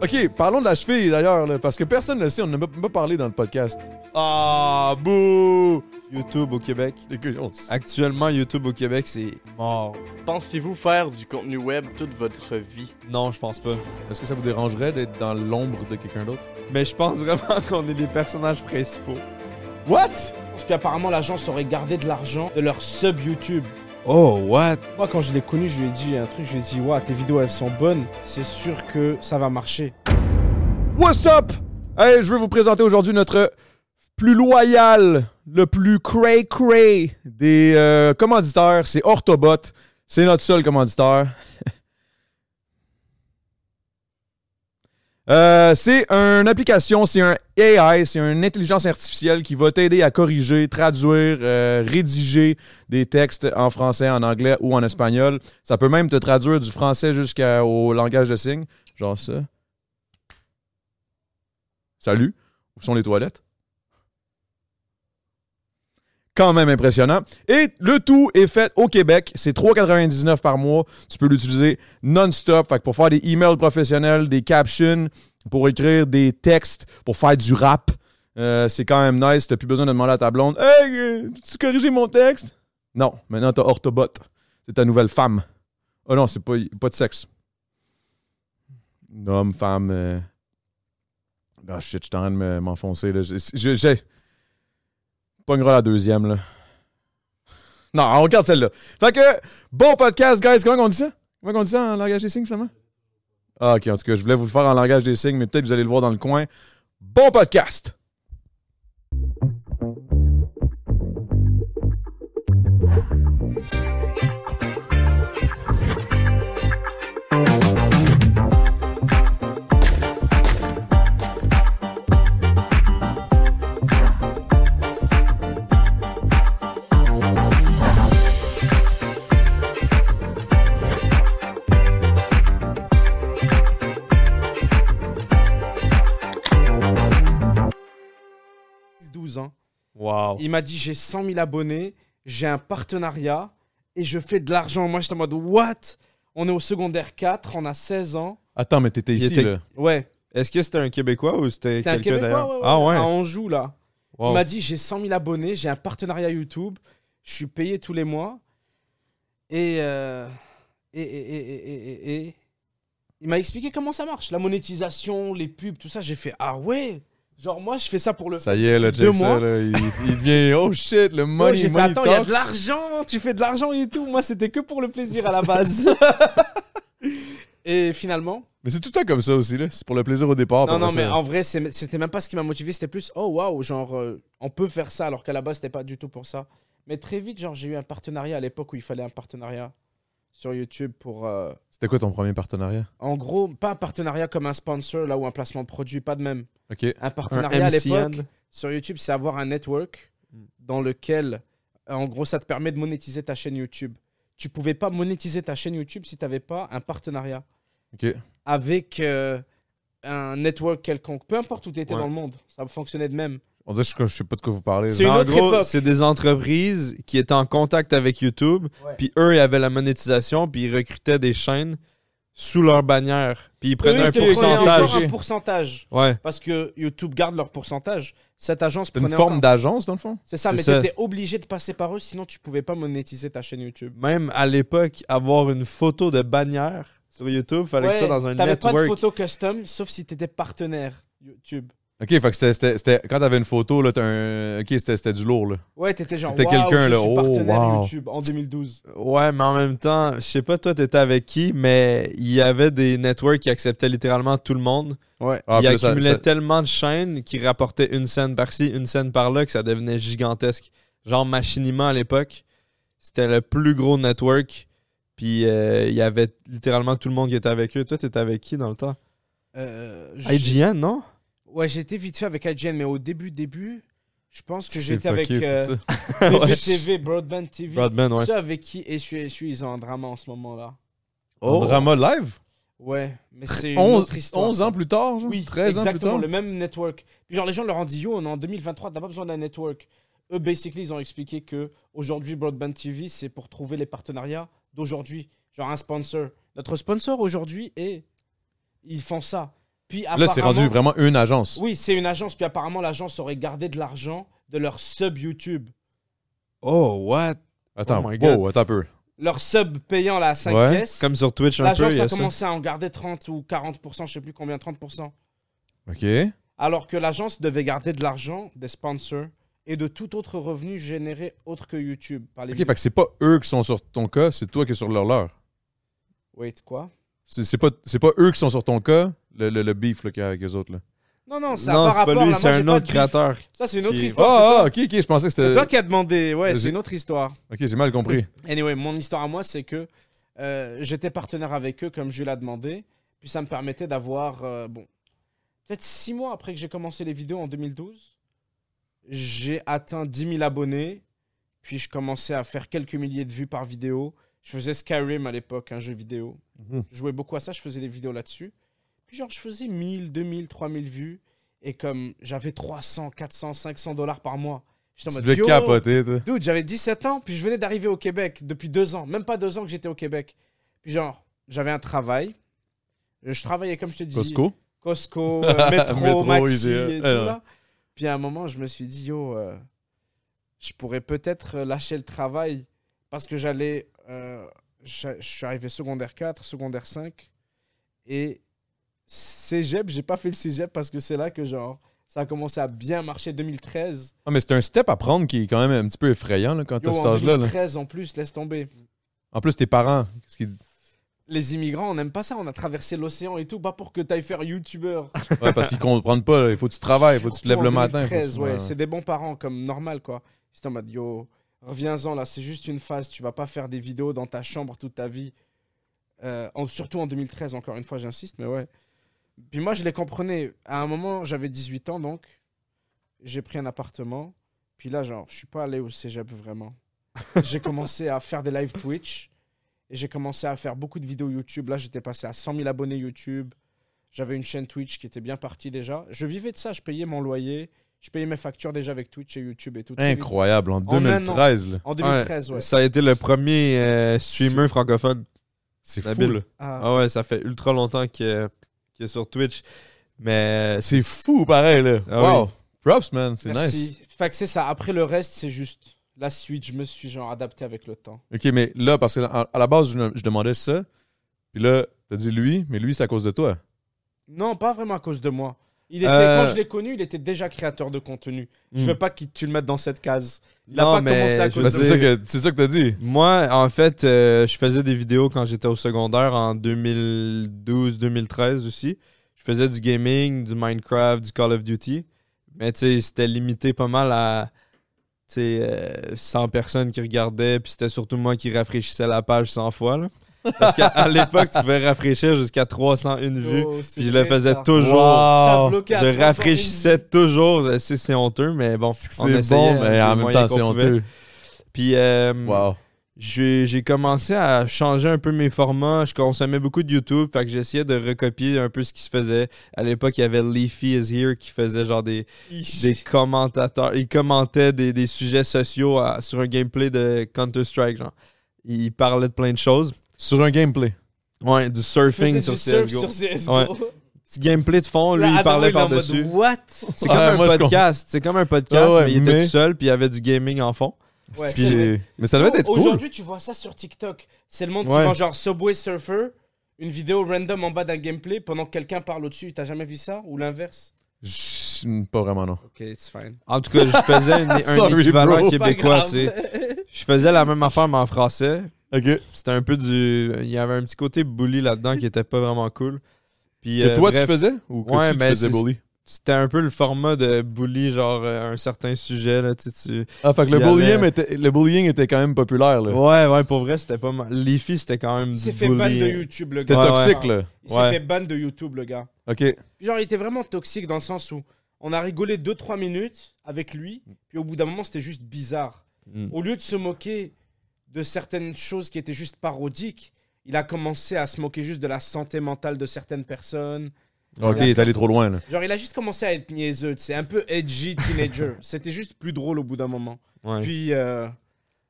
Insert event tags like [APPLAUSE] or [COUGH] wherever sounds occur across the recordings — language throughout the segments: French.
OK, parlons de la cheville d'ailleurs, là, parce que personne ne le sait, on n'a même pas parlé dans le podcast. Ah, bouh! YouTube au Québec. C'est que- on s- Actuellement, YouTube au Québec, c'est mort. Pensez-vous faire du contenu web toute votre vie? Non, je pense pas. Est-ce que ça vous dérangerait d'être dans l'ombre de quelqu'un d'autre? Mais je pense vraiment [LAUGHS] qu'on est les personnages principaux. What? Parce qu'apparemment, l'agence aurait gardé de l'argent de leur sub YouTube. Oh, what? Moi, quand je l'ai connu, je lui ai dit un truc, je lui ai dit, Ouah, tes vidéos, elles sont bonnes, c'est sûr que ça va marcher. What's up? Hey, je veux vous présenter aujourd'hui notre plus loyal, le plus cray-cray des euh, commanditaires. C'est Orthobot. C'est notre seul commanditaire. [LAUGHS] Euh, c'est une application, c'est un AI, c'est une intelligence artificielle qui va t'aider à corriger, traduire, euh, rédiger des textes en français, en anglais ou en espagnol. Ça peut même te traduire du français jusqu'au langage de signes, genre ça. Salut, où sont les toilettes? Quand même impressionnant. Et le tout est fait au Québec. C'est 3,99 par mois. Tu peux l'utiliser non-stop. Fait que pour faire des emails professionnels, des captions, pour écrire des textes, pour faire du rap, euh, c'est quand même nice. T'as plus besoin de demander à ta blonde Hey, euh, tu corriger mon texte? Non, maintenant t'as Orthobot. C'est ta nouvelle femme. Oh non, c'est pas, pas de sexe. Homme, femme. euh, ah shit, je suis en train de me- m'enfoncer. là. Je- je- J'ai. Pognera la deuxième, là. Non, on regarde celle-là. Fait que, bon podcast, guys. Comment on dit ça? Comment on dit ça en langage des signes, finalement? Ah, ok, en tout cas, je voulais vous le faire en langage des signes, mais peut-être vous allez le voir dans le coin. Bon podcast! Il a 12 ans. Wow. Il m'a dit, j'ai 100 000 abonnés, j'ai un partenariat et je fais de l'argent. Moi, j'étais en mode, what? On est au secondaire 4, on a 16 ans. Attends, mais t'étais Il ici, était- là. Ouais, Est-ce que c'était un Québécois ou c'était c'est un quelqu'un Québécois, d'ailleurs? ouais, ouais, Ah ouais. à Anjou, là. Wow. Oh. Il m'a dit j'ai 100 000 abonnés, j'ai un partenariat YouTube, je suis payé tous les mois. Et, euh, et, et, et, et- et- et- il m'a expliqué comment ça marche, la monétisation, les pubs, tout ça. J'ai fait ah ouais, genre moi je fais ça pour le. Ça y est, là, Deux James, mois. là, il, il devient. Oh shit, le Oh, money, j'ai fait money attends, il y a talks. de l'argent, tu fais de l'argent et tout. Moi c'était que pour le plaisir à [LAUGHS] la base. et finalement, Mais c'est tout le temps comme ça aussi, là. C'est pour hein. le plaisir au départ. non après non ça. mais en vrai c'est- c'était même pas ce qui m'a motivé, c'était plus oh waouh genre euh, on peut faire ça alors qu'à la base c'était pas du tout pour ça. Mais très vite genre j'ai eu un partenariat à l'époque où il fallait un partenariat sur YouTube pour euh, C'était quoi ton premier partenariat? en gros pas un partenariat comme un sponsor là ou un placement de produit pas de même. Ok. Un partenariat à MCN. l'époque sur YouTube c'est avoir un network Mm. dans lequel euh, en gros ça te permet de monétiser ta chaîne YouTube. Tu pouvais pas monétiser ta chaîne YouTube si t'avais pas un partenariat Ok. avec euh, un network quelconque, peu importe où tu étais Ouais. dans le monde, ça fonctionnait de même. On dirait que je je sais pas de quoi vous parlez. là. C'est une en autre gros, époque. c'est des entreprises qui étaient en contact avec YouTube, Ouais. puis eux, ils avaient la monétisation, puis ils recrutaient des chaînes sous leur bannière, puis ils prenaient Eux, un ils te prenaient pourcentage. encore un pourcentage. Ouais. Parce que YouTube garde leur pourcentage. Cette agence C'est prenait une forme encore- d'agence, dans le fond? C'est ça, C'est mais ça. t'étais obligé de passer par eux, sinon tu pouvais pas monétiser ta chaîne YouTube. Même à l'époque, avoir une photo de bannière sur YouTube, fallait que ça Ouais, dans un T'avais pas de network. photo custom, sauf si t'étais partenaire YouTube. Ok, fait que c'était- c'était. c'était- Quand t'avais une photo, là, t'as un. Ok, c'était c'était du lourd, là. Ouais, t'étais genre, T'étais waouh, quelqu'un, je là. suis Oh, partenaire wow. YouTube en 2012. Ouais, mais en même temps, je sais pas toi t'étais avec qui, mais il y avait des networks qui acceptaient littéralement tout le monde. Ouais. Ah, ils puis là, ça- accumulaient ça- tellement de chaînes qui rapportaient une scène par-ci, une scène par-là que ça devenait gigantesque. Genre Machinima à l'époque, c'était le plus gros network. Puis euh, il y avait littéralement tout le monde qui était avec eux. Toi, t'étais avec qui dans le temps? Euh, j'ai- IGN, non? Ouais, j'étais vite fait avec IGN, mais au début, début, je pense que C'est j'étais avec fucké, euh, tout ça. [LAUGHS] BBTV, Broadband TV. Broadband, ouais. Ceux avec qui essuie essuie, ils ont un drama en ce moment là. Un Oh, Drama live? Ouais, mais c'est Oh. une 11, autre histoire. 11 ça. ans plus tard, genre? Oui, 13 ans plus exactement, tard? le même network. Puis genre les gens leur ont dit yo, on est en 2023, t'as pas besoin d'un network. Eux basically ils ont expliqué que aujourd'hui Broadband TV c'est pour trouver les partenariats d'aujourd'hui, genre un sponsor. Notre sponsor aujourd'hui est ils font ça. Puis Là, c'est rendu apparemment- vraiment une agence. Oui, c'est une agence. Puis apparemment, l'agence aurait gardé de l'argent de leur sub YouTube. Oh, what? Attends, Oh my God. wow, attends un peu. Leur sub payant la 5 Ouais, pièces. Comme sur Twitch un peu, L'agence il y a a ça. commencé à en garder 30 ou 40%, je sais plus combien, 30%. OK. Alors que l'agence devait garder de l'argent des sponsors et de tout autre revenu généré autre que YouTube. Par les OK, fait que c'est pas eux qui sont sur ton cas, c'est toi qui es sur leur leur. Wait, quoi C'est c'est pas, c'est pas eux qui sont sur ton cas, le, le, le beef là, qu'il y a avec eux autres. Là. Non, non, ça a Non, pas c'est rapport. pas lui, là, c'est moi, j'ai un pas autre de beef. créateur. Ça, Oh, c'est une autre qui- Oh, histoire. Ah, c'est ah, toi. OK, OK, je pensais que C'est euh, c'était... toi qui as demandé. Ouais, Vas-y. c'est une autre histoire. OK, j'ai mal compris. Anyway, mon histoire à moi, c'est que euh, j'étais partenaire avec eux, comme je l'ai demandé. Puis ça me permettait d'avoir, euh, bon, peut-être six mois après que j'ai commencé les vidéos en 2012, j'ai atteint 10 000 abonnés. Puis je commençais à faire quelques milliers de vues par vidéo. Je faisais Skyrim à l'époque, un jeu vidéo. Mhm. Je jouais beaucoup à ça, je faisais des vidéos là-dessus. Puis genre, je faisais 1000, 2000, 3000 vues. Et comme j'avais 300, 400, 500 dollars par mois, j'étais en tu mode devais Yo, capoter, toi. Dude, j'avais 17 ans, puis je venais d'arriver au Québec depuis deux ans, même pas deux ans que j'étais au Québec. Puis genre, j'avais un travail. Je travaillais comme je te dis. Costco? [LAUGHS] Costco, euh, métro, Métro, Maxi IGA. et tout Ouais, ouais. là. Puis à un moment, je me suis dit, yo, euh, je pourrais peut-être euh, lâcher le travail parce que j'allais. euh, j'a- je suis arrivé secondaire 4, secondaire 5. Et cégep, j'ai pas fait le cégep parce que c'est là que genre, ça a commencé à bien marcher 2013. Ah, mais c'est un step à prendre qui est quand même un petit peu effrayant là, quand Yo, t'as cet en âge-là. là. 2013 en plus, laisse tomber. En plus, tes parents, ce qui- Les immigrants, on n'aime pas ça. On a traversé l'océan et tout, pas pour que t'ailles faire [LAUGHS] youtubeur. ouais, parce qu'ils comprennent pas, là. il faut que tu travailles, il faut que tu te Surtout lèves le en matin. faut que 2013, tu- ouais, c'est des bons parents, comme normal, quoi. C'est en mode, yo, reviens-en, là, c'est juste une phase. Tu vas pas faire des vidéos dans ta chambre toute ta vie. Euh, en- surtout en 2013, encore une fois, j'insiste, mais ouais. Puis moi, je les comprenais. À un moment, j'avais 18 ans, donc j'ai pris un appartement. Puis là, genre, je suis pas allé au cégep vraiment. j'ai commencé à faire des live Twitch. Et j'ai commencé à faire beaucoup de vidéos YouTube. Là, j'étais passé à 100 000 abonnés YouTube. J'avais une chaîne Twitch qui était bien partie déjà. Je vivais de ça. Je payais mon loyer. Je payais mes factures déjà avec Twitch et YouTube et tout. très vite. Incroyable, en un an. 2013, là. En 2013, ouais. Ça a été le premier euh, streamer francophone. c'est fou. Nabil. là. Ah, Ah ouais, ça fait ultra longtemps qu'il est, qu'il est sur Twitch. Mais C'est fou, pareil. Là. Ah wow. Props, man, c'est merci. nice. Fait que c'est ça. Après le reste, c'est juste la suite. Je me suis genre adapté avec le temps. Ok, mais là, parce que à, à la base, je, je demandais ça. Puis là, t'as dit lui, mais lui, c'est à cause de toi. Non, pas vraiment à cause de moi. Il était, Euh. Quand je l'ai connu, il était déjà créateur de contenu. Je Hmm. veux pas que tu le mettes dans cette case. Il a Non, pas commencé à je cause Ben, veux de- c'est dire- ça que c'est ça que t'as dit. Moi, en fait, euh, je faisais des vidéos quand j'étais au secondaire en 2012-2013 aussi. Je faisais du gaming, du Minecraft, du Call of Duty. Mais tu sais, c'était limité pas mal à tu sais, euh, 100 personnes qui regardaient. Puis c'était surtout moi qui rafraîchissais la page 100 fois. là. Parce qu'à à l'époque, tu pouvais rafraîchir jusqu'à 301 vues. Oh, c'est Puis je le vrai, faisais ça. toujours. Ça Wow. bloquait à Je 300 rafraîchissais toujours. Je sais, c'est honteux, mais bon, on C'est essayait. bon, euh, mais en des même temps, moyens c'est qu'on pouvait. honteux. Puis euh, Wow. j'ai j'ai commencé à changer un peu mes formats. Je consommais beaucoup de YouTube, fait que j'essayais de recopier un peu ce qui se faisait. À l'époque, il y avait Leafy is Here qui faisait genre des, des commentateurs. Il commentait des, des sujets sociaux à- sur un gameplay de Counter-Strike, genre. Il parlait de plein de choses. Sur un gameplay. Ouais, du Je faisais surfing du sur surf CSGO. sur CSGO. Ouais. Petit gameplay de fond, lui, Là, il parlait Adamo, il est en mode, par-dessus. What C'est comme Ouais, un moi, je podcast. C'est comme un podcast, Ah ouais, mais il mais- était tout seul, puis il y avait du gaming en fond. Ouais, Puis- c'est vrai. mais ça devait être cool. Aujourd'hui, tu vois ça sur TikTok. C'est le monde Ouais. qui vend genre Subway Surfer, une vidéo random en bas d'un gameplay pendant que quelqu'un parle au-dessus. T'as jamais vu ça Ou l'inverse Je- Pas vraiment, non. Ok, it's fine. En tout cas, je [LAUGHS] faisais une- un Sorry, équivalent bro. québécois, tu sais. Je faisais la même affaire, mais en français. Ok. C'était un peu du. Il y avait un petit côté bully là-dedans qui était pas vraiment cool. Puis, Que euh, toi, bref, tu faisais ou que Ouais, tu te mais faisais c'est- bully? C'était un peu le format de bully, genre euh, un certain sujet, là, tu sais. tu- Ah, fait que le Il y avait- bullying, était, le bullying était quand même populaire, là. Ouais, ouais, pour vrai, c'était pas mal. Les filles, c'était quand même [LAUGHS] Il du s'est fait ban de bully. euh, YouTube, le C'était gars. Ouais, toxique, là. Il s'est Ouais. fait ban de YouTube, le gars. Ok. Genre, il était vraiment toxique dans le sens où on a rigolé 2-3 minutes avec lui, puis au bout d'un moment, c'était juste bizarre. Mm. Au lieu de se moquer de certaines choses qui étaient juste parodiques, il a commencé à se moquer juste de la santé mentale de certaines personnes. Ok, il est allé trop loin, là. Genre, il a juste commencé à être niaiseux, c'est un peu edgy [LAUGHS] teenager. C'était juste plus drôle au bout d'un moment. Ouais. Puis, euh,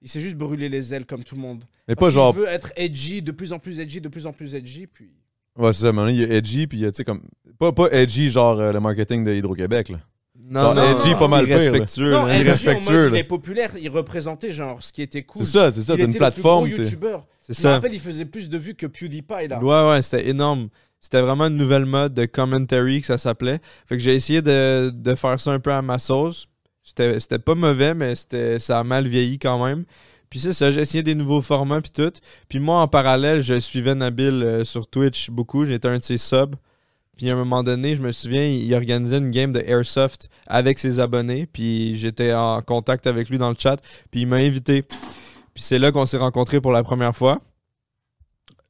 il s'est juste brûlé les ailes comme tout le monde. Mais pas Parce qu'il genre. veut être edgy, de plus en plus edgy, de plus en plus edgy, puis... Ouais, c'est ça, mais il y a Edgy, puis il y a, tu sais, comme. Pas, pas Edgy, genre euh, le marketing de Hydro-Québec, là. Non, Bon, Edgy, pas mal pire, là. respectueux. Non, il est Edgy, en respectueux, mode, là. Il est populaire, il représentait genre ce qui était cool. C'est ça, c'est ça, Il t'as était une le plateforme. plus gros t'es- youtubeur. C'est Je me ça. rappelle, il faisait plus de vues que PewDiePie là. Ouais, ouais, c'était énorme. C'était vraiment une nouvelle mode de commentary que ça s'appelait. Fait que j'ai essayé de, de faire ça un peu à ma sauce. C'était c'était pas mauvais, mais c'était ça a mal vieilli quand même. Puis c'est ça, j'ai essayé des nouveaux formats puis tout. Puis moi, en parallèle, je suivais Nabil euh, sur Twitch beaucoup. J'étais un de ses subs. Puis à un moment donné, je me souviens, il organisait une game de Airsoft avec ses abonnés. Puis j'étais en contact avec lui dans le chat. Puis il m'a invité. Puis c'est là qu'on s'est rencontrés pour la première fois.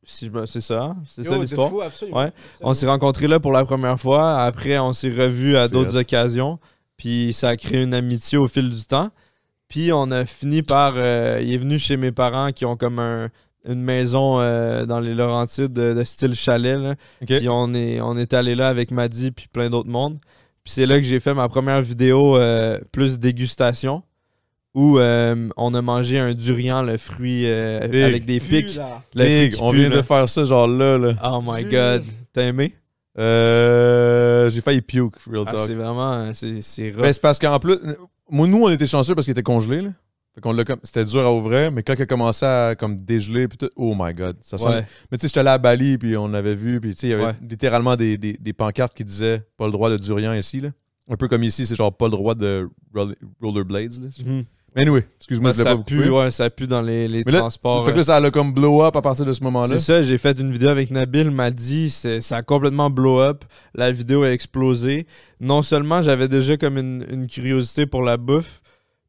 Si je me- C'est ça, hein? c'est Yo, ça de l'histoire. fou, absolument. Ouais. On s'est rencontrés là pour la première fois. Après, on s'est revus à C'est d'autres hot. occasions. Puis ça a créé une amitié au fil du temps. Puis on a fini par. euh, il est venu chez mes parents qui ont comme un- une maison euh, dans les Laurentides de, de style chalet. là. Ok. Puis on est, on est allé là avec Maddy puis plein d'autres mondes. Puis c'est là que j'ai fait ma première vidéo euh, plus dégustation où euh, on a mangé un durian, le fruit euh, Big. avec des pics. là. Le fruit Big, qui on pue, vient là. de faire ça, genre là, là. Oh my god, t'as aimé? Euh, J'ai failli puke, real Ah, talk. c'est vraiment, c'est c'est rough. Ben, c'est parce qu'en plus, moi, nous, on était chanceux parce qu'il était congelé, là. Fait qu'on l'a comme. C'était dur à ouvrir, mais quand il a commencé à comme dégeler, puis tout, oh my god, ça sent. Ouais. Mais tu sais, j'étais allé à Bali, puis on l'avait vu, puis tu sais, il y avait Ouais. littéralement des, des, des pancartes qui disaient pas le droit de durian ici, là. Un peu comme ici, c'est genre pas le droit de roll- rollerblades, là. Mhm. Mais anyway, Mmh. excuse-moi, je l'ai ça, pas vous couper. pue, ouais, ça pue dans les, les Mais là, transports. euh, Fait que là, ça a comme blow up à partir de ce moment-là. C'est ça, j'ai fait une vidéo avec Nabil, m'a dit, c'est- ça a complètement blow up, la vidéo a explosé. Non seulement j'avais déjà comme une, une curiosité pour la bouffe,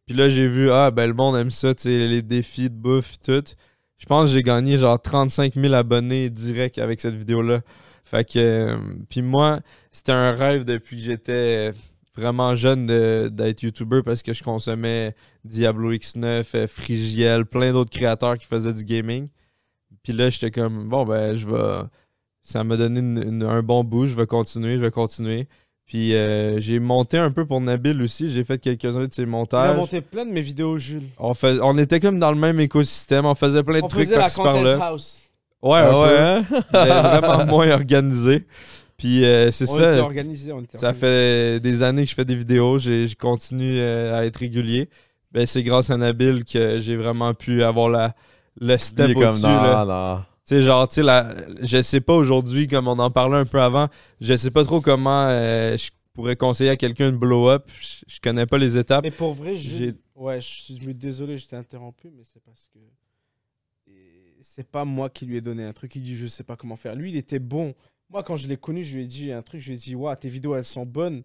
puis là j'ai vu, ah ben le monde aime ça, tu sais, les défis de bouffe et tout. Je pense que j'ai gagné genre 35 000 abonnés direct avec cette vidéo-là. Fait que, euh, puis moi, c'était un rêve depuis que j'étais vraiment jeune de- d'être YouTuber parce que je consommais Diablo X9, euh, Frigiel, plein d'autres créateurs qui faisaient du gaming. Puis là, j'étais comme, bon, ben, je vais. Ça m'a donné une- une- un bon bout, je vais continuer, je vais continuer. Puis euh, j'ai monté un peu pour Nabil aussi, j'ai fait quelques-uns de ses Il a montages. monté plein de mes vidéos, Jules. On, fais- on était comme dans le même écosystème, on faisait plein de On trucs faisait la par-ci Content par-là. House. Ouais, Ah ouais, ouais, hein? vraiment moins organisé. Puis euh, c'est On était ça, organisé. on était ça organisé. fait des années que je fais des vidéos, j'ai- je continue euh, à être régulier. Ben, c'est grâce à Nabil que j'ai vraiment pu avoir la, le Il est step comme, au-dessus. non, là. non. Tu sais, genre, tu sais, la- je sais pas aujourd'hui, comme on en parlait un peu avant, je sais pas trop comment euh, je pourrais conseiller à quelqu'un de blow up. Je, je connais pas les étapes. Ah, Mais pour vrai, Jules. J'ai- Ouais, je suis je me- désolé, je t'ai interrompu, mais c'est parce que. Et C'est pas moi qui lui ai donné un truc. Il dit, je sais pas comment faire. Lui, il était bon. Moi, quand je l'ai connu, je lui ai dit un truc. Je lui ai dit, waouh, tes vidéos, elles sont bonnes.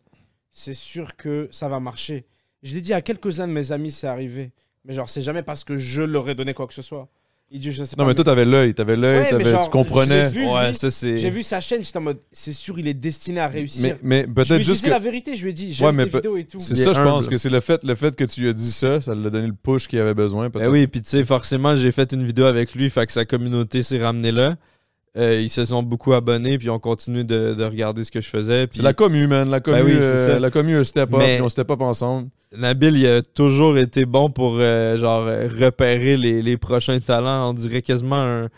C'est sûr que ça va marcher. Je l'ai dit à quelques-uns de mes amis, c'est arrivé. Mais genre, c'est jamais parce que je leur ai donné quoi que ce soit. Il dit, je sais Non, pas. mais toi, t'avais l'œil, t'avais l'œil, Ouais, mais t'avais- genre, tu comprenais. j'ai vu, ouais, lui, ça c'est. J'ai vu sa chaîne, j'étais en mode, c'est sûr, il est destiné à réussir. Mais, mais je lui peut-être juste disais que. la vérité, je lui ai dit, j'aime Ouais, mais tes peut- vidéos et tout. [LAUGHS] C'est Il est ça, je pense humble. que c'est le fait, le fait que tu lui as dit ça, ça l'a donné le push qu'il avait besoin. Ben peut-être. oui, puis tu sais, forcément, j'ai fait une vidéo avec lui, fait que sa communauté s'est ramenée là. Euh, ils se sont beaucoup abonnés, puis ont continué de, de regarder ce que je faisais. Puis C'est la commu, man. La commu, Ben oui, c'est euh, ça. la commu a step up, Mais- puis on step up ensemble. Nabil, il a toujours été bon pour euh, genre euh, repérer les, les prochains talents. On dirait quasiment un,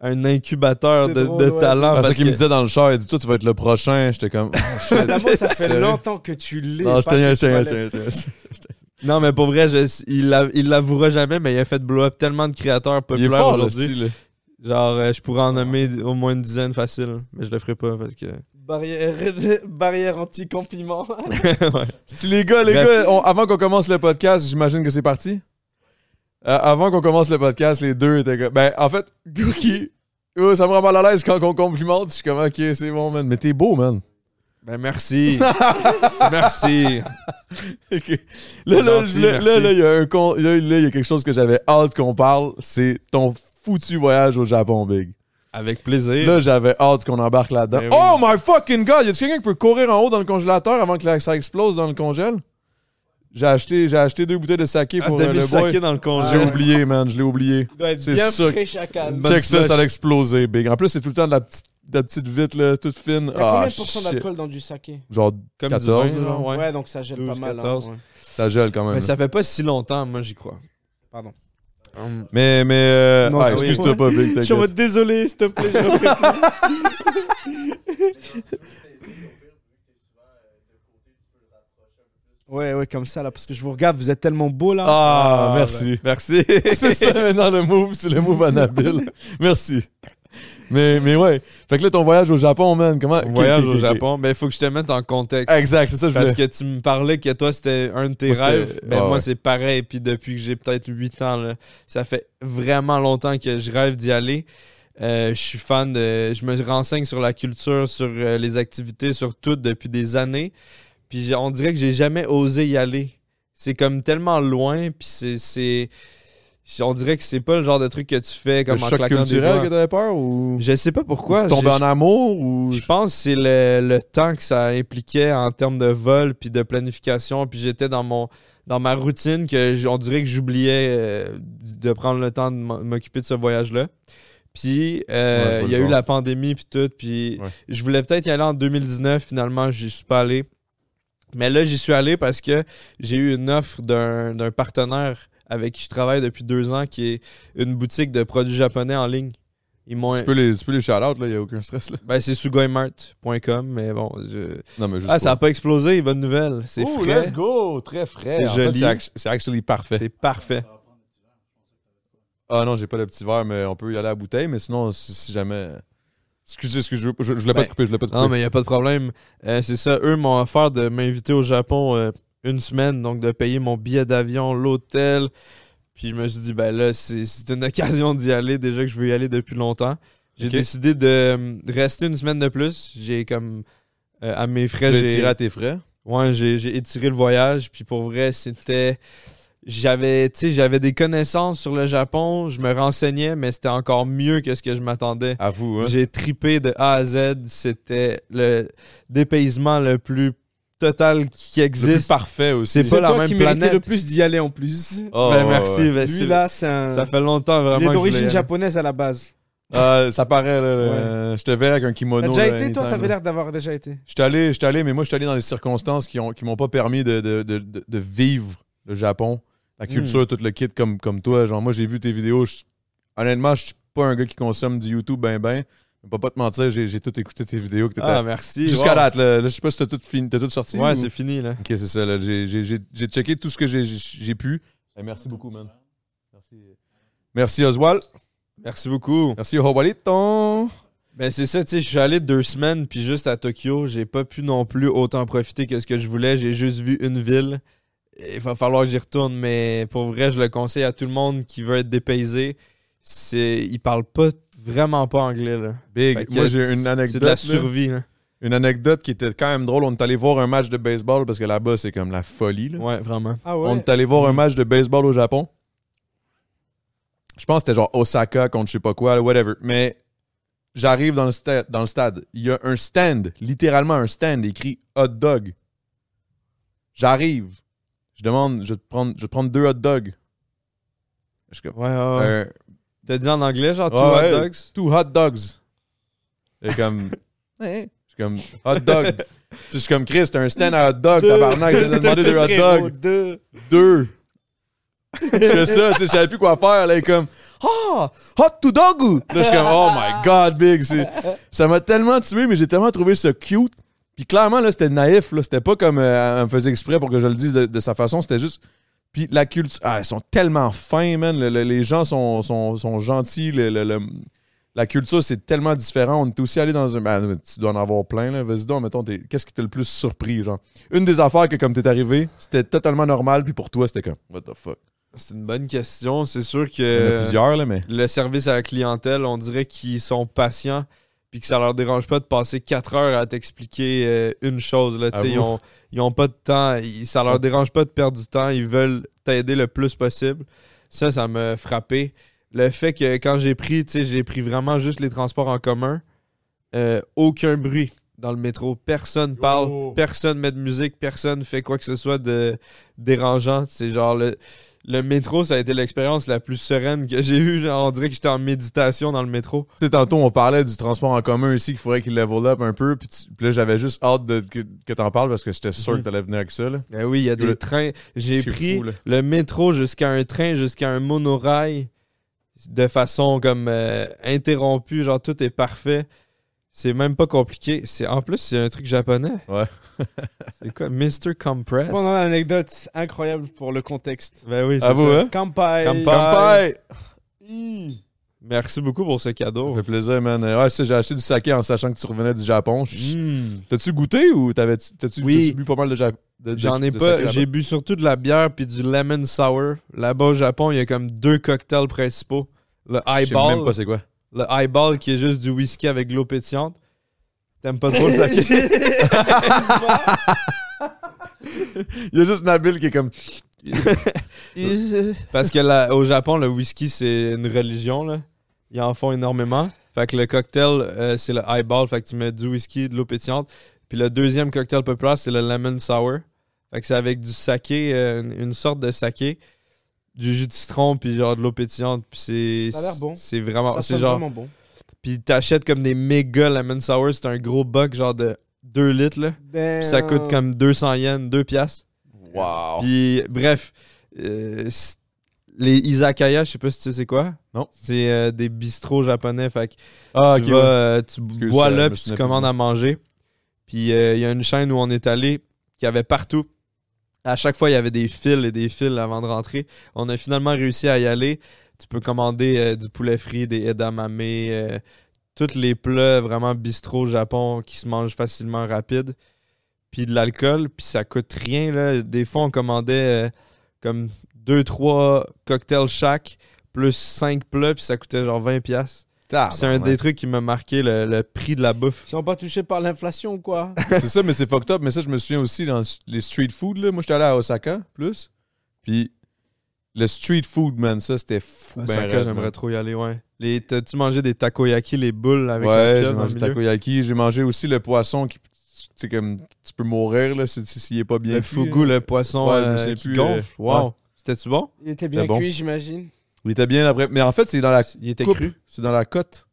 un incubateur C'est de, drôle, de ouais. talents. parce Ah, parce qu'il me que- disait dans le char, il dit Toi, tu vas être le prochain. J'étais comme. Oh, shit. D'abord, ça fait Sérieux? longtemps que tu l'es. Non, je pas que tiens, je tu vas tiens, l'être. je tiens, je [LAUGHS] tiens. Non, mais pour vrai, je- il l'a- il l'avouera jamais, mais il a fait blow up tellement de créateurs Il est populaires fort, le aujourd'hui. style. là. Genre, euh, je pourrais en nommer au moins une dizaine facile, mais je le ferai pas parce que. [LAUGHS] Barrière, [LAUGHS] barrière anti-compliment. Ouais. Si les gars, les Bref. gars, on- avant qu'on commence le podcast, j'imagine que c'est parti. Euh, avant qu'on commence le podcast, les deux étaient comme. Ben, en fait, [LAUGHS] Gookie, oh, ça me rend mal à l'aise quand on complimente. Je suis comme, ok, c'est bon, man. Mais t'es beau, man. [LAUGHS] Ben merci. merci. Ok. Là, là, Gentil, là, là, merci. là, il y a un con- là, là, il y a quelque chose que j'avais hâte qu'on parle. C'est ton foutu voyage au Japon, Big. Avec plaisir. Là, j'avais hâte qu'on embarque là-dedans. Ben oui. Oh my fucking god! Y a quelqu'un qui peut courir en haut dans le congélateur avant que la- ça explose dans le congèle? J'ai acheté, j'ai acheté deux bouteilles de saké Ah, pour t'as euh, mis le le saké boy. dans le J'ai congé. oublié, man. Je l'ai oublié. Il doit être C'est bien ça que- frais, chacal. Une Il bonne Check ça, slush. ça a explosé, big. En plus, c'est tout le temps de la petite, de la petite vite, là, toute fine. y a combien Ah, de pourcents shit. d'alcool dans du saké Genre, Comme 14, du vin, genre, ouais. donc ça gèle 12, pas mal. hein, 14. ouais. ça gèle quand même. Mais là. ça fait pas si longtemps, moi j'y crois. Pardon. Hum. Mais, mais, euh, Non, ah, c'est- excuse-toi pas, Big, Je suis en t'inquiète. mode désolé, s'il te plaît. je referai plus. [LAUGHS] Ouais, ouais, comme ça, là, parce que je vous regarde, vous êtes tellement beau, là. Ah, merci. Merci. [LAUGHS] c'est ça maintenant le move, c'est le move [LAUGHS] Annabelle. Merci. Mais, mais ouais. Fait que là, ton voyage au Japon, man, comment. On ok, voyage ok, au ok. Japon, mais il faut que je te mette en contexte. Exact, c'est ça, je voulais. Parce que tu me parlais que toi, c'était un de tes Moi, c'était- rêves. Mais Ah moi, ouais. c'est pareil. Puis depuis que j'ai peut-être 8 ans, là, ça fait vraiment longtemps que je rêve d'y aller. Euh, je suis fan de. Je me renseigne sur la culture, sur euh, les activités, sur tout depuis des années. Puis j'ai- on dirait que j'ai jamais osé y aller. C'est comme tellement loin. Puis c'est- c'est. On dirait que c'est pas le genre de truc que tu fais Le comme en choc claquant des culturel doigts. que t'avais peur ou. Je sais pas pourquoi. Tomber j'ai- en amour ou. je pense que c'est le, le temps que ça impliquait en termes de vol puis de planification. Puis j'étais dans mon dans ma routine que j- on dirait que j'oubliais euh, de prendre le temps de m'en- m'occuper de ce voyage-là. Puis euh, Ouais, je vois il y a le eu genre. la pandémie puis tout. Puis Ouais. je voulais peut-être y aller en 2019. Finalement, j'y suis pas allé. Mais là, j'y suis allé parce que j'ai eu une offre d'un d'un partenaire avec qui je travaille depuis deux ans qui est une boutique de produits japonais en ligne. Ils m'ont Tu peux les, tu peux les shout-out, là, y a aucun stress, là. ben, c'est sugoimart.com, mais bon. je- Non, mais juste. Ah, ça n'a pas explosé, bonne nouvelle. C'est Ouh, frais. let's go, très frais. C'est En fait, joli. c'est act- C'est actually parfait. C'est parfait. Ah non, j'ai pas le petit verre, mais on peut y aller à la bouteille, mais sinon, si, si jamais. Excusez, excusez, je, je, je l'ai pas Ben, te coupé, je l'ai pas te coupé. Non, mais il n'y a pas de problème. Euh, c'est ça, eux m'ont offert de m'inviter au Japon euh, une semaine, donc de payer mon billet d'avion, l'hôtel. Puis je me suis dit, ben là, c'est c'est une [LAUGHS] occasion d'y aller, déjà que je veux y aller depuis longtemps. J'ai Ok. décidé de euh, rester une semaine de plus. J'ai comme. euh, à mes frais, Tu l'as j'ai. tiré à tes frais. Ouais, j'ai j'ai étiré le voyage, puis pour vrai, c'était... J'avais, tu sais, j'avais des connaissances sur le Japon, je me renseignais, mais c'était encore mieux que ce que je m'attendais. À vous, hein. J'ai tripé de A à Z, c'était le dépaysement le plus total qui Le plus existe. parfait aussi. C'est pas la toi même qui méritais planète. le plus d'y aller en plus. Oh, Ben, ouais, merci, ouais. ben, Lui, c'est- là, c'est un. ça fait longtemps vraiment. Il est que je voulais y d'origine aller. japonaise à la base. Ah, ça paraît, là. là, Je te verrai avec un T'as kimono. déjà là, été, toi anytime, T'avais là. l'air d'avoir déjà été. J'étais allé, j'étais allé, mais moi, j'étais allé dans des circonstances qui ont, qui m'ont pas permis de, de, de, de- de vivre le Japon, Hmm. la culture, tout le kit comme, comme toi. Genre, moi, j'ai vu tes vidéos. je- honnêtement, je suis pas un gars qui consomme du YouTube ben ben. Je peux pas te mentir, j'ai, j'ai tout écouté tes vidéos que t'étais. Ah, merci. Jusqu'à wow. date, là, Là, je sais pas si t'as tout fini, t'as tout sorti. Ouais, ou- c'est fini, là. Ok, c'est ça. là. J'ai, j'ai- j'ai- j'ai checké tout ce que j'ai, j'ai- j'ai pu. Eh, merci beaucoup, man. Merci. Merci Oswald. Merci beaucoup. Merci Oswaldito. Ben c'est ça, tu sais, je suis allé deux semaines, puis juste à Tokyo, j'ai pas pu non plus autant profiter que ce que je voulais. J'ai juste vu une ville. Il va falloir que j'y retourne, mais pour vrai, je le conseille à tout le monde qui veut être dépaysé. C'est, ils parlent pas vraiment pas anglais là. Fait Big. que Moi, j'ai c'est- une anecdote. C'est de la là. survie. hein. là. Une anecdote qui était quand même drôle. On est allé voir un match de baseball parce que là-bas, c'est comme la folie. là. Ouais, vraiment. Ah On ouais. est allé voir un match de baseball au Japon. Je pense que c'était genre Osaka contre je sais pas quoi, whatever. Mais j'arrive dans, le sta- dans le stade. Il y a un stand, littéralement un stand écrit hot dog. J'arrive. Je demande, je vais te prendre, je vais te prendre deux hot dogs. Je suis comme, Ouais, ouais. ouais. euh, T'as dit en anglais genre two ouais, hot dogs. two hot dogs. Et comme, Ouais. je suis comme, hot dog. Tu sais, je suis comme, Chris, t'as un stand à hot dog, tabarnak, je viens de demander deux hot dogs. Deux. je fais ça, tu sais, je savais plus quoi faire, là, et comme, ah, hot to dog. Là, je suis comme, oh my god, big. c'est- Ça m'a tellement tué, mais j'ai tellement trouvé ça cute. Puis clairement, là, c'était naïf, là, c'était pas comme, euh, elle me faisait exprès pour que je le dise de, de sa façon, c'était juste. Puis la culture, ah, ils sont tellement fins, man. le- le- les gens sont, sont, sont gentils. le- le- le- la culture, c'est tellement différent. On est aussi allé dans un. ben, tu dois en avoir plein, là. Vas-y donc, mettons, t'es- qu'est-ce qui t'a le plus surpris, genre? Une des affaires que, comme t'es arrivé, c'était totalement normal, puis pour toi, c'était comme, what the fuck? C'est une bonne question. C'est sûr que. Il y en a plusieurs, là, mais. le service à la clientèle, on dirait qu'ils sont patients puis que ça leur dérange pas de passer 4 heures à t'expliquer euh, une chose. Là, tu Ah sais, vous? ils, ont, ils ont pas de temps, ils- ça leur dérange pas de perdre du temps, ils veulent t'aider le plus possible. Ça, ça m'a frappé. Le fait que quand j'ai pris, tu sais, j'ai pris vraiment juste les transports en commun, euh, aucun bruit dans le métro, personne parle, Yo. personne met de musique, personne fait quoi que ce soit de dérangeant. C'est genre le, le métro, ça a été l'expérience la plus sereine que j'ai eue. Genre, on dirait que j'étais en méditation dans le métro. Tu sais, tantôt, on parlait du transport en commun ici, qu'il faudrait qu'il level up un peu, puis, tu- puis là, j'avais juste hâte de- que, que t'en parles parce que j'étais sûr Mhm. que t'allais venir avec ça, là. Ben oui, il y a des Le- trains. J'ai C'est pris fou, là. le métro jusqu'à un train, jusqu'à un monorail de façon comme euh, interrompue. Genre, tout est parfait. C'est même pas compliqué. C'est En plus, c'est un truc japonais. Ouais. [LAUGHS] c'est quoi? Mr. Compress? Pendant l'anecdote, incroyable pour le contexte. Ben oui, c'est À vous, ça. hein? Kampai. Kampai! Hi. Merci beaucoup pour ce Ça cadeau. fait plaisir, man. Euh, Ouais, ça, j'ai acheté du saké en sachant que tu revenais du Japon. Chut. Mm. T'as-tu goûté ou t'avais-tu t'as-tu- Oui. t'as-tu bu pas mal de Japon? J'en ai pas. J'ai bu surtout de la bière puis du lemon sour. Là-bas au Japon, il y a comme deux cocktails principaux. Le Je sais même highball, pas c'est quoi. le highball qui est juste du whisky avec de l'eau pétillante. T'aimes pas trop le [LAUGHS] saké? Il y a juste Nabil qui est comme. Parce que là, au Japon, le whisky, c'est une religion. Là. Ils en font énormément. Fait que le cocktail, euh, c'est le highball. Fait que tu mets du whisky, de l'eau pétillante. Puis le deuxième cocktail populaire, c'est le lemon sour. Fait que c'est avec du saké, euh, une- une sorte de saké, du jus de citron, puis genre de l'eau pétillante. Puis c'est. Ça a l'air bon. C'est vraiment. Ça C'est sonne genre. vraiment bon. Puis t'achètes comme des méga lemon sour. C'est un gros buck, genre de 2 litres, là. Puis Euh. ça coûte comme 200 yens, 2 piastres. Wow. Puis, bref, euh, c- les izakaya, je sais pas si tu sais c'est quoi. Non. C'est euh, des bistrots japonais. Fait que Ah, tu ok. vas, ouais. euh, tu Excuse, bois euh, je là, me puis tu souvenais commandes plus. à manger. Puis euh, il y a une chaîne où on est allé, qui avait partout. À chaque fois, il y avait des fils et des fils avant de rentrer. On a finalement réussi à y aller. Tu peux commander euh, du poulet frit, des edamame, euh, tous les plats vraiment bistrot au Japon qui se mangent facilement, rapide. Puis de l'alcool, puis ça coûte rien. Là. Des fois, on commandait euh, comme 2-3 cocktails chaque, plus 5 plats, puis ça coûtait genre 20$. piastres. Ah, C'est un ben, des trucs qui m'a marqué, le, le prix de la bouffe. Ils sont pas touchés par l'inflation ou quoi c'est ça, mais c'est fucked up. Mais ça, je me souviens aussi dans les street food. Là. Moi, j'étais allé à Osaka, plus. Puis le street food, man, ça, c'était fou. Ben, ben raide, Osaka, j'aimerais man. trop y aller, ouais. Les, t'as-tu mangé des takoyaki, les boules avec Ouais, la j'ai dans le mangé milieu? takoyaki. J'ai mangé aussi le poisson qui. Tu sais, comme. Tu peux mourir, là, si- si- s'il est pas bien. Le cuit, fugu, là. le poisson Ouais, je me euh, sais qui plus, gonfle. euh, wow. ouais. C'était-tu bon? Il était bien C'est bon. cuit, j'imagine. Il était bien après. Mais en fait, c'est dans la Il était coupe. cru. C'est dans la côte.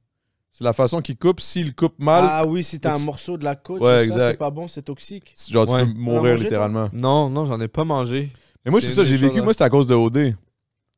C'est la façon qu'il coupe. S'il coupe mal, Ah oui, si t'as un Tu- morceau de la côte, Ouais, c'est ça, exact. c'est pas bon, c'est toxique. genre, Ouais. tu peux mangé, mourir toi? littéralement. Non, non, j'en ai pas mangé. Mais moi, c'est C'est ça, une j'ai des vécu. choses- hein. Moi, c'est à cause de OD. Ah, ouais,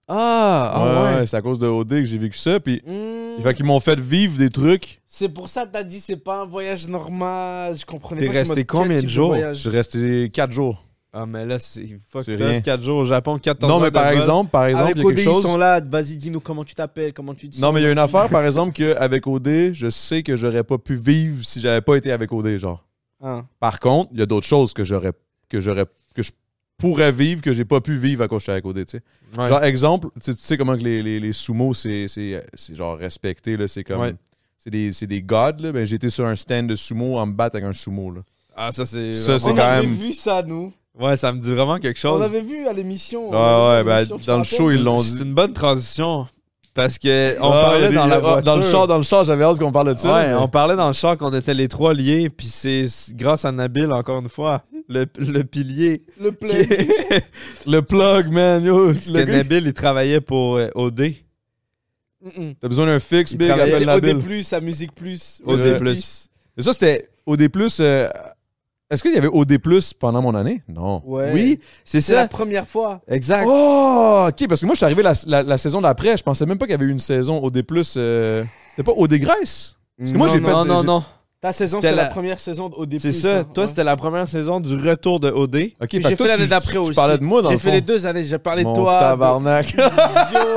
ah ouais. ouais, c'est à cause de OD que j'ai vécu ça. Puis, Mmh. fait qu'ils m'ont fait vivre des trucs. C'est pour ça que t'as dit c'est pas un voyage normal. Je comprenais T'es pas. je me resté demande combien quel de type jours Je voyage. suis resté 4 jours. Ah, mais là, c'est C'est fucked rien. up. 4 jours au Japon, 14 Non, heures mais de par vol. exemple, par exemple, il y Avec a OD, quelque ils chose. sont là. Vas-y, dis-nous comment tu t'appelles, comment tu te Non, mais il y a une affaire, par exemple, qu'avec OD, je sais que j'aurais pas pu vivre si j'avais pas été avec OD, genre. Hein. Par contre, il y a d'autres choses que j'aurais que j'aurais que je pourrais vivre que j'ai pas pu vivre à cause que j'étais avec OD, tu sais. Ouais. Genre, exemple, tu sais, tu sais comment que les, les, les sumo, c'est c'est- c'est genre respecté, là, c'est comme. Ouais. C'est des, c'est des gods, là. Ben, j'étais sur un stand de sumo en me battre avec un sumo, là. Ah, ça, c'est. Ça, vraiment- c'est On quand avait même- vu ça, nous. Ouais, ça me dit vraiment quelque chose. On avait vu à l'émission. Ouais, on avait vu ouais, à ben, l'émission, tu te dans le rappelles show, ils l'ont dit. C'est une bonne transition. Parce que on Ah, parlait les- dans la ah, voiture. Dans le char, dans le char, j'avais hâte qu'on parle de ça. Ouais, mais- on parlait dans le char qu'on était les trois liés, puis c'est s- grâce à Nabil, encore une fois, le, le pilier. Le play. [LAUGHS] Le plug, man, yo. Parce le que gars, Nabil, il travaillait pour euh, OD. Mm, mm. T'as besoin d'un fixe, Il big, travaillait appelle C'était la OD+, bille. plus, sa musique plus. OD+. Et ça, c'était OD+, euh, est-ce qu'il y avait OD+, pendant mon année? Non. Ouais. Oui, c'est C'est la ça. première fois. Exact. Oh, OK, parce que moi, je suis arrivé la, la- la saison d'après. Je pensais même pas qu'il y avait eu une saison OD+. euh, C'était pas OD Grèce? Parce que moi, non, j'ai fait... non, non, j'ai- non. Ta saison, C'était c'était la... la- première saison de OD+. C'est ça. hein, Toi, ouais. c'était la première saison du retour de OK, OD. Puis fait J'ai que Bah, toi, fait l'année tu- d'après tu- aussi. Tu parlais de moi, dans J'ai le fait fond. les deux années. J'ai parlé Mon de toi. de- tabarnak.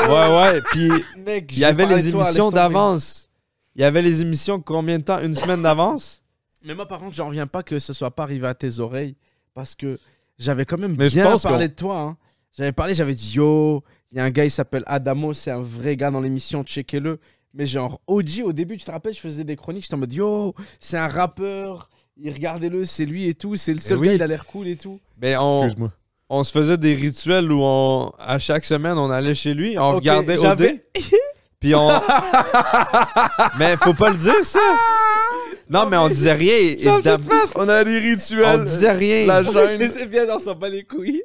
Ouais, ouais. Puis Yo, mec, il j'ai y avait parlé les de toi, laisse émissions tomber. d'avance. Il y avait les émissions combien de temps Une semaine d'avance Mais moi, par contre, j'en reviens pas que ce soit pas arrivé à tes oreilles. Parce que j'avais quand même Mais je bien pense parlé de toi. hein. J'avais parlé, j'avais dit Yo, il y a un gars, il s'appelle Adamo, c'est un vrai gars dans l'émission, checkez-le. Mais genre, OG, au début, tu te rappelles, je faisais des chroniques, j'étais en mode Yo, c'est un rappeur, il- regardez-le, c'est lui et tout, c'est le seul oui. gars, il a l'air cool et tout. Mais Ben, on, Excuse-moi. on se faisait des rituels où on, à chaque semaine, on allait chez lui, on Ok, regardait j'avais- OD. Puis on. mais faut pas le dire, ça! Non, mais on disait rien, évidemment. On a des On rituels. disait rien. La [LAUGHS] Je gêne. sais bien, on s'en bat les couilles.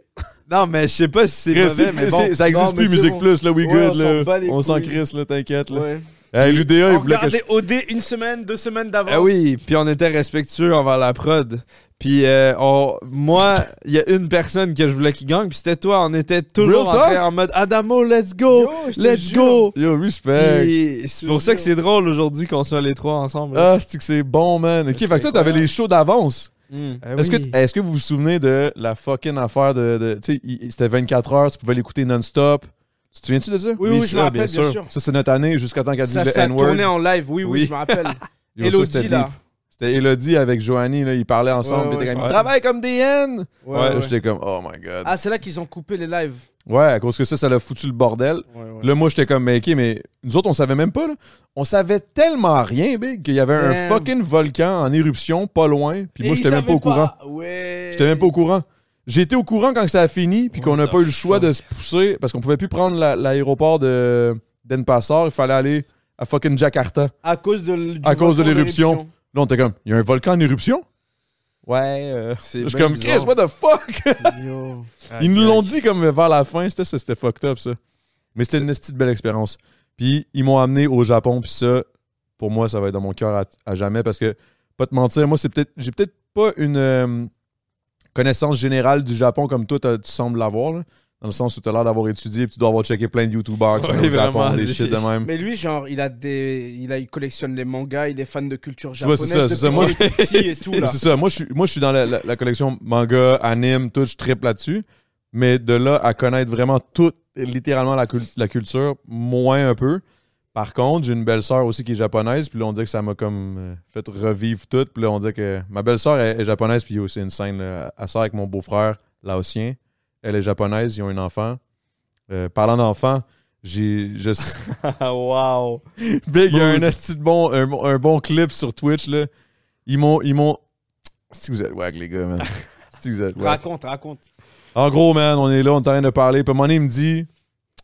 Non, mais je sais pas si c'est Chris, mauvais, c'est- mais bon. c'est- ça Non, existe mais plus, c'est Musique bon. Plus, là, we Ouais, good, on s'en là. bat les On s'en couilles. crisse, là, t'inquiète, là. Ouais. Euh, L'UDA, il On voulait que je... regardait OD une semaine, deux semaines d'avance. Ah oui, puis on était respectueux envers la prod. Puis euh, on- moi, il y a une personne que je voulais qui gagne, puis c'était toi. On était toujours en, Real talk? train- en mode Adamo, let's Yo, go, je te let's jure. go. Yo, respect. Puis C'est pour ça que c'est drôle aujourd'hui qu'on soit les trois ensemble. Ah, c'est que c'est bon, man. OK, fait que toi, t'avais les shows d'avance. Mm. Ah Est-ce que, oui. est que vous vous souvenez de la fucking affaire de... de tu sais, il- c'était 24 heures, tu pouvais l'écouter non-stop. Tu te souviens-tu de ça? Oui, Oui, oui, ça, je me bien rappelle, bien sûr. sûr. Ça, c'est notre année jusqu'à temps qu'elle dise Ça, le ça tournait N-word. en live, oui, oui, Oui. je me rappelle. Yo, ça, Elodie, c'était là. deep. C'était Elodie avec Joanie, là, ils parlaient ensemble. Ouais, ils étaient ouais, comme, je me travaille comme des N! Ouais, Là, ouais. J'étais comme, oh my god. Ah, c'est là qu'ils ont coupé les lives. Ouais, à cause que ça, ça l'a foutu le bordel. Là, moi, j'étais comme, mais ok, mais nous autres, on savait même pas, là. On savait tellement rien, Big, qu'il y avait un Man. fucking volcan en éruption, pas loin. Puis moi, Et j'étais ils même pas au savaient courant. Ouais. J'étais même pas au courant. J'étais au courant quand ça a fini, puis qu'on n'a What pas eu the le choix de se pousser, parce qu'on pouvait plus prendre la- l'aéroport de d'Enpassar. Il fallait aller à fucking Jakarta. À cause de, l- du À cause de volcan l'éruption. d'éruption. Là, on était comme, il y a un volcan en éruption? Ouais, euh... C'est Je suis bien comme, bizarre. Chris, what the fuck? Yo. Ils nous l'ont dit comme vers la fin, c'était ça, c'était fucked up ça. Mais c'était une esti de belle expérience. Puis ils m'ont amené au Japon, puis ça, pour moi, ça va être dans mon cœur à, à jamais parce que, pas te mentir, moi, c'est peut-être, j'ai peut-être pas une euh, connaissance générale du Japon comme toi, t'as- tu sembles l'avoir, là. dans le sens où tu as l'air d'avoir étudié, puis tu dois avoir checké plein de YouTubers qui sont Oui, au Japon, vraiment, des j'ai- shit de même. Mais lui, genre, il a des, il a, il collectionne les mangas, il est fan de culture Tu vois, japonaise c'est ça, c'est ça. Moi, depuis qu'il est tout petit et tout [LAUGHS] là. C'est ça, moi je suis, moi, je suis dans la, la- la collection manga, anime, tout, je tripe là-dessus. Mais de là à connaître vraiment toute, littéralement la, cul- la culture, moins un peu. Par contre, j'ai une belle-sœur aussi qui est japonaise, puis là, on dit que ça m'a comme euh, fait revivre tout. Puis là, on dit que ma belle-sœur est, est japonaise, puis c'est une scène, là, elle sort avec mon beau-frère laotien. Elle est japonaise, ils ont un enfant. Euh, parlant d'enfant, j'ai juste. Ah, wow. Big, il y a un esti de bon, un, bon- un bon clip sur Twitch, là. Ils m'ont... Ils m'ont... Si vous êtes wack, les gars, man. Si vous êtes wack. Raconte, raconte. En gros, man, on est là, on est en train de parler. Puis à un moment donné, il me dit...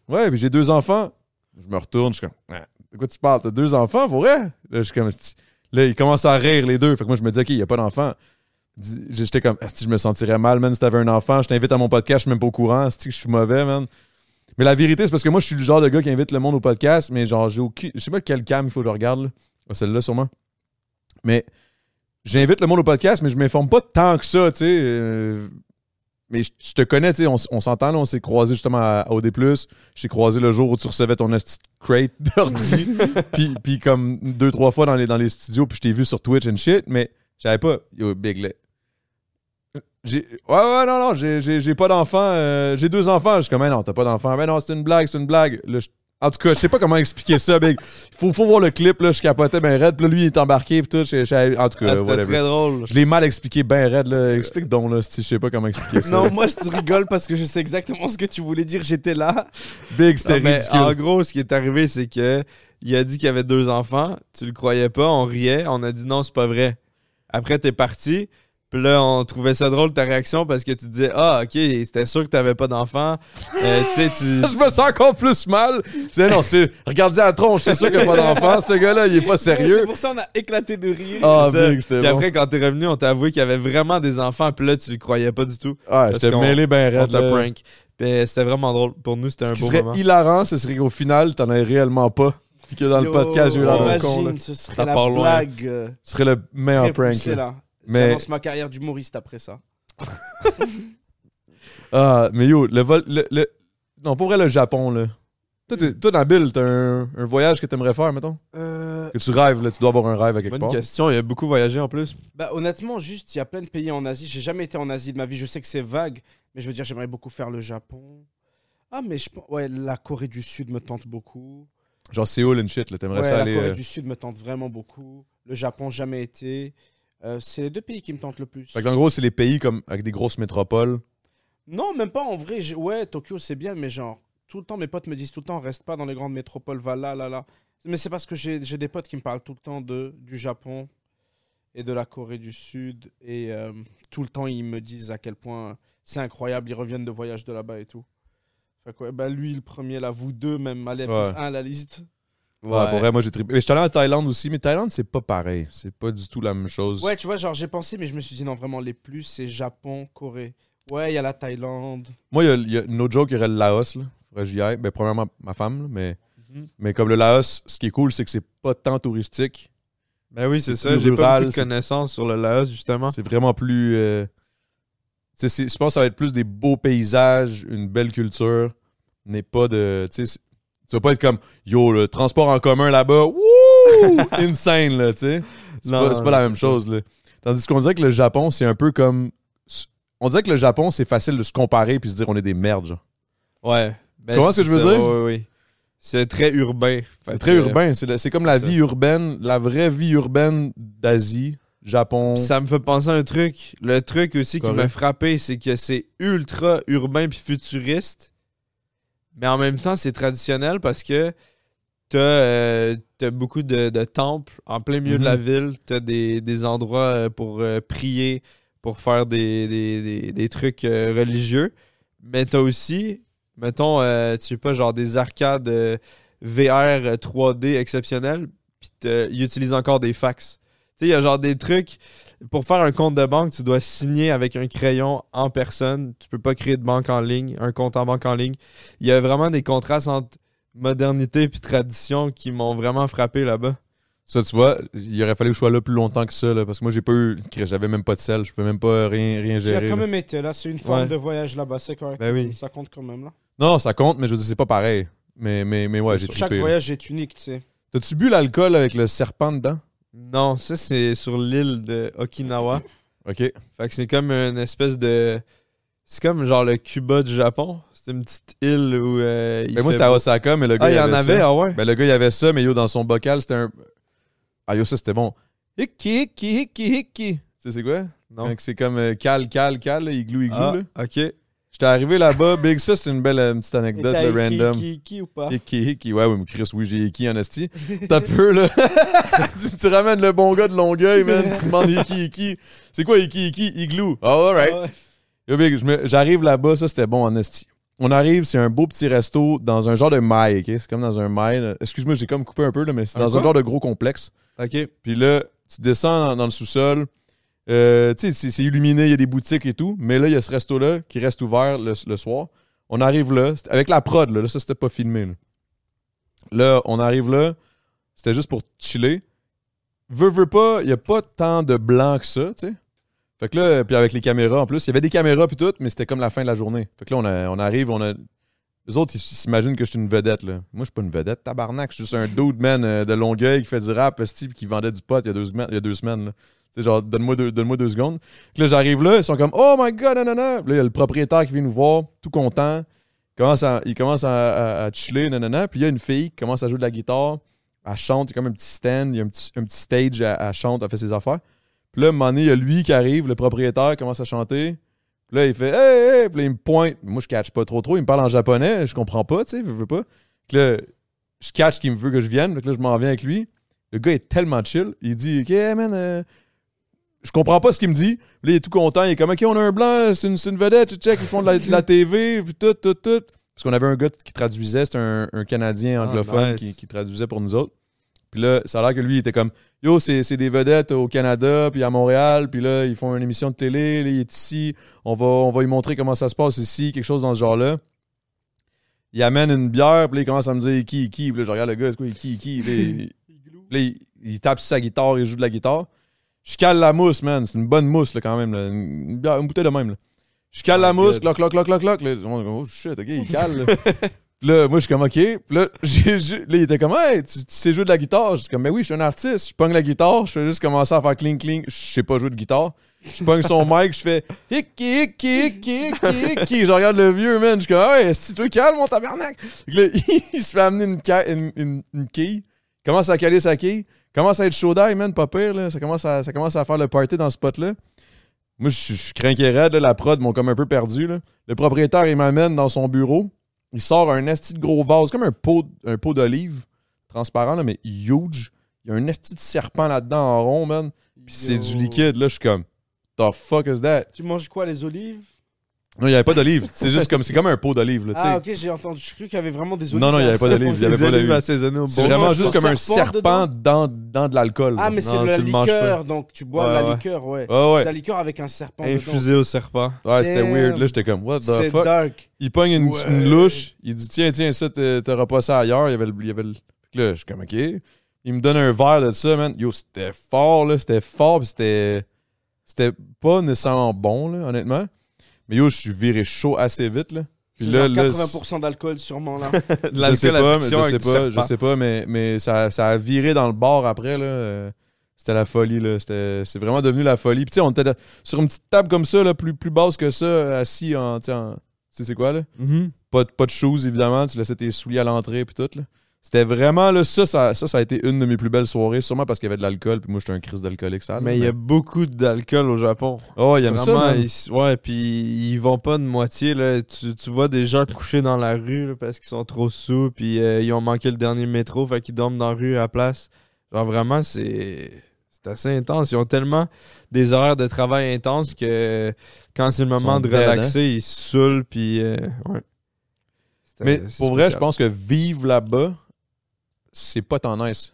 Ouais, puis j'ai deux enfants. Je me retourne, je suis comme... Ouais, de quoi tu parles? T'as deux enfants, pour vrai? Là, je suis comme... Esti. Là, ils commencent à rire, les deux. Fait que moi, je me dis, OK, il n'y a pas d'enfant. Dis- J'étais comme, si je me sentirais mal, man, si t'avais un enfant, je t'invite à mon podcast, je suis même pas au courant, Asti, que je suis mauvais, man. Mais la vérité, c'est parce que moi, je suis le genre de gars qui invite le monde au podcast, mais genre, j'ai aucune. Je sais pas quelle cam il faut que je regarde, là. Ah, celle-là, sûrement. Mais j'invite le monde au podcast, mais je m'informe pas tant que ça, tu sais. euh, Mais je, je te connais, tu sais, on, s- on s'entend, là, on s'est croisé justement à, à OD. Je t'ai croisé le jour où tu recevais ton esti de crate [LAUGHS] d'ordi, [LAUGHS] puis, puis comme deux, trois fois dans les, dans les studios, puis je t'ai vu sur Twitch and shit, mais j'avais pas. Yo, Big Lit. J'ai- Ouais, ouais, non, non, j'ai- j'ai j'ai pas d'enfant. euh, j'ai deux enfants. Je suis comme, mais non, t'as pas d'enfant. Mais non, c'est une blague, c'est une blague. Là, je- En tout cas, je sais pas comment expliquer ça, Big. Faut, faut voir le clip, là, je capotais ben raide. Puis là, lui, il est embarqué, puis tout. je- je- en tout cas, Ah, C'était whatever. très drôle. Je l'ai mal expliqué ben raide, là. Explique donc, là, si je sais pas comment expliquer ça. Non, moi je te rigole parce que je sais exactement ce que tu voulais dire. J'étais là. Big, c'était Non, mais [LAUGHS] ridicule. En gros, ce qui est arrivé, c'est que il a dit qu'il y avait deux enfants. Tu le croyais pas, on riait, on a dit non, c'est pas vrai. Après, t'es parti. Puis là, on trouvait ça drôle ta réaction parce que tu disais Ah, ok, c'était sûr que t'avais pas d'enfant. Euh, tu [LAUGHS] sais, tu. Je me sens encore plus mal. C'est non, c'est. Regardez la tronche, c'est sûr qu'il a pas d'enfant. Ce gars-là, il est pas C'est sérieux. pour ça on a éclaté de rire. Ah, ça. Big, c'était Puis bon. après, quand t'es revenu, on t'a avoué qu'il y avait vraiment des enfants. Puis là, tu le croyais pas du tout. Ah, j'étais qu'on- mêlé ben On raide. t'a là. prank. Puis c'était vraiment drôle. Pour nous, c'était Ce un qui beau serait moment. hilarant, ce serait qu'au final, t'en aies réellement pas. Puis que dans le Yo, podcast, j'ai eu l'air d'un con. là. Imagine, ce serait Ça la part loin. blague. euh, Ce serait le meilleur très prank. poussée, là. là. Mais- J'annonce ma carrière d'humoriste après ça. Ah, mais yo, le vol. Le, le- Non, pour vrai, le Japon, là. Toi, t'es- toi Nabil, t'as un, un voyage que t'aimerais faire, mettons Euh, Que tu rêves, là. Tu dois avoir un rêve à quelque Bonne part. question. Il a beaucoup voyagé en plus. Bah honnêtement, juste, il y a plein de pays en Asie. J'ai jamais été en Asie de ma vie. Je sais que c'est vague, mais je veux dire, j'aimerais beaucoup faire le Japon. Ah, mais je pense, ouais, la Corée du Sud me tente beaucoup. Genre Séoul and shit, là. T'aimerais Ouais, ça la aller. Corée euh, du Sud me tente vraiment beaucoup. Le Japon, jamais été. Euh, c'est les deux pays qui me tentent le plus. Fait qu'en gros, c'est les pays comme avec des grosses métropoles. Non, même pas en vrai. J'ai- Ouais, Tokyo, c'est bien, mais genre, tout le temps, mes potes me disent tout le temps, reste pas dans les grandes métropoles, va là, là, là. Mais c'est parce que j'ai j'ai des potes qui me parlent tout le temps de, du Japon et de la Corée du Sud. Et euh, tout le temps, ils me disent à quel point c'est incroyable, ils reviennent de voyage de là-bas et tout. Fait que, ouais, bah, lui, le premier, là, vous deux, même, allez, Ouais. plus un à la liste. Ouais. pour vrai, moi, j'ai trippé. Mais j'étais allé en Thaïlande aussi, mais Thaïlande, c'est pas pareil. C'est pas du tout la même chose. Ouais, tu vois, genre, j'ai pensé, mais je me suis dit, non, vraiment, les plus, c'est Japon, Corée. Ouais, il y a la Thaïlande. Moi, il y a- il y, a no joke, il y aurait le Laos, là. Faudrait que j'y aille. Ben, premièrement, ma femme, là, mais. Mhm. Mais comme le Laos, ce qui est cool, c'est que c'est pas tant touristique. Ben oui, c'est plus ça. J'ai pas rural, beaucoup de c'est- connaissances sur le Laos, justement. C'est vraiment plus. euh, tu sais, c'est- je pense que ça va être plus des beaux paysages, une belle culture. N'est pas de. Tu sais, c'est- tu vas pas être comme Yo, le transport en commun là-bas, wouh! [LAUGHS] Insane, là, tu sais. C'est Non, pas, c'est pas la non, même c'est ça. chose, là. Tandis qu'on dirait que le Japon, c'est un peu comme. On dirait que le Japon, c'est facile de se comparer puis se dire on est des merdes, genre. Ouais. Ben, Tu comprends ce que c'est je veux ça, dire? ouais, ouais, ouais. C'est très urbain. Fait C'est que, très euh, urbain. C'est, la- c'est comme la ça. vie urbaine, la vraie vie urbaine d'Asie, Japon. Ça me fait penser à un truc. Le truc aussi qui Correct. m'a frappé, c'est que c'est ultra urbain puis futuriste. Mais en même temps, c'est traditionnel parce que t'as euh, t'as beaucoup de, de temples en plein milieu de la Mhm. ville. T'as des, des endroits euh, pour euh, prier, pour faire des, des- des- des trucs euh, religieux. Mais t'as aussi, mettons, euh, tu sais pas, genre des arcades euh, VR euh, 3D exceptionnelles. Puis t'as- ils utilisent encore des fax. Tu sais, il y a genre des trucs pour faire un compte de banque, tu dois signer avec un crayon en personne. Tu peux pas créer de banque en ligne, un compte en banque en ligne. Il y a vraiment des contrastes entre modernité et tradition qui m'ont vraiment frappé là-bas. Ça, tu vois, il aurait fallu que je sois là plus longtemps que ça, là, parce que moi, j'ai pas eu. Chris, J'avais même pas de sel, je pouvais même pas rien, rien Tu as gérer. quand là. même été là, c'est une forme Ouais. de voyage là-bas, c'est correct. Ben oui. Ça compte quand même là. Non, ça compte, mais je veux dire, c'est pas pareil. Mais, mais, mais ouais, j'ai Chaque trippé, là. voyage est unique, tu sais. T'as-tu bu l'alcool avec le serpent dedans? Non, ça c'est sur l'île de Okinawa. Ok. Fait que c'est comme une espèce de. C'est comme genre le Cuba du Japon. C'est une petite île où. euh, il Mais Ben, moi, fait c'était à beau. Osaka, mais le gars. Ah, il y en ça. avait, ah ouais. Ben, le gars, il avait ça, mais yo, dans son bocal, c'était un. Ah, yo, ça, c'était bon. Hiki, hiki, hiki, hiki. Tu sais, c'est quoi? non. Quand C'est comme euh, cal, cal, cal, là, igloo, igloo, Ah, là. ok. J'étais arrivé là-bas, [LAUGHS] Big, ça c'est une belle euh, petite anecdote, Et le t'as Iki- random. Iki- Iki ou Ah. pas Hiki, hiki, ouais, oui, mais Chris, oui, j'ai hiki en esti. T'as peu, là. [LAUGHS] tu, tu ramènes le bon gars de Longueuil, man. Tu demandes hiki, hiki. C'est quoi hiki, hiki? Igloo. Oh, alright. Ah ouais. Yo, Big, je me- j'arrive là-bas, ça c'était bon en esti. On arrive, c'est un beau petit resto dans un genre de maille, ok? C'est comme dans un maille. là. Excuse-moi, j'ai comme coupé un peu, là, mais c'est Un dans quoi? un genre de gros complexe. Ok. Puis là, tu descends dans, dans le sous-sol. Euh, tu sais, c'est- c'est illuminé, il y a des boutiques et tout. Mais là, il y a ce resto-là qui reste ouvert le, le soir. On arrive là, c'était- avec la prod, là, là, ça c'était pas filmé. Là. Là, on arrive là, c'était juste pour chiller. Veux, veux pas, il y a pas tant de blanc que ça, tu sais. Fait que là, puis avec les caméras en plus, il y avait des caméras puis tout, mais c'était comme la fin de la journée. Fait que là, on, a- on arrive, on a. Les autres, ils s'imaginent que je suis une vedette, là. Moi, je suis pas une vedette, tabarnak. Je suis juste un dude, man, euh, de Longueuil qui fait du rap, esti, puis qui vendait du pot il y a deux semaines, il y a deux semaines, là. Tu sais, genre, donne-moi deux, donne-moi deux secondes. Fait que là, j'arrive là, ils sont comme, oh my god, nanana. Puis là, il y a le propriétaire qui vient nous voir, tout content. Il commence à, il commence à, à- à chiller, nanana. Puis il y a une fille qui commence à jouer de la guitare. Elle chante, il y a comme un petit stand, il y a un petit, un petit stage, elle, elle chante, elle fait ses affaires. Puis là, à un moment donné, il y a lui qui arrive, le propriétaire commence à chanter. Puis là, il fait Hey, hey! Puis là, il me pointe. Moi, je catch pas trop trop. Il me parle en japonais. Je comprends pas, tu sais, je veux pas. Puis là, je catch qu'il me veut que je vienne. Fait que là, je m'en viens avec lui. Le gars est tellement chill. Il dit Ok, man, euh, je comprends pas ce qu'il me dit. Puis là, il est tout content. Il est comme Ok, on a un blanc, c'est une, c'est une vedette, check, check, ils font de la, de la TV, puis tout, tout, tout. Parce qu'on avait un gars qui traduisait, c'était un, un Canadien Ah, anglophone nice. qui, qui traduisait pour nous autres. Puis là, ça a l'air que lui, il était comme Yo, c'est c'est des vedettes au Canada, puis à Montréal, puis là, ils font une émission de télé, là, il est ici, on va, on va lui montrer comment ça se passe ici, quelque chose dans ce genre-là. Il amène une bière, puis là, il commence à me dire qui, qui, puis là, je regarde le gars, c'est quoi, qui, qui, puis [LAUGHS] là, il- puis là, il, il tape sur sa guitare, il joue de la guitare. Je cale la mousse, man, c'est une bonne mousse, là, quand même, là. Une, bière- une bouteille de même, là. Je cale la Ah, mousse, cloc, good. cloc, cloc, cloc, cloc, là, oh shit, ok, [LAUGHS] il Ah, cale, là. Puis là, moi, je suis comme, OK. Puis là, [LAUGHS] j'ai- j'ai- là, il était comme, Hey, tu, tu sais jouer de la guitare? Je suis comme, Mais oui, je suis un artiste. Je pogne la guitare. Je fais juste commencer à faire cling cling. Je sais pas jouer de guitare. Je pogne son [LAUGHS] mic. Je fais hiki, hiki, hiki, hiki, hiki. Je regarde le vieux, man. Je suis comme, Hey, si tu calme, mon tabernacle. [LAUGHS] il se fait amener une, ca- une, une- une quille. Commence à caler sa quille. Commence à être chaud d'ail, man. Pas pire, là. Ça commence à, ça commence à faire le party dans ce spot-là. Moi, je suis- je suis craqué raide, là. La prod m'ont comme un peu perdu, là. Le propriétaire, il m'amène dans son bureau. Il sort un esti de gros vase, comme un pot, un pot d'olive, transparent, là, mais huge. Il y a un esti de serpent là-dedans en rond, man. Puis c'est Yo. du liquide, là. Je suis comme, the fuck is that? Tu manges quoi, les olives Non, il n'y avait pas [LAUGHS] d'olive. C'est juste comme, c'est comme un pot d'olive, là, tu sais. Ah, ok, j'ai entendu. Je crois qu'il y avait vraiment des olives. Non, non, il n'y avait à pas ça. d'olive. Il y avait Les pas olives d'olive. assaisonnées au C'est bon vraiment sens. juste comme un serpent serpent dans, dans de l'alcool. là. Ah, mais c'est Non, de la tu le manges pas. liqueur, donc tu bois de Ouais, la ouais. liqueur, ouais. Ah, Ouais, C'est de ouais. la liqueur avec un serpent. infusé au serpent. Ouais, c'était Damn. weird. Là, j'étais comme, what dedans. the C'est fuck? dark. Il pogne une, Ouais. une louche. Il dit, tiens, tiens, ça, t'es- t'auras pas ça ailleurs. Il y avait le. il y avait le- Fait que Là, je suis comme, ok. Il me donne un verre de ça, man. Yo, c'était fort, là. C'était fort, pis c'était. C'était pas nécessairement bon, là, honnêtement. Mais yo, je suis viré chaud assez vite, là. Puis C'est là, genre là, 80% d'alcool, [LAUGHS] sûrement, là. je sais pas, mais je sais pas, je sais sais pas, mais, mais ça, ça a viré dans le bar après, là. euh, C'était la folie, là. C'était- C'est vraiment devenu la folie. Puis, tu sais, on était de- sur une petite table comme ça, là, plus, plus basse que ça, assis en. Tu sais, en- tu sais, c'est quoi, là? Pas, de- pas de shoes, évidemment. Tu laissais tes souliers à l'entrée, puis tout, là. C'était vraiment, là, ça ça, ça, ça a été une de mes plus belles soirées, sûrement parce qu'il y avait de l'alcool, puis moi, j'étais un crise d'alcoolique, ça. là, Mais il y a beaucoup d'alcool au Japon. Oh, il aime ça, Vraiment, man. ils- ouais, puis ils vont pas de moitié. Là. Tu, tu vois des gens couchés dans la rue là, parce qu'ils sont trop sous, puis euh, ils ont manqué le dernier métro, fait qu'ils dorment dans la rue à la place. Genre vraiment, c'est c'est assez intense. Ils ont tellement des horaires de travail intenses que quand c'est le moment sont de dead, hein? relaxer, ils se saoulent, puis euh, ouais. C'est- Mais c'est pour vrai, je spécial. pense que vivre là-bas, c'est pas tant nice.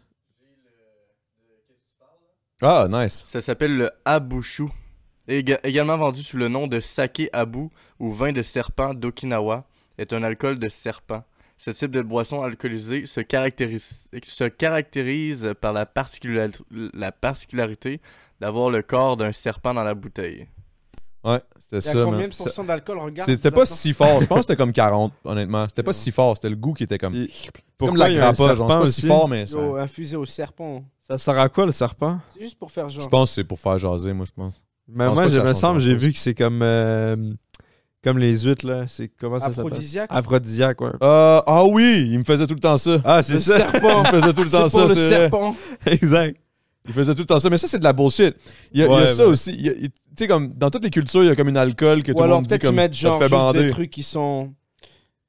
Ah, nice. Ça s'appelle le Abushu. Éga- également vendu sous le nom de saké abu ou vin de serpent d'Okinawa, est un alcool de serpent. Ce type de boisson alcoolisée se caractérise, se caractérise par la, particula- la particularité d'avoir le corps d'un serpent dans la bouteille. Ouais, c'était Il y a ça. man. combien de Ça- pourcents d'alcool, regarde C'était pas là-dedans. si fort. Je pense que c'était comme 40, honnêtement. C'était pas si fort. C'était le goût qui était comme. Puis Comme pourquoi la il y a un grappa, genre. C'est serpent pas si aussi? fort, mais ça. Yo, infusé au serpent. Ça sert à quoi le serpent? C'est juste pour faire Je genre. pense que c'est pour faire jaser, moi, je pense. Mais pense moi, pas que je ça me change semble, j'ai grand-chose. vu que c'est comme, euh, comme les huîtres, là. C'est comment ça s'appelle? Aphrodisiaque. Ah, Aphrodisiaque, ouais. Euh, ah oui, il me faisait tout le temps ça. Ah, c'est Le ça. [LAUGHS] serpent. Il me faisait tout le [LAUGHS] C'est temps pour ça, le c'est vrai. serpent. [LAUGHS] exact. Il faisait tout le temps ça. Mais ça, c'est de la bullshit. Il y a, il y a Ouais, ça ouais. aussi. Il y a- il- Tu sais, comme dans toutes les cultures, il y a comme une alcool que Ou tout le alors monde dit peut-être ils comme. mettent Ça te genre fait juste des bander. trucs qui sont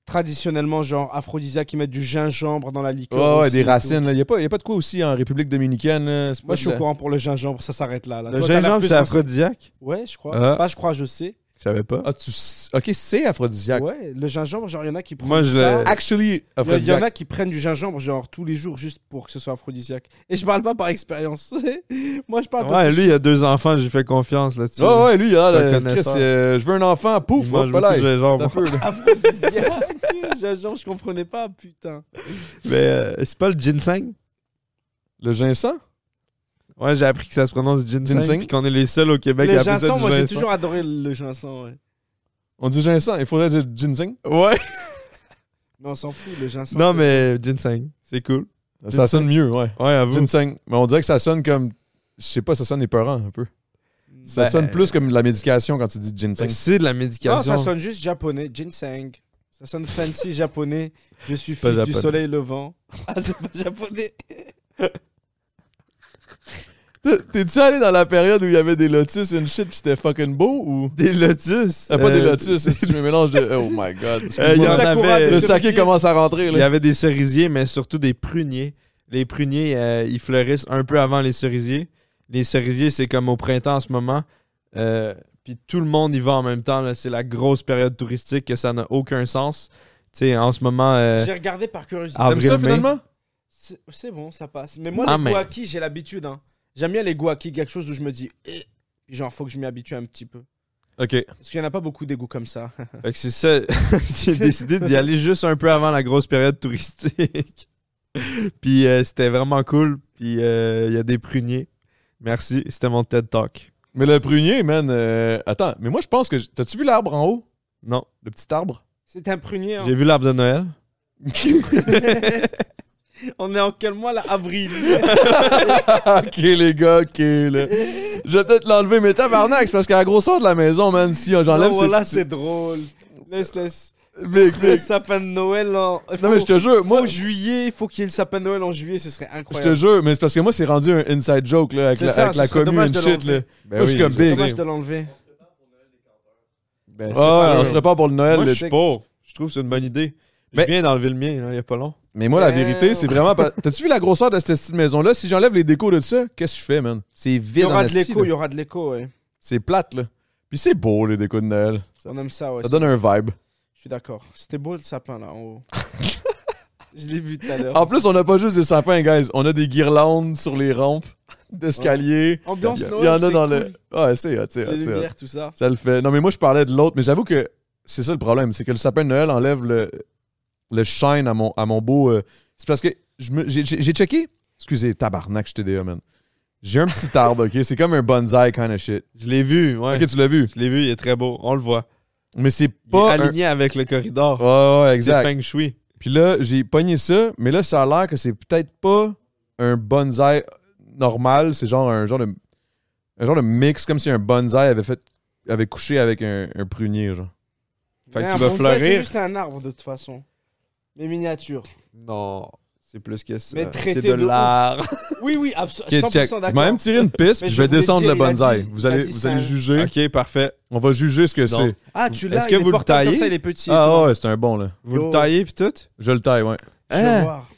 traditionnellement genre aphrodisiaques, qui mettent du gingembre dans la liqueur. Ouais, ouais, aussi des et tout. racines. là. Il n'y a, pas il y a pas de quoi aussi en République dominicaine. là. C'est pas Moi, je suis de au la- courant pour le gingembre, ça s'arrête là. là. Le Toi, t'as l'air gingembre, plus c'est en- aphrodisiaque? Ouais, je crois. Ah. Pas, je crois, je sais. Je savais pas. Ah, tu. s- Ok, c'est aphrodisiaque. Ouais, le gingembre, genre, il y en a qui prennent Moi, je ça. l'ai- Actually, Il y a- il y en aphrodisiaque. a qui prennent du gingembre, genre, tous les jours, juste pour que ce soit aphrodisiaque. Et je parle pas par expérience. [LAUGHS] Moi, je parle parce Ouais, que lui, il a deux enfants, j'ai fait confiance là-dessus. Ouais, ouais, lui, il a C'est un l'air de- connaisseur. Chris, euh, Je veux un enfant, pouf, Il hop mange là. beaucoup de gingembre. T'as peu, là. je suis aphrodisiaque. [LAUGHS] gingembre, je comprenais pas, putain. Mais euh, c'est pas le ginseng? Le ginseng? Ouais, j'ai appris que ça se prononce ginseng, Ginseng? puis qu'on est les seuls au Québec à le appeler ça gingembre, du moi, j'ai ginseng. toujours adoré le gingembre, ouais. On dit ginseng, il faudrait dire ginseng. [LAUGHS] Ouais. Mais on s'en fout, le ginseng. Non, c'est- mais ginseng, c'est cool. Ça sonne mieux, ouais. Ouais, avoue. Ginseng. Mais on dirait que ça sonne comme. Je sais pas, ça sonne épeurant un peu. Ça Ben, sonne plus comme de la médication quand tu dis ginseng. C'est de la Non, médication. ça sonne juste japonais, ginseng. Ça sonne fancy japonais. Je suis C'est pas fils du japonais. soleil levant. [LAUGHS] Ah, c'est pas japonais. [LAUGHS] T'es- T'es-tu allé dans la période où il y avait des lotus et une shit pis c'était fucking beau ou. Des lotus. Ah, pas des euh, lotus, c'est un mélange de. Oh my god. Euh, il y excuse-moi. en Sakura, avait- des Le cerisiers. saké commence à rentrer, Il y là. avait des cerisiers, mais surtout des pruniers. Les pruniers, euh, ils fleurissent un peu avant les cerisiers. Les cerisiers, c'est comme au printemps en ce moment. Euh, Puis tout le monde y va en même temps. là. C'est la grosse période touristique que ça n'a aucun sens. Tu sais, en ce moment, euh, J'ai regardé par curiosité. Ah, T'aimes ça avril-mai. finalement? C'est c'est bon, ça passe. Mais moi, Ah, les mais- guaki, j'ai l'habitude. hein. J'aime bien les guaki, quelque chose où je me dis, eh, genre, faut que je m'y habitue un petit peu. Ok. Parce qu'il n'y en a pas beaucoup des goûts comme ça. [LAUGHS] fait que c'est ça. [LAUGHS] J'ai décidé d'y aller juste un peu avant la grosse période touristique. [LAUGHS] Puis euh, c'était vraiment cool. Puis euh, il y a des pruniers. Merci, c'était mon TED Talk. Mais le prunier, man. euh, Attends, mais moi je pense que. j- T'as-tu vu l'arbre en haut? Non, Le petit arbre? C'est un prunier. hein. j'ai vu l'arbre de Noël. [LAUGHS] On est en quel mois là [LAUGHS] Avril. ok, les gars, ok, là. Je vais peut-être l'enlever, mais tabarnak, c'est parce qu'à la grosseur de la maison, man, si euh, j'enlève. Non, c'est- voilà, Oh, c'est drôle. Laisse, laisse. Vic, Le Vic. sapin de Noël en. Non, mais je te jure, moi, en juillet, il faut qu'il y ait le sapin de Noël en juillet, ce serait je te incroyable. jure, mais c'est parce que moi, c'est rendu un inside joke, là, avec C'est la, ça, avec ce la serait commune, dommage de shit, là. l'enlever. Moi, je suis comme C'est big. dommage de l'enlever. Ben, Ah, ouais, on se prépare pour le Noël, Moi, là. je suis pour. Je trouve que c'est une bonne idée. Je Mais- viens d'enlever le mien, là, il n'y a pas long. Mais Euh, moi, la vérité, c'est vraiment. [LAUGHS] pas- T'as-tu vu la grosseur de cette petite maison-là? Si j'enlève les décos de ça, qu'est-ce que je fais, man? C'est Il y vide en aura de esti, l'écho, là. il y aura de l'écho, ouais. C'est plate, là. Puis Puis c'est beau, les décos de Noël. Ça, On aime ça, ouais. ça donne un vibe. Je suis d'accord. C'était beau le sapin là [LAUGHS] en haut. je l'ai vu tout à l'heure. En plus, on n'a pas juste des sapins, guys. On a des guirlandes sur les rampes d'escalier. ambiance Il y Noël. en a c'est dans cool. le. Ouais, c'est hot, c'est hot, Les c'est hot. lumières, tout ça. Ça le fait. Non, mais moi, je parlais de l'autre, mais j'avoue que c'est ça le problème. C'est que le sapin de Noël enlève le, le shine à mon, à mon beau. euh, c'est parce que je me- j'ai- j'ai j'ai checké. Excusez, tabarnak, je suis TDA, man. J'ai un petit arbre, ok? C'est comme un bonsai kind of shit. Je l'ai vu, ouais. Ok, tu l'as vu. Je l'ai vu, il est très beau. On le voit. Mais c'est Il pas. est un- aligné avec le corridor. Ouais, ouais, c'est exact. Feng Shui. Puis là, j'ai pogné ça, mais là, ça a l'air que c'est peut-être pas un bonsaï normal. C'est genre un genre de. Un genre de mix, comme si un bonsaï avait fait. avait couché avec un, un prunier, genre. Fait Mais que un tu vas bonsai, C'est fleurir. juste un arbre de toute façon. Mais miniature. Non, c'est plus que ça. Mais traité C'est de de ouf. l'art. Oui, oui, absolument. Ok, 100% check. d'accord. Je vais même tirer une piste, puis Mais je je vais voulais descendre dire, le il a bonsaï. dit- vous il a allez, dit vous ça, allez hein. juger. ok, parfait. On va juger ce que Non. c'est. Ah, tu l'as. Est-ce que il est vous le portable comme taillez ça, Il est petit. et Ah tout. ouais, c'est un bon, là. Vous Yo. le taillez puis tout? Je le taille, ouais. Je veux voir.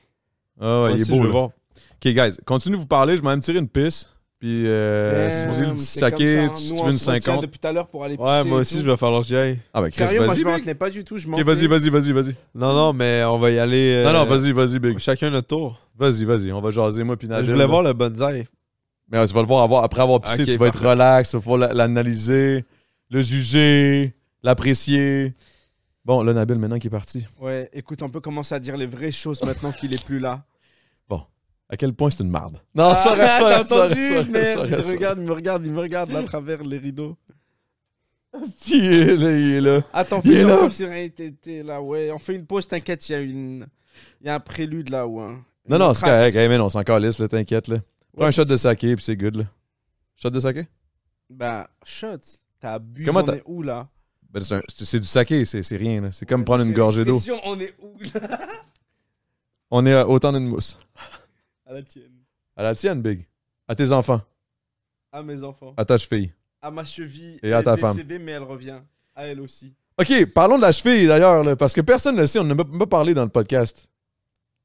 Ah ouais, il Moi est aussi, je beau, veux là. voir. Ok, guys, continuez de vous parler, je vais même tirer une piste. Puis euh, si vous voulez Damn, le c'est comme ça, saquer, hein. si Nous, tu on veux une se retient 50. depuis tout à l'heure pour aller Ouais, pisser moi et aussi, tout. je vais falloir que j'y aille. Ah, ben, Chris, Sérieux, moi je vas-y. me retenais pas du tout, je m'en Ok, vas-y, vas-y, vas-y, vas-y. Non, non, mais on va y aller. euh, Non, non, vas-y, vas-y, Big. Chacun notre tour. Vas-y, vas-y, on va jaser, moi, puis Nadine. je voulais voir le bonsaï. Mais ouais, tu vas le voir avoir- après avoir pissé, Ok, tu vas être parfait. relax, tu vas pouvoir la- l'analyser, le juger, l'apprécier. Bon, là, Nabil, maintenant qui est parti, Ouais, écoute, on peut commencer à dire les vraies choses maintenant qu'il est [LAUGHS] plus là. à quel point c'est une marde? Non, Ah, ça reste, ça t'as reste, ça reste, entendu, ça reste, merde, ça reste, il ça regarde, il me regarde, il me regarde là à travers les rideaux. reste. Il est là, il est là. Attends, Il est fais genre là. comme si rien n'était là, ouais. On fait une pause, t'inquiète, il y a une... Il y a un prélude là, ouais. Non, Une non, c'est trace. correct. Hey, man, on s'en calisse, là, t'inquiète, là. Prends Ouais. un shot de saké, puis c'est good, là. Shot de saké? Bah, shot, t'as bu, Comment on t'as- est où là Ben, c'est un- c'est c'est du saké, c'est c'est rien, là. C'est comme Ouais, prendre mais une c'est gorgée d'eau. l'expression, on est où là On est à autant d'une mousse. À la tienne. À la tienne, Big. À tes enfants, À mes enfants. à ta cheville. À ma cheville. Et à ta elle est femme. décédée, mais elle revient. À elle aussi. OK, parlons de la cheville d'ailleurs, là, parce que personne ne le sait, on n'a même pas parlé dans le podcast.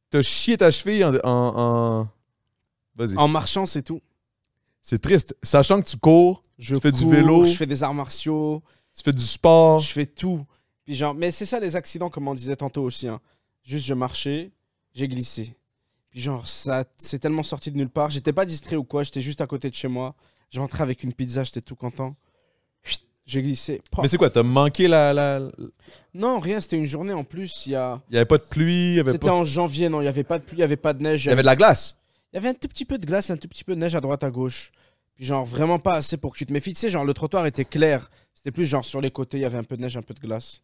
T'as chié ta cheville en. en- en- Vas-y. En marchant, c'est tout. C'est triste. Sachant que tu cours, Je Tu fais du cours, vélo. Je fais des arts martiaux. tu fais du sport. je fais tout. Puis genre, mais c'est ça les accidents, comme on disait tantôt aussi. hein. Juste, je marchais, j'ai glissé. Puis genre, ça c'est tellement sorti de nulle part. J'étais pas distrait ou quoi, j'étais juste à côté de chez moi. Je rentrais avec une pizza, j'étais tout content. Chut, J'ai glissé. Pouah. Mais c'est quoi T'as manqué la. la- la- Non, rien, c'était une journée en plus. Il y a... Il n'y avait pas de pluie, il y avait, C'était pas... en janvier, non, il y avait pas de pluie, il y avait pas de neige. il y avait de la glace. Il y avait un tout petit peu de glace, un tout petit peu de neige à droite, à gauche. Puis genre vraiment pas assez pour que tu te méfies. Tu sais, genre le trottoir était clair. C'était plus genre sur les côtés, il y avait un peu de neige, un peu de glace.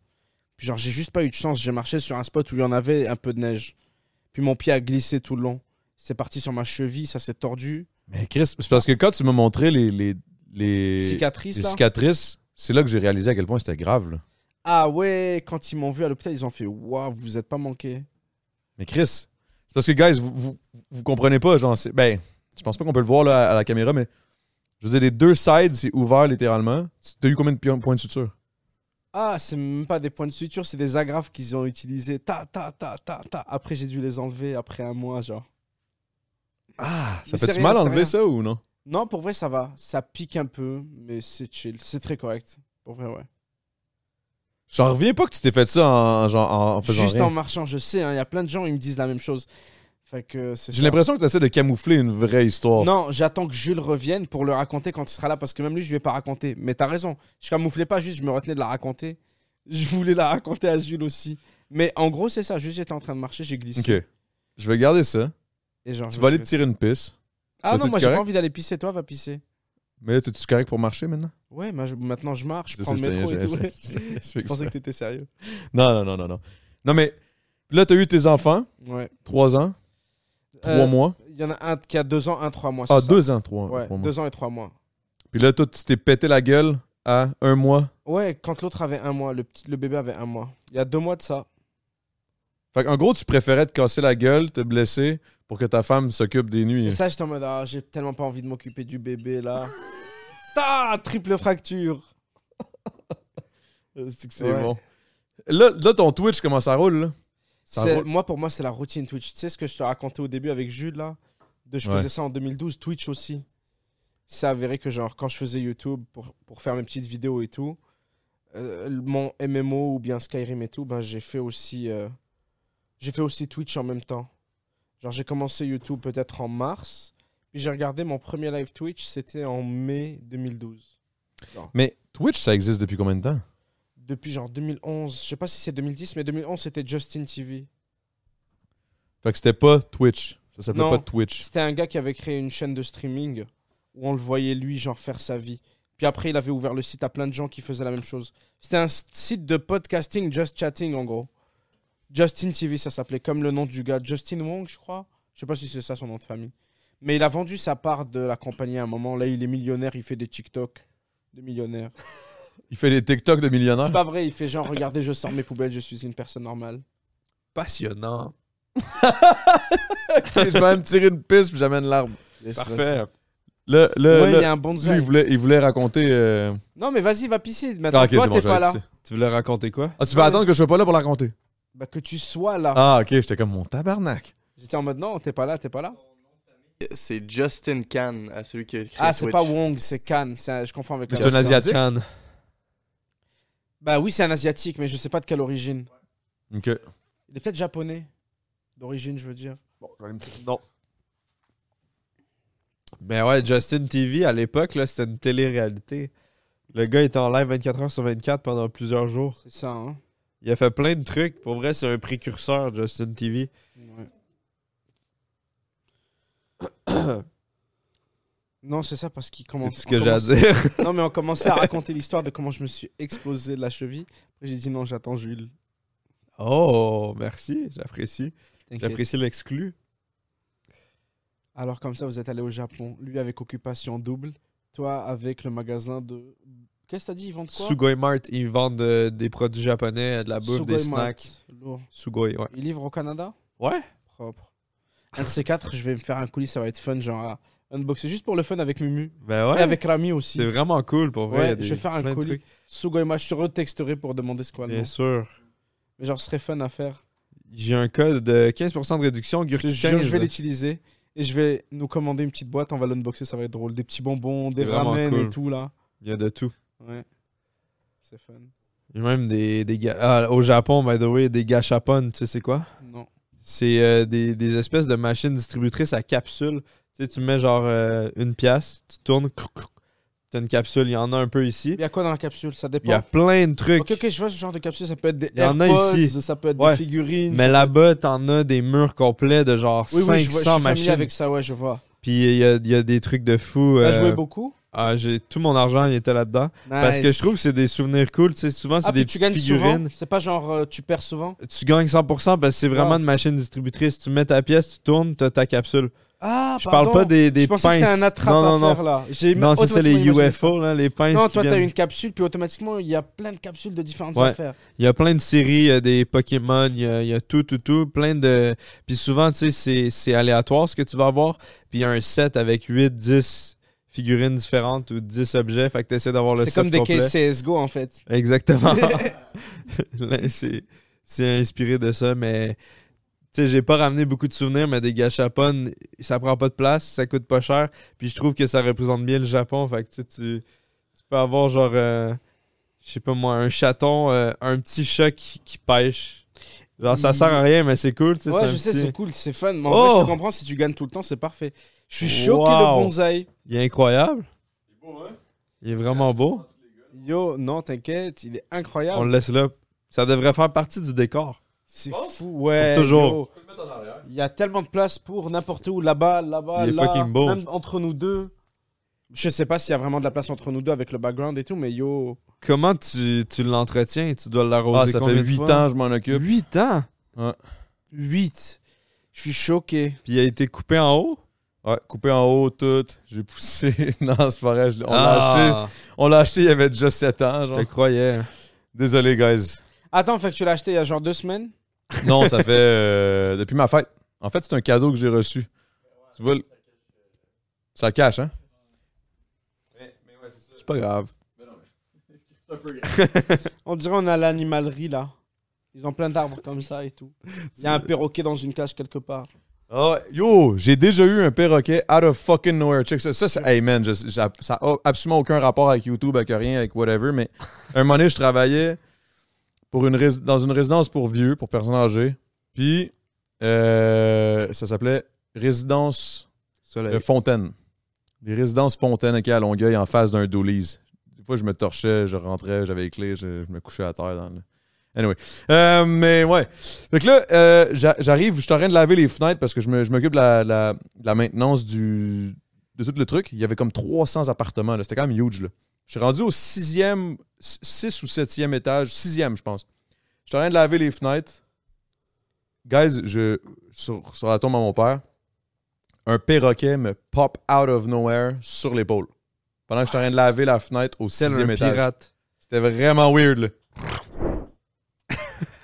Puis genre j'ai juste pas eu de chance. J'ai marché sur un spot où il y en avait un peu de neige. Puis mon pied a glissé tout le long. C'est parti sur ma cheville, ça s'est tordu. Mais Chris, c'est parce que quand tu m'as montré les. les, les- Cicatrice les là. cicatrices, c'est là que j'ai réalisé à quel point c'était grave. là. Ah ouais, quand ils m'ont vu à l'hôpital, ils ont fait Waouh, vous êtes pas manqué. Mais Chris, c'est parce que, guys, vous, vous, vous comprenez pas, genre, c'est. Ben, je pense pas qu'on peut le voir là, à la caméra, mais. Je veux dire, les deux sides, c'est ouvert littéralement. Tu- T'as eu combien de pi- points de suture? Ah, c'est même pas des points de suture, c'est des agrafes qu'ils ont utilisés. Ta ta ta ta ta. Après j'ai dû les enlever après un mois, genre. Ah, ça mais c'est fait-tu rien, mal c'est enlever rien. ça ou non? Non, pour vrai, ça va. Ça pique un peu, mais c'est chill. C'est très correct. Pour vrai, ouais. J'en reviens pas que tu t'es fait ça en, en- genre, en, en faisant Juste rien. en marchant, je sais. hein, Il y a plein de gens, ils me disent la même chose. Fait que c'est J'ai ça. l'impression que t'essaies de camoufler une vraie histoire. Non, j'attends que Jules revienne pour le raconter quand il sera là, parce que même lui, je vais pas raconter. Mais t'as raison. Je camouflais pas, juste je me retenais de la raconter. Je voulais la raconter à Jules aussi. Mais en gros, c'est ça. Juste j'étais en train de marcher, j'ai glissé. Ok. Je vais garder ça. Et genre, Tu je vas me aller te suis fait- tirer une piste. Ah non, Vas-tu moi te j'ai pas correct envie d'aller pisser. Toi, va pisser. Mais là, t'es-tu correct pour marcher maintenant? Ouais, moi, je- maintenant je marche, je Je prends sais, le je métro t'ai- je- et tout. je- [LAUGHS] ouais. je- je fais Je pensais exprès. que t'étais sérieux. Non, non, non, non, non. Non, mais là, t'as eu tes enfants, Ouais. 3 ans, 3 Euh, mois. Il y en a un qui a deux ans, un trois mois. Ah, c'est ça 2 ans, 3 Ouais, mois. deux ans et trois mois. Puis là, toi, tu t'es pété la gueule à un mois. Ouais, quand l'autre avait un mois, le, petit, le bébé avait un mois. Il y a deux mois de ça. Fait qu'en gros, tu préférais te casser la gueule, te blesser pour que ta femme s'occupe des Et nuits. ça, j'étais en mode, ah, j'ai tellement pas envie de m'occuper du bébé là. [LAUGHS] Ta triple fracture. [LAUGHS] C'est que [LAUGHS] c'est Ouais. bon. Là, là, ton Twitch, comment ça roule? Là? Ça C'est- roule. Moi, pour moi, c'est la routine Twitch. Tu sais ce que je te racontais au début avec Jules là de, Je Ouais. faisais ça en 2012, Twitch aussi. c'est avéré que, genre, quand je faisais YouTube pour, pour faire mes petites vidéos et tout, euh, mon MMO ou bien Skyrim et tout, ben, j'ai fait aussi. euh, j'ai fait aussi Twitch en même temps. Genre, j'ai commencé YouTube peut-être en mars, puis j'ai regardé mon premier live Twitch, c'était en mai 2012. Mais Twitch, ça existe depuis combien de temps? Depuis genre 2011, je sais pas si c'est 2010, mais 2011 c'était Justin TV. Fait que c'était pas Twitch. Ça s'appelait Non. pas Twitch. C'était un gars qui avait créé une chaîne de streaming où on le voyait lui genre faire sa vie. Puis après il avait ouvert le site à plein de gens qui faisaient la même chose. C'était un s- site de podcasting, just chatting en gros. Justin TV ça s'appelait comme le nom du gars, Justin Wong je crois. Je sais pas si c'est ça son nom de famille. Mais il a vendu sa part de la compagnie à un moment. Là il est millionnaire, il fait des TikTok de millionnaire. Il fait des TikTok de millionnaires. C'est pas vrai, il fait genre regardez je sors mes poubelles, je suis une personne normale. Passionnant. [LAUGHS] je vais même tirer une piste puis j'amène l'arbre. Yes, vas-y. Parfait. Le, le, Ouais, le- il y a un lui, bonsaï. il voulait, il voulait raconter. euh, Non mais vas-y va pisser. Maintenant Ah, ok, toi c'est bon, t'es je vais pas là. aller pisser. Tu voulais raconter quoi? Ah, tu vas Ouais. attendre que je sois pas là pour la raconter. Bah que tu sois là. Ah, ok, j'étais comme mon tabarnak. J'étais en mode non, t'es pas là, t'es pas là. C'est Justin Khan, à celui qui a écrit Ah, c'est Twitch. pas Wong, c'est Khan. c'est un- Je confonds avec Mais le c'est un reste, hein. Asiatique? Can. Bah oui, c'est un asiatique, mais je sais pas de quelle origine. Ok. Il est peut-être japonais. D'origine, je veux dire. Non. Mais Ben ouais, Justin TV, à l'époque, là, c'était une télé-réalité. Le gars était en live 24 heures sur 24 pendant plusieurs jours. C'est ça, hein. Il a fait plein de trucs. Pour vrai, c'est un précurseur, Justin TV. Ouais. [COUGHS] non, c'est ça parce qu'il C'est commence. tout ce on que j'ai à commence- dire. Non, mais on commençait à raconter l'histoire de comment je me suis explosé de la cheville. Après, j'ai dit non, j'attends Jules. [LAUGHS] Oh, merci, j'apprécie. T'inquiète. J'apprécie l'exclu. Alors comme ça, vous êtes allé au Japon. Lui avec occupation double. Toi avec le magasin de. Qu'est-ce que t'as dit Ils vendent quoi Sugoi Mart, ils vendent euh, des produits japonais, de la bouffe, des Sugoi Mart. snacks. Lourd. Sugoi, ouais. Il livre au Canada Ouais? Propre. Un de ces quatre, je vais me faire un colis, ça va être fun, genre à unboxer juste pour le fun avec Mumu. Ben Et ouais, avec Rami aussi. c'est vraiment cool pour vrai. Ouais, il y a des- je vais faire un plein de colis. trucs. Sugoima, je te retexterai pour demander ce qu'on Bien Mais sûr. genre, ce serait fun à faire. J'ai un code de 15% de réduction, Je, te Gurki jure, 15. je vais l'utiliser et je vais nous commander une petite boîte, on va l'unboxer, ça va être drôle. Des petits bonbons, des C'est vraiment ramen et cool. tout là. Il y a de tout. Ouais. C'est fun. Il y a même des, des ga- ah, au Japon, by the way, des gachapon, tu sais c'est quoi? Non. C'est euh, des, des espèces de machines distributrices à capsules. Tu sais, tu mets genre euh, une pièce, tu tournes, clou, clou. t'as une capsule, il y en a un peu ici. Il y a quoi dans la capsule Ça Il y a dépend. plein de trucs. Ok, ok, je vois ce genre de capsule, ça peut être des Il y en a AirPods, ici. ça peut être des Ouais. figurines. Mais ça- là-bas, t'en as des murs complets de genre oui, 500 oui, je, vois, je suis familier machines. avec ça, ouais, je vois. Puis il y a, il y a des trucs de fou. T'as euh, joué beaucoup ah, j'ai tout mon argent, il était là-dedans. Parce que je trouve que c'est des souvenirs cool. Tu sais, souvent, c'est Ah, des puis tu petites gagnes figurines. souvent. C'est pas genre euh, tu perds souvent. Tu gagnes 100% parce que c'est vraiment Wow. une machine distributrice. Tu mets ta pièce, tu tournes, t'as ta capsule. Ah, Je parle pas des, des Je pensais que pinces. c'était un attrape non, non, à non. faire oh, là. J'ai Non, c'est ça, les automatiquement imaginé ça. UFO, là, les pinces. Non, qui toi t'as viennent. une capsule, puis automatiquement il y a plein de capsules de différentes Ouais. affaires. Il y a plein de séries, il y a des Pokémon, il y a, il y a tout, tout, tout. Plein de. Puis souvent, tu sais, c'est- c'est aléatoire ce que tu vas avoir. Puis il y a un set avec 8, 10 figurines différentes ou 10 objets. Fait que t'essaies d'avoir le C'est set. comme des complet. Ah, cases CSGO [LAUGHS] en fait. [LAUGHS] Exactement. [LAUGHS] Là, c'est c'est inspiré de ça, mais tu sais, j'ai pas ramené beaucoup de souvenirs, mais des gachapon, ça prend pas de place, ça coûte pas cher, puis je trouve que ça représente bien le Japon. Fait que tu sais, tu, tu peux avoir genre, euh, je sais pas moi, un chaton, euh, un petit chat qui, qui pêche. Genre, ça sert à rien, mais c'est cool. tu sais, c'est Ouais, un je sais, petit- c'est cool, c'est fun. Mais en vrai, je Oh te comprends, si tu gagnes tout le temps, c'est parfait. Je suis choqué le Wow. bonsaï. Il est incroyable. Il est vraiment beau. Yo, non, t'inquiète, il est On incroyable. le laisse là. Ça devrait faire partie du décor. C'est fou, ouais. Pour toujours. yo. Il y a tellement de place pour n'importe où, là-bas, là-bas, Il est là, fucking beau. même entre nous deux. Je sais pas s'il y a vraiment de la place entre nous deux avec le background et tout, mais yo, Comment tu, tu l'entretiens? Tu dois l'arroser Ah, ça combien fait de 8 fois? ans que je m'en occupe. 8 ans? 8. Je suis choqué. Puis il a été coupé en haut? Ouais, coupé en haut, tout. J'ai poussé. [LAUGHS] non, c'est pas vrai. je l'ai- On Ah. l'a Ah. acheté. On l'a acheté, il y avait déjà 7 ans. Je genre. te croyais. Désolé, guys. Attends, fait que tu l'as acheté il y a genre deux semaines Non, ça fait euh, depuis ma fête. En fait, c'est un cadeau que j'ai reçu. Tu vois, le- ça cache, hein? C'est pas grave. On dirait on a l'animalerie là. Ils ont plein d'arbres comme ça et tout. Il y a un perroquet dans une cage quelque part. Ah, yo, j'ai déjà eu un perroquet out of fucking nowhere. Check ça. Ça, c'est- hey man, je- ça ça a absolument aucun rapport avec YouTube, avec rien, avec whatever. Mais un moment donné, je travaillais pour une rés- dans une résidence pour vieux, pour personnes âgées. Puis, euh, ça s'appelait Résidence Soleil. de Fontaine. Les résidences Fontaine, ok, à Longueuil, en face d'un Doolies. Des fois, je me torchais, je rentrais, j'avais les clés, je, je me couchais à terre. Dans le... Anyway. Euh, mais ouais. Fait que là, euh, j'a- j'arrive, je suis en train de laver les fenêtres parce que je me- je m'occupe de la, de la- de la maintenance du, de tout le truc. Il y avait comme 300 appartements, là. c'était quand même huge. Là. Je suis rendu au sixième, si- six ou septième étage, sixième, je pense. Je suis en train de laver les fenêtres. Guys, je, sur, sur la tombe à mon père, un perroquet me pop out of nowhere sur l'épaule. Pendant que je suis en train de laver la fenêtre au Tel sixième un étage. pirate. C'était vraiment weird, là.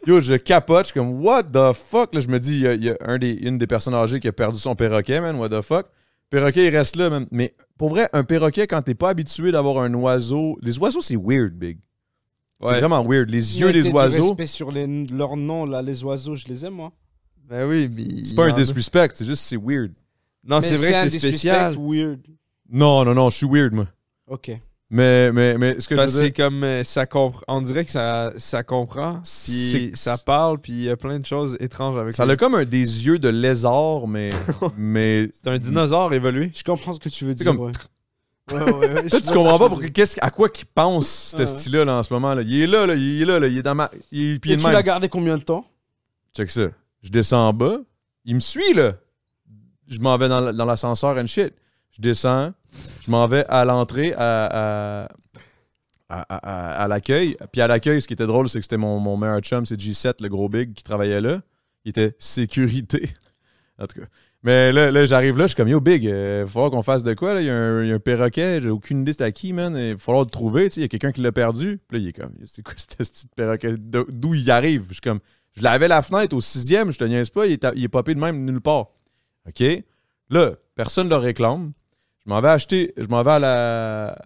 Yo, je capote, je suis comme, what the fuck? Là, je me dis, il y a, il y a un des, une des personnes âgées qui a perdu son perroquet, man, what the fuck? Perroquet, il reste là, man. Mais pour vrai, un perroquet, quand t'es pas habitué d'avoir un oiseau. Les oiseaux, c'est weird, big. C'est Ouais. vraiment weird. Les yeux Mettez des du oiseaux, respect sur les, leur nom, là, les oiseaux, je les aime, moi. Ben oui, mais. c'est pas il y un en a. disrespect, c'est juste, c'est weird. Non, Mais Ah, c'est vrai un que c'est disrespect spécial. weird. Non, non, non, je suis weird, moi. Ok. Mais, mais, mais ce que Parce je que veux c'est dire. comme. euh, Ça compre- On dirait que ça, ça comprend. Puis C'est- ça parle. Puis il y a plein de choses étranges avec Ça lui. a comme un des yeux de lézard, mais. mais C'est un dinosaure évolué. Je comprends ce que tu veux C'est dire. comme- Ouais. Ouais, ouais, ouais, je Toi, [LAUGHS] vois tu ce comprends que pas pour tu veux que- dire. qu'est-ce, à quoi qu'il pense, ce Ouais. style-là, là, en ce moment. Là. Il est là, là, il est là, là, il est dans ma. Il est pied Et de tu même. l'as gardé combien de temps Check ça. Je descends en bas. Il me suit, là. Je m'en vais dans, la- dans l'ascenseur and shit. Je descends. Je m'en vais à l'entrée, à, à, à- à- à l'accueil. Puis à l'accueil, ce qui était drôle, c'est que c'était mon, mon meilleur chum, c'est G7, le gros big, qui travaillait là. Il était sécurité. [LAUGHS] en tout cas. Mais là, là, j'arrive là, je suis comme, yo, big, il va falloir qu'on fasse de quoi, là? Il y, a un- il y a un perroquet, j'ai aucune idée c'est à qui, man. Il va falloir le trouver, tu sais, il y a quelqu'un qui l'a perdu. Puis là, il est comme, c'est quoi ce petit perroquet? D'o- D'où il arrive? Je suis comme, je l'avais la fenêtre au sixième, je te niaise pas, il est, à- il est popé de même nulle part. OK? Là, personne ne le réclame. Je m'en vais acheter, je m'en vais à la.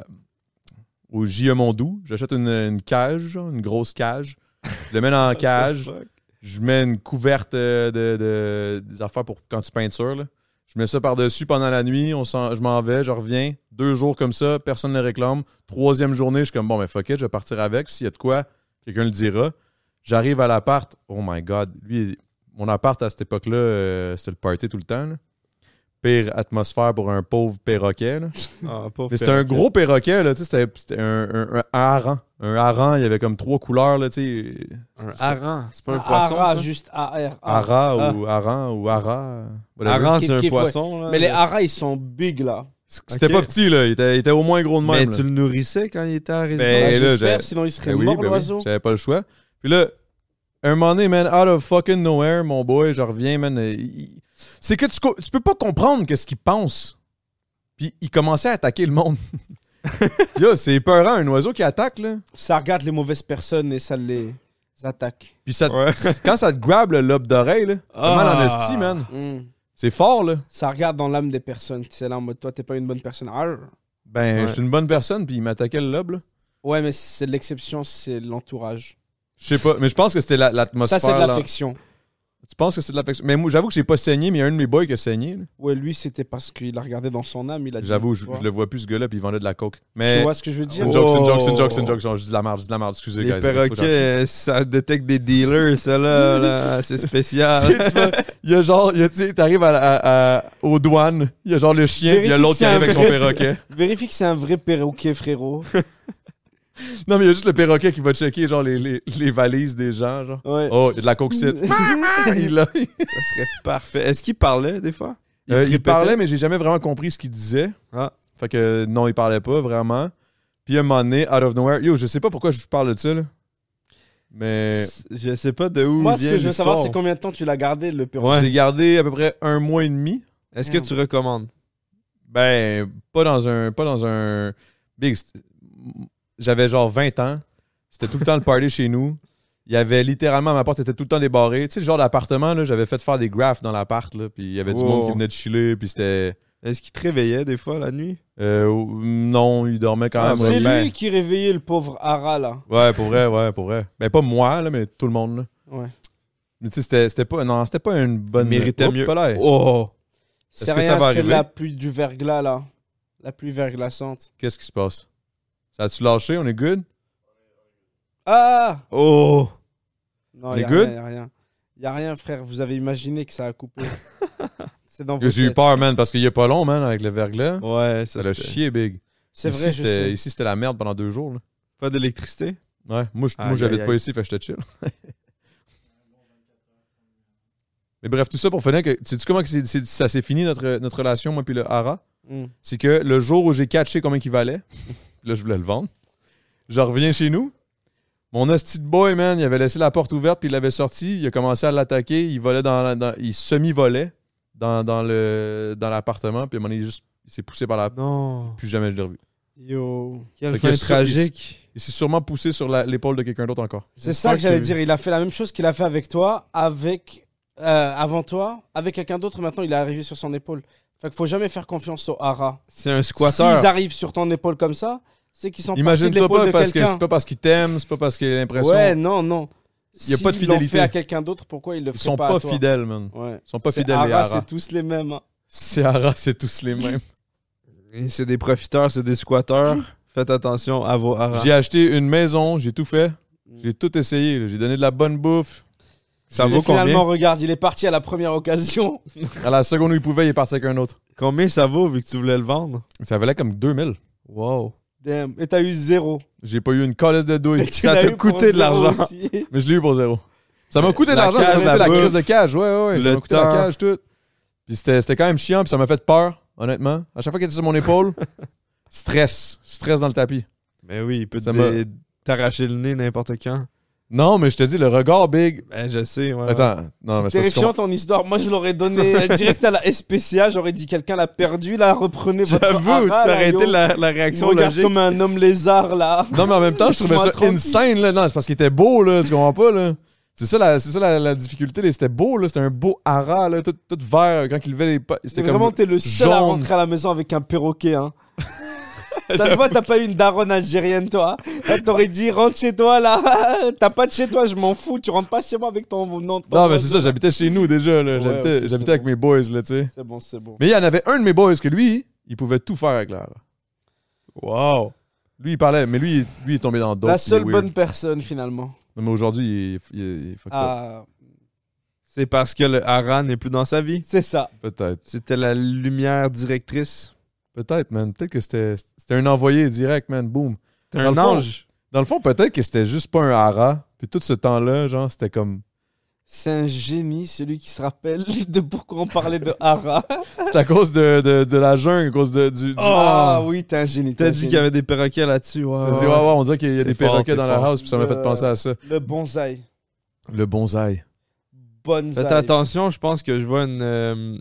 au J.E. Mondou. J'achète une, une cage, genre, une grosse cage. Je le mets dans la cage. Je mets une couverte euh, de, de- des affaires pour quand tu peintures. Là. Je mets ça par-dessus pendant la nuit. On s'en- je m'en vais, je reviens. Deux jours comme ça, personne ne le réclame. Troisième journée, je suis comme bon, mais fuck it, je vais partir avec. S'il y a de quoi, quelqu'un le dira. J'arrive à l'appart. Oh my God. Lui, mon appart à cette époque-là, euh, c'était le party tout le temps. là. Pire atmosphère pour un pauvre perroquet. là. Ah, pauvre Mais c'était un perroquet. gros perroquet. là, tu sais, C'était c'était un, un, un hareng. Un hareng, il y avait comme trois couleurs. Là, tu sais. Un hareng. C'est pas un poisson. ça? Ara, Ah, juste Ah, Ah, A-R-A. Hara ou haran ou hara. whatever. Ah. Hareng, c'est Kiff, un kiff, ouais. poisson. là. Mais les haras, ils sont big, là. C'était Ok. pas petit, là. Il était, il était au moins gros de Mais même. tu là. le nourrissais quand il était à la résidence. Ben, Ouais, là, J'espère, j'ai- sinon il serait Ben oui, mort, ben oui. l'oiseau. J'avais pas le choix. Puis là, un moment donné, man, out of fucking nowhere, mon boy, je reviens, man. euh, il- C'est que tu, co- tu peux pas comprendre qu'est-ce qu'il pense. Puis il commençait à attaquer le monde. [LAUGHS] Yo, c'est épeurant, un oiseau qui attaque, là. Ça regarde les mauvaises personnes et ça les attaque. Puis ça, te- Ouais. [LAUGHS] quand ça te grabe le lobe d'oreille, là, t'as mal en Ah. esti, man. Hmm. C'est fort, là. Ça regarde dans l'âme des personnes. C'est là en mode, toi, t'es pas une bonne personne. Arr. Ben, Ouais. j'étais une bonne personne, puis il m'attaquait le lobe, là. Ouais, mais c'est l'exception, c'est l'entourage. Je sais pas, mais je pense que c'était la- Ça, l'atmosphère. c'est de là. l'affection. Tu penses que c'est de l'affection? Mais moi, j'avoue que j'ai pas saigné, mais il y a un de mes boys qui a saigné. là. Ouais, lui, c'était parce qu'il a regardé dans son âme. Il a dit, J'avoue, tu je, vois. je le vois plus ce gars-là, puis il vendait de la coke. Tu Mais. vois ce que je veux C'est dire une Oh. joke, c'est une joke, c'est une joke, c'est une joke. Genre, je dis de la merde, je dis de la merde, excusez, Les guys. faut que j'en [LAUGHS] perroquets, ça détecte des dealers, ça là. là, [LAUGHS] c'est file. spécial. Tu vois, Il y a genre, il y a, tu sais, t'arrives à, à- à- aux douanes, il y a genre le chien, puis il y a Vérifie l'autre qui que c'est arrive un avec son vrai. perroquet. Vérifie que c'est un vrai perroquet, frérot. Non, mais il y a juste le perroquet qui va checker, genre, les, les- les valises des gens, genre. Ouais. Oh, il y a de la coke site. [LAUGHS] Ah, il, l'a- ça serait parfait. Est-ce qu'il parlait des fois Euh, il répétait? parlait, mais j'ai jamais vraiment compris ce qu'il disait. Ah. Fait que non, il parlait pas vraiment. Puis à un moment donné, out of nowhere, yo, je sais pas pourquoi je vous parle de ça, là. Mais Je sais pas de où. Moi, ce vient que je veux savoir, c'est l'histoire. combien de temps tu l'as gardé, le perroquet. j'ai gardé à peu près un mois et demi. Est-ce que tu recommandes Ben, pas dans un. Pas dans un. Big. c'est- J'avais genre 20 ans. C'était tout le temps le party chez nous. Il y avait littéralement, ma porte était tout le temps débarrée. Tu sais, le genre d'appartement, là, j'avais fait faire des grafts dans l'appart, là. Puis il y avait du Wow. monde qui venait de chiller, puis c'était. Est-ce qu'il te réveillait des fois la nuit euh, non, il dormait quand Ah, même. C'est lui Ben, qui réveillait le pauvre Ara, là. Ouais, pour vrai, ouais, pour vrai. Ben, pas moi, là, mais tout le monde, là. Ouais. Mais tu sais, c'était- c'était pas, non, c'était pas une bonne. Méritait Oups, mieux. palais. Oh! C'est que ça rien, va c'est arriver? la pluie du verglas, là. La pluie verglaçante. Qu'est-ce qui se passe? Ça a-tu lâché? On est good? Ah Oh! Non, Les il y a good? rien, y a rien. Y a rien, frère. Vous avez imaginé que ça [LAUGHS] a coupé. c'est dans vos J'ai eu têtes. peur, man, parce qu'il y a pas long, man, avec le verglas. Ouais, ça Ça l'a c'était- chié, big. C'est Ici, vrai, je c'était- sais. Ici, c'était la merde pendant deux jours. là. Pas d'électricité? Ouais, moi, je- moi Aïe, j'habite aïe, pas aïe. ici, fait que j'étais chill. [LAUGHS] Mais bref, tout ça pour finir que. Sais-tu comment que c'est- c'est- ça s'est fini notre, notre relation, moi puis le Hara? Mm. C'est que le jour où j'ai catché combien il valait, [LAUGHS] là, je voulais le vendre. Je reviens chez nous. Mon hostie de boy, man, il avait laissé la porte ouverte, puis il l'avait sorti. Il a commencé à l'attaquer. Il volait dans, la- dans- Il semi-volait dans, dans le dans l'appartement, puis à un moment donné, il juste. Il s'est poussé par la. Non. Plus jamais je l'ai revu. Yo. Quelle Fait que fin ça, tragique. Il s'est sûrement poussé sur la- l'épaule de quelqu'un d'autre encore. C'est J'espère ça que j'allais que- dire. Il a fait la même chose qu'il a fait avec toi, avec euh, avant toi, avec quelqu'un d'autre. Maintenant, il est arrivé sur son épaule. Fait qu'il faut jamais faire confiance au hara. C'est un S'ils squatteur. arrivent sur ton épaule comme ça, c'est qu'ils sont partis de Imagine-toi l'épaule pas de parce que quelqu'un. c'est pas parce qu'ils t'aiment, c'est pas parce qu'il a l'impression. Ouais, non, non. Y a pas de S'ils l'ont fidélité. fait à quelqu'un d'autre, pourquoi ils le font ils sont pas, pas, à toi fidèles, man. Ouais. Ils sont pas C'est fidèles, les haras, haras. c'est tous les mêmes. hein. Ces haras, c'est tous les mêmes. Et C'est des profiteurs, c'est des squatteurs. Faites attention à vos haras. J'ai acheté une maison, j'ai tout fait. J'ai tout essayé. là. J'ai donné de la bonne bouffe. Ça Et vaut finalement, combien? regarde, il est parti à la première occasion. [LAUGHS] À la seconde où il pouvait, il est parti avec un autre. Combien ça vaut vu que tu voulais le vendre? Ça valait comme 2000. Wow. Damn. Et t'as eu zéro. J'ai pas eu une colisse de douille. Tu Ça l'as t'a eu pour coûté de zéro l'argent. aussi. [LAUGHS] Mais je l'ai eu pour zéro. Ça m'a coûté de La l'argent, ça m'a cage, la coûté la bouffe. crise de cage. Ouais, ouais, ouais. Ça Le m'a coûté la temps. cage, tout. Puis c'était c'était quand même chiant, puis ça m'a fait peur, honnêtement. À chaque fois qu'il était sur mon épaule, stress. Stress dans le tapis. Mais oui, il peut te Ça m'a- dé- t'arracher le nez n'importe quand. Non, mais je te dis, le regard big. Ben, je sais, ouais. Attends, non, mais c'est c'est parce que tu terrifiant ton histoire. Moi, je l'aurais donné [LAUGHS] euh, direct à la SPCA. J'aurais dit quelqu'un l'a perdu. Là, reprenez votre. J'avoue, hara, ça là, aurait yo. été la, la Il réaction me regarde logique. comme un homme lézard là. Non, mais en même temps, je trouvais ça Laisse-moi insane, là. Non, c'est parce qu'il était beau, là. Tu comprends pas, là? C'est ça, la, c'est ça la, la difficulté, là. C'était beau, là. C'était un beau hara, là. Tout, tout vert, quand il levait les pas. C'était Mais comme. vraiment, t'es le seul à jaune. rentrer à la maison avec un perroquet. [LAUGHS] Hein. ça se voit, t'as pas eu une daronne algérienne, toi. Là, t'aurais dit, rentre chez toi là. [LAUGHS] t'as pas de chez toi, je m'en fous. Tu rentres pas chez moi avec ton nom. Non, mais c'est ça, j'habitais chez nous déjà, là. Ouais, J'habitais, ok, j'habitais c'est avec bon. mes boys, là, tu sais. C'est bon, c'est bon. Mais il y en avait un de mes boys que lui, il pouvait tout faire avec l'air. Wow. Lui, il parlait, mais lui, il- lui, il est tombé dans d'autres. la seule bonne personne finalement. Non, mais aujourd'hui, il, est- il, est- il est fucked up. Ah, C'est parce que le hara n'est plus dans sa vie. c'est ça. Peut-être. C'était la lumière directrice. Peut-être, man. Peut-être que c'était, c'était un envoyé direct, man. Boom. T'es Dans un le fond, ange. Dans le fond, peut-être que c'était juste pas un hara. Puis tout ce temps-là, genre, c'était comme. C'est un génie, celui qui se rappelle [LAUGHS] de pourquoi on parlait de [LAUGHS] Hara. C'est à cause de, de, de la jungle, à cause de, du. du- Ah oui, t'es un génie. t'es T'as un dit génie. qu'il y avait des perroquets là-dessus. Ça Wow. dit, ouais, ouais, on dirait qu'il y a T'es des fort, perroquets t'es dans la fort. house, puis ça m'a fait Euh, penser à ça. Le bonsaï. Le bonsaï. Bonsaï. Faites attention, je pense que je vois une, euh,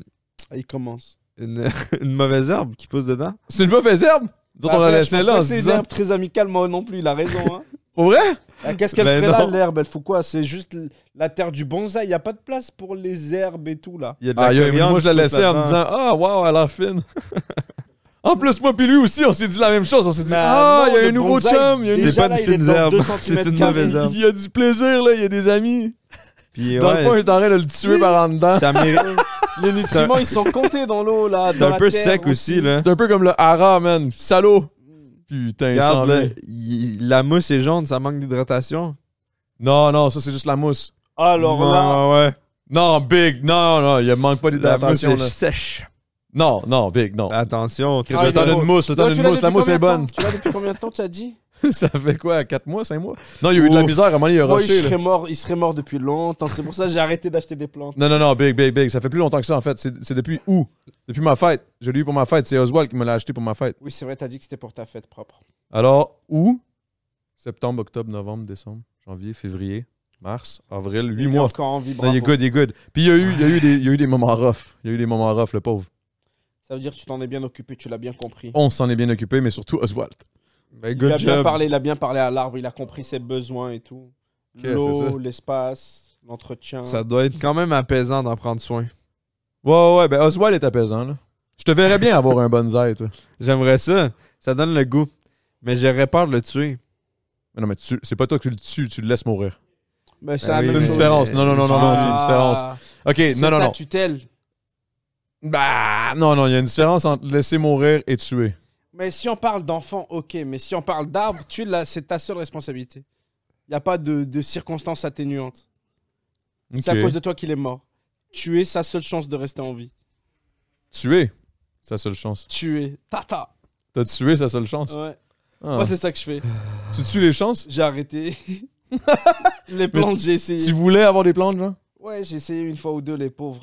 Il commence. une, [LAUGHS] une mauvaise herbe qui pousse dedans. C'est une mauvaise herbe! Dont on la Après, Bah, laissé je pense là pas en que se C'est une disant. herbe très amicale, moi non plus, il a raison. hein. [LAUGHS] Pour vrai? Bah, Ah, Qu'est-ce qu'elle Ben ferait là, non. l'herbe Elle fout quoi C'est juste l- la terre du bonsaï. Il n'y a pas de place pour les herbes et tout, là. Il y a de la Ah, yo, mais coriandre moi, je la qui pousse laissais en me là-dedans. disant Ah, waouh, elle a l'air fine. en plus, moi, puis lui aussi, on s'est dit la même chose. On s'est dit Mais Ah, non, il y a le un nouveau bonsaï, chum, il y a une- déjà, C'est pas là, une il est fine dans [LAUGHS] herbe. deux C'est centimètres une carrés. mauvaise [LAUGHS] herbe. il y a du plaisir, là, il y a des amis. Puis Dans le fond, ouais, j'étais en train de le tuer par en dedans. [LAUGHS] ça mérite. Les nutriments, ils sont comptés dans l'eau, là. C'est dans un la peu terre sec aussi, là. C'est un peu comme le hara, man. Salaud. Putain, il s'en Regarde, là, vient. il- la mousse est jaune, ça manque d'hydratation. Non, non, ça, c'est juste la mousse. Alors Ouais, là, ouais, ouais. Non, Big, non, non, il manque pas La mousse d'hydratation. est là. sèche. Non, non, Big, non. Attention, Chris, Ah, le il est temps d'une beau. mousse, le temps Toi, tu d'une l'as mousse, depuis la mousse combien est de temps bonne. Tu l'as depuis combien de temps, tu as dit ça fait quoi, 4 mois, 5 mois Non, il y a eu de la Ouf. misère, à un moment, donné, il a Moi, il rushé. là. serait mort, il serait mort depuis longtemps. C'est pour ça que j'ai arrêté d'acheter des plantes. Non, non, non, Big, Big, Big. Ça fait plus longtemps que ça, en fait. C'est c'est depuis où Depuis ma fête. Je l'ai eu pour ma fête. C'est Oswald qui me l'a acheté pour ma fête. Oui, c'est vrai, t'as dit que c'était pour ta fête propre. Alors, où Septembre, octobre, novembre, décembre, janvier, février, mars, avril, 8 Il est mois. Encore en vie, Non, il est bravo. good, il est good. Puis il y a eu, il y a eu, des, il y a eu des moments rough. Il y a eu des moments rough, le pauvre. Ça veut dire que tu t'en es bien occupé, tu l'as bien compris. On s'en est bien occupé, mais surtout Oswald. Ben, il a good bien job. parlé, il a bien parlé à l'arbre, il a compris ses besoins et tout. Ok, c'est ça. L'eau, l'espace, l'entretien. Ça doit être quand même apaisant d'en prendre soin. Ouais, ouais, ouais, ben Oswald est apaisant, là. Je te verrais bien avoir un bonsaï, toi. J'aimerais ça. Ça donne le goût. Mais j'aurais peur de le tuer. Mais non, mais tu- c'est pas toi qui le tues, tu le laisses mourir. Ben, c'est Ben la C'est oui, même une chose. différence. Non, non, non, non, non, c'est une différence. Ah, OK, c'est non, non, ta non. tutelle. Bah, non, non, il y a une différence entre laisser mourir et tuer. Mais si on parle d'enfant, ok. Mais si on parle d'arbre, tu l'as- c'est ta seule responsabilité. Il n'y a pas de, de circonstances atténuantes. C'est Ok. à cause de toi qu'il est mort. Tuer, sa seule chance de rester en vie. Tuer, sa seule chance. Tuer. Tata. T'as tué sa seule chance. Ouais. Ah. Moi, c'est ça que je fais. Tu tues les chances? [LAUGHS] J'ai arrêté. les plantes, j'ai essayé. Tu voulais avoir des plantes, genre? Ouais, j'ai essayé une fois ou deux, les pauvres.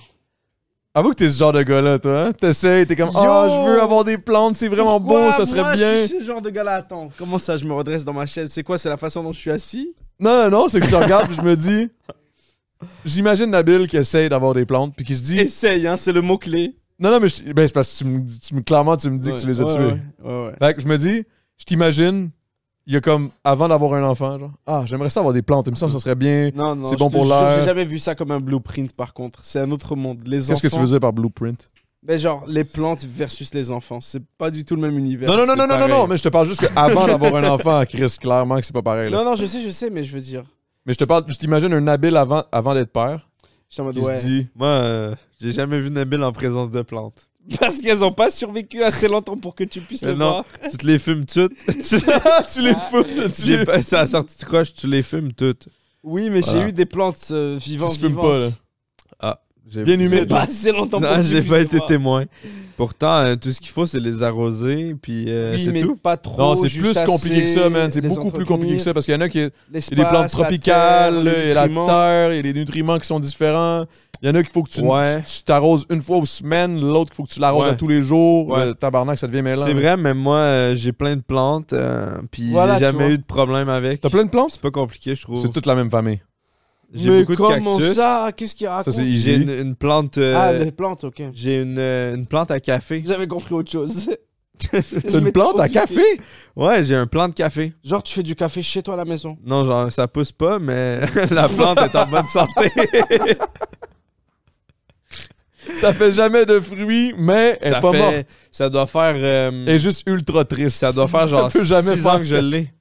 Avoue que t'es ce genre de gars-là, toi. Hein? T'essayes, t'es comme Yo! Ah, je veux avoir des plantes, c'est vraiment Pourquoi bon, ça serait moi, bien. Je suis ce genre de gars-là. Attends, comment ça, je me redresse dans ma chaise C'est quoi C'est la façon dont je suis assis Non, non, non, c'est que je regarde et je me dis. J'imagine Nabil qui essaye d'avoir des plantes puis qui se dit. Essaye, hein, c'est le mot-clé. Non, non, mais je- ben, c'est parce que tu me, dis- tu me- clairement, tu me dis Ouais, que tu les as ouais, tués. ouais, ouais, ouais. Fait que je me dis, je t'imagine, il y a comme avant d'avoir un enfant, genre, ah, j'aimerais ça avoir des plantes, il me semble que ça serait bien. Non, non, C'est je bon te pour jure, l'air. J'ai jamais vu ça comme un blueprint, par contre. C'est un autre monde. Les Qu'est-ce que tu enfants- veux dire par blueprint? Mais genre, les plantes versus les enfants. C'est pas du tout le même univers. Non, non, non, C'est non, non, non, pareil. non, mais je te parle juste qu'avant d'avoir un enfant, Chris, clairement que c'est pas pareil. là. Non, non, je sais, je sais, mais je veux dire. Mais je te parle, je t'imagine un Nabil avant, avant d'être père Je suis en mode, qui ouais. se dit, Moi, euh, j'ai jamais vu Nabil en présence de plantes. [LAUGHS] Parce qu'elles ont pas survécu assez longtemps pour que tu puisses Mais les non. voir. tu te les fumes [LAUGHS] toutes. tu ah, tu les fous, tu j'ai les pas- c'est à la sortie du croche, tu les fumes toutes. Oui, mais Voilà. j'ai eu des plantes euh, vivantes. Tu te fumes vivantes. pas, là. J'ai- Bien humide. Mais pas assez longtemps pour Non, que tu j'ai puisses pas les été voir. témoin. Pourtant, euh, tout ce qu'il faut, c'est les arroser, puis euh, Oui, c'est mais tout. pas trop. Non, c'est juste plus compliqué que ça, assez, man. C'est les beaucoup plus compliqué que ça parce qu'il y en a qui. entretenir, Il y a des plantes l'espace, la tropicales, terre, il les y a la nutriments. terre, il y a des nutriments qui sont différents. Il y en a qu'il faut que tu Ouais. tu- tu t'arroses une fois aux semaines, l'autre qu'il faut que tu l'arroses Ouais. à tous les jours. Ouais. Le tabarnak, ça devient mêlant. C'est vrai, mais moi, euh, j'ai plein de plantes, euh, puis Voilà, j'ai tu jamais vois. eu de problème avec. T'as plein de plantes? C'est pas compliqué, je trouve. C'est toute la même famille. J'ai beaucoup mais de comment cactus. ça Qu'est-ce qu'il Ça, raconte c'est J'ai easy. une, une plante. euh, Ah, les plantes, ok. J'ai une, euh, une plante à café. J'avais compris [LAUGHS] autre chose. T'as une plante à café? Ouais, j'ai un plant de café. Genre, tu fais du café chez toi à la maison. Non, genre, ça pousse pas, mais [LAUGHS] la plante est en bonne [LAUGHS] santé. Ça fait jamais de fruits, mais elle ça est pas fait- morte. Ça doit faire. euh, Elle est juste ultra triste. ça doit faire genre Elle peut jamais 6 faire ans que ce je que- l'ai.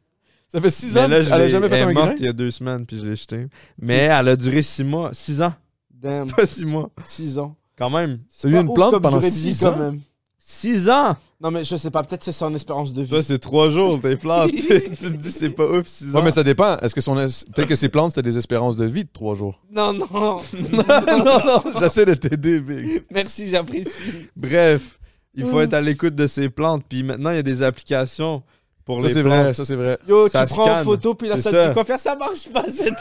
Ça fait 6 Mais ans là, qu'elle je a l'ai- jamais fait elle un est grain. morte il y a deux semaines, puis je l'ai jetée. Mais elle a duré six mois. Six ans. [LAUGHS] Damn, [LAUGHS] Pas six mois. 6 ans. Quand même. T'as eu Pas une ouf plante comme pendant durée de 6 vie, quand ans? même. Six ans! Non, mais je sais pas, peut-être c'est ça en espérance de Ça, vie. c'est trois jours, tes [LAUGHS] plantes. tu me dis, c'est pas ouf, six Ouais, ans. mais ça dépend. Est-ce que son peut-être que ces plantes c'était des espérances de vie de 3 jours [LAUGHS] Non, non, [LAUGHS] Non non, [LAUGHS] j'essaie de t'aider, big. merci, j'apprécie. Bref, il faut Mm. être à l'écoute de ces plantes. Puis maintenant, il y a des applications pour Ça les c'est plantes. vrai, ça c'est vrai. Yo, Ça tu se prends calme. en photo, puis là, C'est ça ça. te dit quoi faire, ça marche pas, [LAUGHS] cette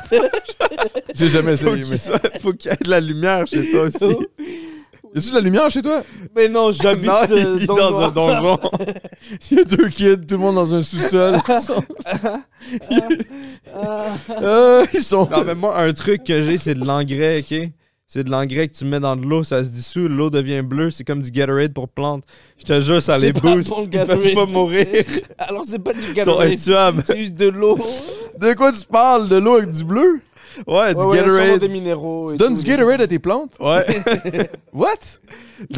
J'ai jamais Faut essayé. qu'il mais- soit- faut qu'il y ait de la lumière chez toi aussi. photo. Y a-tu de la lumière chez toi Mais non, j'habite non, il euh, vit dans, dans, le un noir. donjon. [LAUGHS] Il y a deux kids, tout le monde dans un sous-sol. [LAUGHS] Ils sont. [LAUGHS] Ah, Euh, ils sont- [LAUGHS] non, mais moi, un truc que j'ai, c'est de l'engrais, ok? C'est de l'engrais que tu mets dans de l'eau, ça se dissout, l'eau devient bleue, c'est comme du Gatorade pour plantes. Je te jure, ça C'est les pas booste. bon, le Ils peuvent Gatorade. pas [LAUGHS] mourir. Alors, c'est pas du Ils sont Gatorade, intuables. c'est juste de [LAUGHS] l'eau. De quoi tu parles De l'eau avec du bleu Ouais, du Ouais, ouais, sûrement des Gatorade. minéraux. Tu et donnes tout, du des- Gatorade à tes plantes [LAUGHS] Ouais. What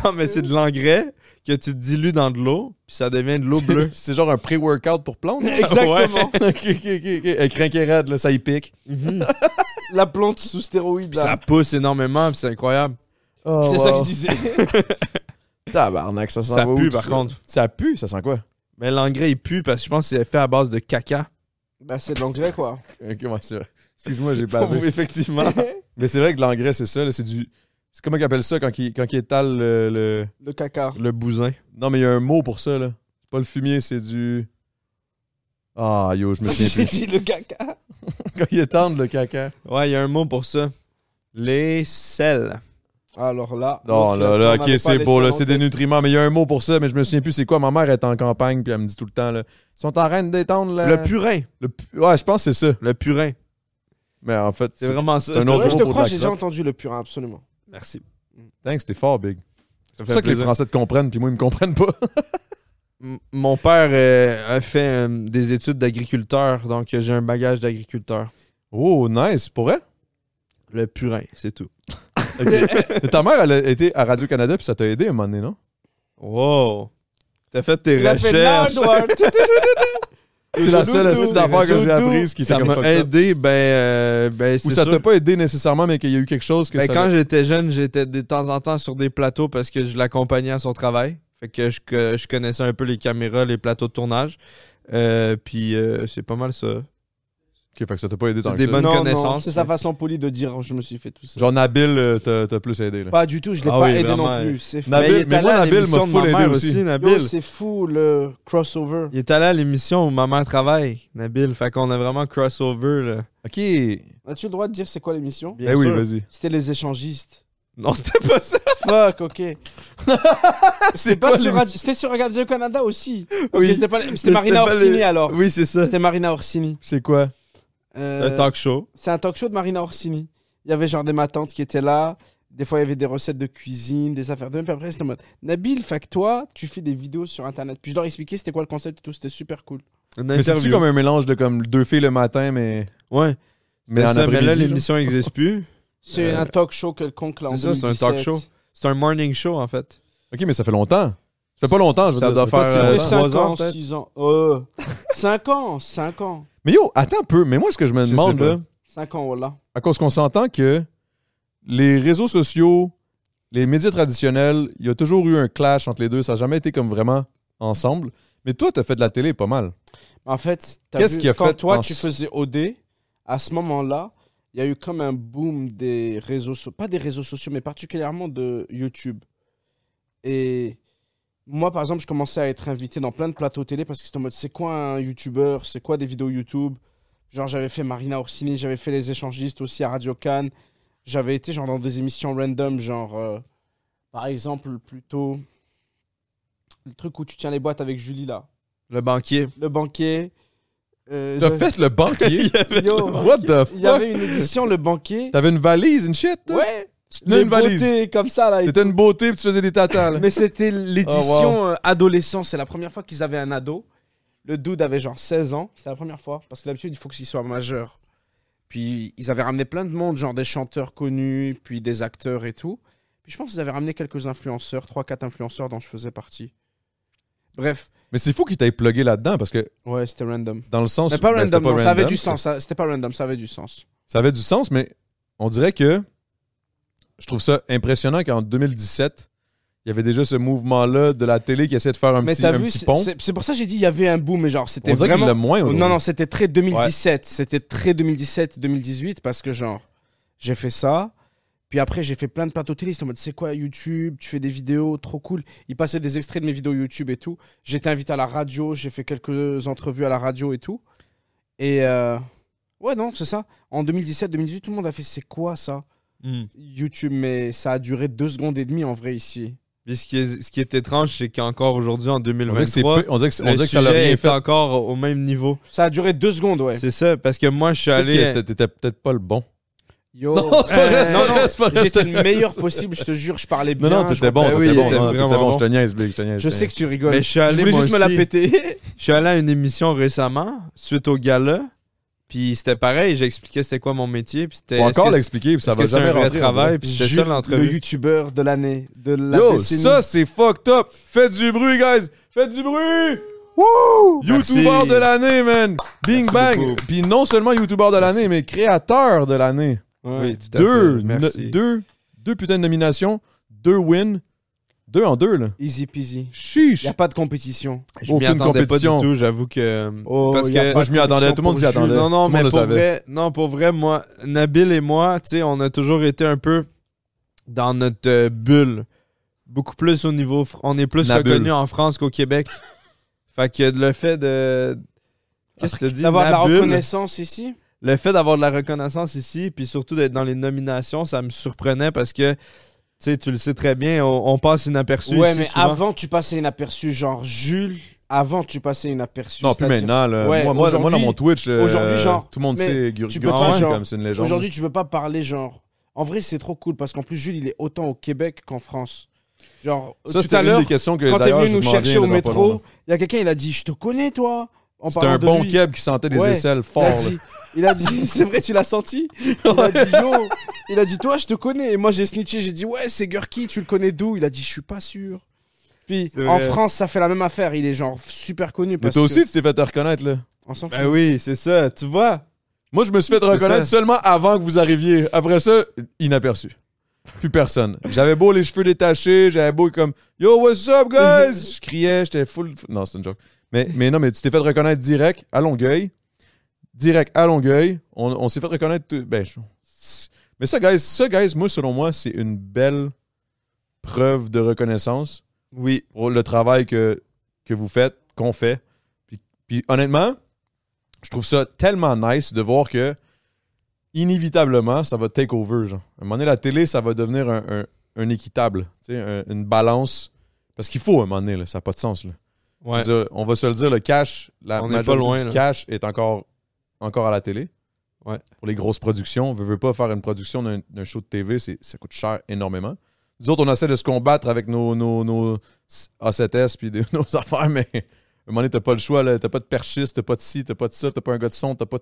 non, mais c'est de l'engrais que tu dilues dans de l'eau, puis ça devient de l'eau bleue. C'est genre un pré-workout pour plantes. Exactement. [LAUGHS] ok, ok, ok. ok. Elle craque raide, là, ça y pique. Mhm. La plante sous stéroïdes. Puis là. ça pousse énormément, puis c'est incroyable. C'est ça que je disais. Tabarnak, ça sent Ça pue, par contre. Ça pue, ça sent quoi Mais l'engrais, il pue parce que je pense que c'est fait à base de [LAUGHS] caca. bah, c'est de l'anglais, quoi. Ok, ouais, c'est vrai. Excuse-moi, [LAUGHS] j'ai pas vu. Effectivement. Mais c'est vrai que l'engrais, c'est ça, là, c'est du. C'est comment ils appellent ça quand ils quand ils étalent le, le- Le caca. Le bousin. Non, mais il y a un mot pour ça, là. C'est pas le fumier, c'est du. Ah, yo, je me souviens [LAUGHS] J'ai plus. dit le caca. [LAUGHS] quand ils étendent le caca. Ouais, il y a un mot pour ça. Les sels. Alors là. Non, là, notre flamme, là, on avait ok, pas c'est les beau, là, sons c'est en des tête. nutriments, mais il y a un mot pour ça, mais je me souviens plus c'est quoi. Ma mère est en campagne, puis elle me dit tout le temps, là, ils sont en train d'étendre la... Le purin. le pu- Ouais, je pense que c'est ça. Le purin. Mais en fait, C'est vraiment C'est ça. un te- autre Ouais, je mot te pour de crois, la j'ai déjà crotte. entendu le purin, absolument. Merci. dingue, c'était fort, big. C'est me pour fait ça que les plaisir. Français te comprennent, puis moi, ils me comprennent pas. [LAUGHS] M- Mon père euh, a fait euh, des études d'agriculteur, donc euh, j'ai un bagage d'agriculteur. oh, nice, pour vrai? Le purin, c'est tout. Ok. Mais ta mère, elle a été à Radio-Canada, puis ça t'a aidé à un moment donné, non? Wow! T'as fait tes Il a [LAUGHS] fait recherches. l'Hardware. [LAUGHS] C'est la seule Zoudou, petite affaire que j'ai Zoudou. apprise qui était Ça comme m'a fucked up. aidé, ben, euh, ben Ou c'est ça sûr. t'a pas aidé nécessairement, mais qu'il y a eu quelque chose que Ben, ça... quand j'étais jeune, j'étais de temps en temps sur des plateaux parce que je l'accompagnais à son travail. Fait que je, que- je connaissais un peu les caméras, les plateaux de tournage. Euh, puis euh, c'est pas mal ça. Ok, fait que ça t'a pas aidé C'est tant que des ça. bonnes- Non. connaissance, C'est sa mais- façon polie de dire hein, je me suis fait tout ça. Genre Nabil, euh, t'as t'as plus aidé, là. Pas du tout, je l'ai Ah pas oui, aidé non vraiment, plus. C'est fou. Nabil- Mais il est mais allé moi, à Nabil m'a l'émission de ma full aidé mère aussi. aussi, Yo, Nabil. C'est fou le crossover. Il est allé à l'émission où ma mère travaille, Nabil. Fait qu'on a vraiment crossover, là. Ok. Eh As-tu le droit de dire c'est quoi l'émission Bien oui, sûr. vas-y. C'était les échangistes. Non, c'était pas ça. Fuck, ok. [LAUGHS] C'est Pas quoi sur le- Radio- C'était sur Radio Canada aussi. Ok, Oui. c'était pas- c'était c'était Marina pas les- Orsini alors. Oui, c'est ça. C'était Marina Orsini. C'est quoi? Euh, Un talk show. C'est un talk show de Marina Orsini. Il y avait genre des matantes qui étaient là. Des fois, il y avait des recettes de cuisine, des affaires de même. Puis après, c'était en mode Nabil, fait que toi, tu fais des vidéos sur Internet. Puis je leur expliquais c'était quoi le concept et tout. C'était super cool. Une Mais c'est-tu interview. comme un mélange de comme deux filles le matin, mais, Ouais. mais C'était en ça, mais après-midi? là, genre? l'émission n'existe plus. C'est Euh, un talk show quelconque là en c'est ça, c'est un talk 2017. show. C'est un morning show, en fait. Ok, mais ça fait longtemps. Ça fait pas longtemps, je veux Ça dire. doit doit faire, faire- euh, C'est trois 5 ans, ans, peut-être. 6 ans. Euh, 5 ans, 5 ans. Mais yo, attends un peu. Mais moi, ce que je me Je demande, sais pas. là, 5 ans, voilà. à cause qu'on s'entend que les réseaux sociaux, les médias traditionnels, il y a toujours eu un clash entre les deux. Ça n'a jamais été comme vraiment ensemble. Mais toi, t'as fait de la télé pas mal. En fait, t'as Qu'est-ce vu, qui a quand fait, toi, en- tu faisais OD, à ce moment-là, il y a eu comme un boom des réseaux sociaux. Pas des réseaux sociaux, mais particulièrement de YouTube. Et moi, par exemple, je commençais à être invité dans plein de plateaux télé parce que c'était en mode c'est quoi un YouTuber C'est quoi des vidéos YouTube Genre, j'avais fait Marina Orsini, j'avais fait Les échangistes aussi à Radio Cannes. J'avais été genre dans des émissions random, genre euh, par exemple, plutôt le truc où tu tiens les boîtes avec Julie là. Le banquier. Le banquet. Euh, T'as j'avais- fait le banquier? [LAUGHS] Yo, What the Il y fuck? avait une édition, le banquet. T'avais une valise, une shit? toi? Ouais, Tu tenais les une valise. beautés comme ça là. et T'étais une beauté puis tu faisais des tatas, là. Mais c'était l'édition Oh, euh, adolescent. C'est la première fois qu'ils avaient un ado. Le dude avait genre 16 ans. C'est la première fois. Parce que d'habitude, il faut qu'il soit majeur. Puis ils avaient ramené plein de monde, genre des chanteurs connus, puis des acteurs et tout. Puis je pense qu'ils avaient ramené quelques influenceurs, 3-4 influenceurs dont je faisais partie. Bref. Mais c'est fou qu'il t'aille plugué là-dedans parce que Ouais, c'était random. dans le sens. Mais pas ben, random, c'était non, ça avait random, du sens. ça- C'était pas random, ça avait du sens. ça avait du sens, mais on dirait que je trouve ça impressionnant qu'en 2017, il y avait déjà ce mouvement-là de la télé qui essayait de faire un mais petit, t'as un vu, petit c'est- pont. c'est c'est pour ça que j'ai dit il y avait un boom, mais genre On c'était dirait qu'il vraiment. l'a hein, moins aujourd'hui. Non, non, c'était très 2017. C'était très 2017-2018 parce que, genre, j'ai fait ça. Puis après, j'ai fait plein de plateaux télé. C'était en mode, c'est quoi YouTube Tu fais des vidéos, trop cool. Ils passaient des extraits de mes vidéos YouTube et tout. J'étais invité à la radio. J'ai fait quelques entrevues à la radio et tout. Et euh, ouais, non, c'est ça. En 2017-2018, tout le monde a fait, c'est quoi ça Hmm. YouTube, mais ça a duré deux secondes et demie en vrai ici. Puis ce qui est, ce qui est étrange, c'est qu'encore aujourd'hui, en On dirait que c'est 2023, peu- on dirait que, on le dirait que ça sujet l'a rien est fait. encore au même niveau. Ça a duré deux secondes, ouais. C'est ça, parce que moi, je suis Peut-être que allé... euh, c'était- T'étais peut-être pas le bon. Yo. Non, c'est pas vrai, c'est non, pas non, vrai, c'est pas vrai, J'étais je te- le meilleur possible, je te jure, je parlais bien. Non, non, je t'étais bon, comprends. t'étais Oui, il bon. était non, T'étais vraiment bon, bon. je te niaise, Big, je te niaise. Je je te sais niaise. que tu rigoles. Mais je suis allé, je voulais moi juste me la aussi. péter. Je suis allé à une émission récemment, suite au gala, puis c'était pareil, j'expliquais c'était quoi mon métier, puis c'était... Faut est-ce encore que- l'expliquer, puis ça est-ce va que c'est jamais un vrai rentrer. on travail, dirait. puis c'était ça Jules, l'entrevue. Le youtubeur de l'année, de la Yo, décennie. ça c'est fucked up. Faites du bruit, guys. Faites du bruit. Wouh! Merci. YouTuber de l'année, man. Bing Merci bang. beaucoup. Puis non seulement YouTuber de l'année, mais créateur de l'année. Ouais. Oui, tout à Deux, fait, merci. no- deux, deux putains de nominations, deux wins, deux en deux là. Easy peasy. Chiche. Y a pas de compétition. Je m'y Aucune attendais pas du compétition. tout, j'avoue que... Oh, Parce y a que- pas Moi de je m'y attendais, tout le monde s'y compétition pour attendait. Non, non, Tout le monde mais le pour savait. vrai, non, pour vrai, moi, Nabil et moi, tu sais, on a toujours été un peu dans notre euh, bulle. Beaucoup plus au niveau. fr- On est plus Nabulle. reconnu en France [LAUGHS] qu'au Québec. fait que le fait de. Qu'est-ce que tu dis? D'avoir de la Nabulle, reconnaissance ici. Le fait d'avoir de la reconnaissance ici, puis surtout d'être dans les nominations, ça me surprenait parce que, tu sais, tu le sais très bien, on, on passe inaperçu. Ouais, ici mais souvent. avant tu passais inaperçu, genre Jules. Avant tu passais inaperçu. Non, plus c'est-à-dire- maintenant. Là. Ouais, moi, moi, moi, dans aujourd'hui- mon Twitch, euh, aujourd'hui, genre, tout le monde mais sait Gur- tu peux Gurgis, pas, c'est genre, comme c'est une légende. Aujourd'hui, tu peux pas parler genre. En vrai, c'est trop cool parce qu'en plus Jules, il est autant au Québec qu'en France. Genre ça, tout c'était à une l'heure, des questions que quand t'es d'ailleurs, venu je nous m'en chercher viens au dans pas longtemps. métro, il y a quelqu'un, il a dit Je te connais, toi en C'était parlant un de bon lui. keb qui sentait des Ouais. aisselles Il fort. a là. dit, il a dit, [LAUGHS] c'est vrai, tu l'as senti Il a dit, yo Il a dit, toi, je te connais. Et moi, j'ai snitché, j'ai dit, ouais, c'est Gurki, tu le connais d'où Il a dit, je suis pas sûr. Puis, C'est en vrai. France, ça fait la même affaire. Il est genre super connu. Mais Parce toi Bah que- aussi, tu t'es fait te reconnaître, là. On s'en fout. Ben oui, c'est ça, tu vois. Moi, je me suis fait ça. reconnaître seulement avant que vous arriviez. Après ça, inaperçu. Plus personne. J'avais beau les cheveux détachés, j'avais beau comme Yo, what's up, guys? Je criais, j'étais full. Non, c'est une joke. Mais, mais non, mais tu t'es fait reconnaître direct à Longueuil. Direct à Longueuil. On, on s'est fait reconnaître. tout- Ben, je- Mais ça, guys, ça, guys, moi, selon moi, c'est une belle preuve de reconnaissance Oui. pour le travail que, que vous faites, qu'on fait. Puis, puis honnêtement, je trouve ça tellement nice de voir que inévitablement, ça va take over. Genre. À un moment donné, la télé, ça va devenir un, un- un équitable, tu sais, un- une balance. Parce qu'il faut à un moment donné, là, ça n'a pas de sens. là. Ouais. Je veux dire, on va se le dire, le cash, la On est majorité pas loin, du là. cash est encore, encore à la télé. Ouais. Pour les grosses productions, on ne veut pas faire une production d'un d'un show de TV, c'est- ça coûte cher énormément. Nous autres, on essaie de se combattre avec nos, nos, nos A7S puis de- [LAUGHS] nos affaires, mais à un moment donné, t'as pas le choix, là. t'as pas de perchiste, t'as pas de ci, t'as pas de ça, t'as pas un gars de son, t'as pas,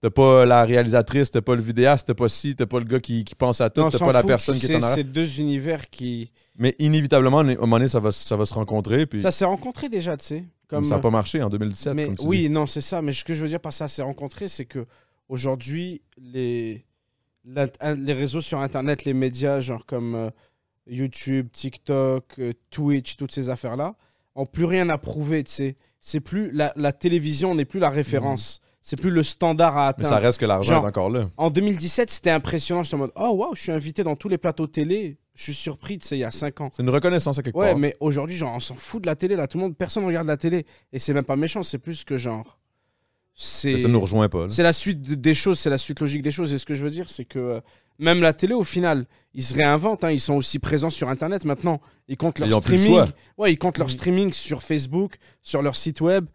t'as pas la réalisatrice, t'as pas le vidéaste, t'as pas ci, t'as pas le gars qui, qui pense à tout, Non, on t'as s'en pas la fout, personne qui est en c'est- arrière. C'est deux univers qui. Mais inévitablement, à un moment donné, ça va, ça va se rencontrer, puis Ça s'est rencontré déjà, tu sais. Comme... euh, ça n'a pas marché en 2017. mais comme tu oui, dis. non, c'est ça. Mais ce que je veux dire par ça, c'est rencontré, c'est que aujourd'hui, les, l'int- in- les réseaux sur Internet, les médias, genre comme euh, YouTube, TikTok, euh, Twitch, toutes ces affaires-là, ont plus rien à prouver, tu sais. C'est plus la, la télévision n'est plus la référence. C'est plus le standard à Mhm. Mais atteindre. ça reste que l'argent Genre- est encore là. En 2017, c'était impressionnant. J'étais en mode, oh waouh, je suis invité dans tous les plateaux télé. Je suis surpris, tu sais, il y a 5 ans. C'est une reconnaissance à quelque Ouais, part. mais aujourd'hui, genre, on s'en fout de la télé, là. Tout le monde, personne regarde la télé. Et c'est même pas méchant, c'est plus que genre. C'est. Ça ne nous rejoint pas. là. C'est la suite de- des choses, c'est la suite logique des choses. Et ce que je veux dire, c'est que euh, même la télé, au final, ils se réinventent. hein. Ils sont aussi présents sur Internet maintenant. Ils comptent leur Ils ont plus le streaming. choix. ouais, ils comptent leur streaming sur Facebook, sur leur site web.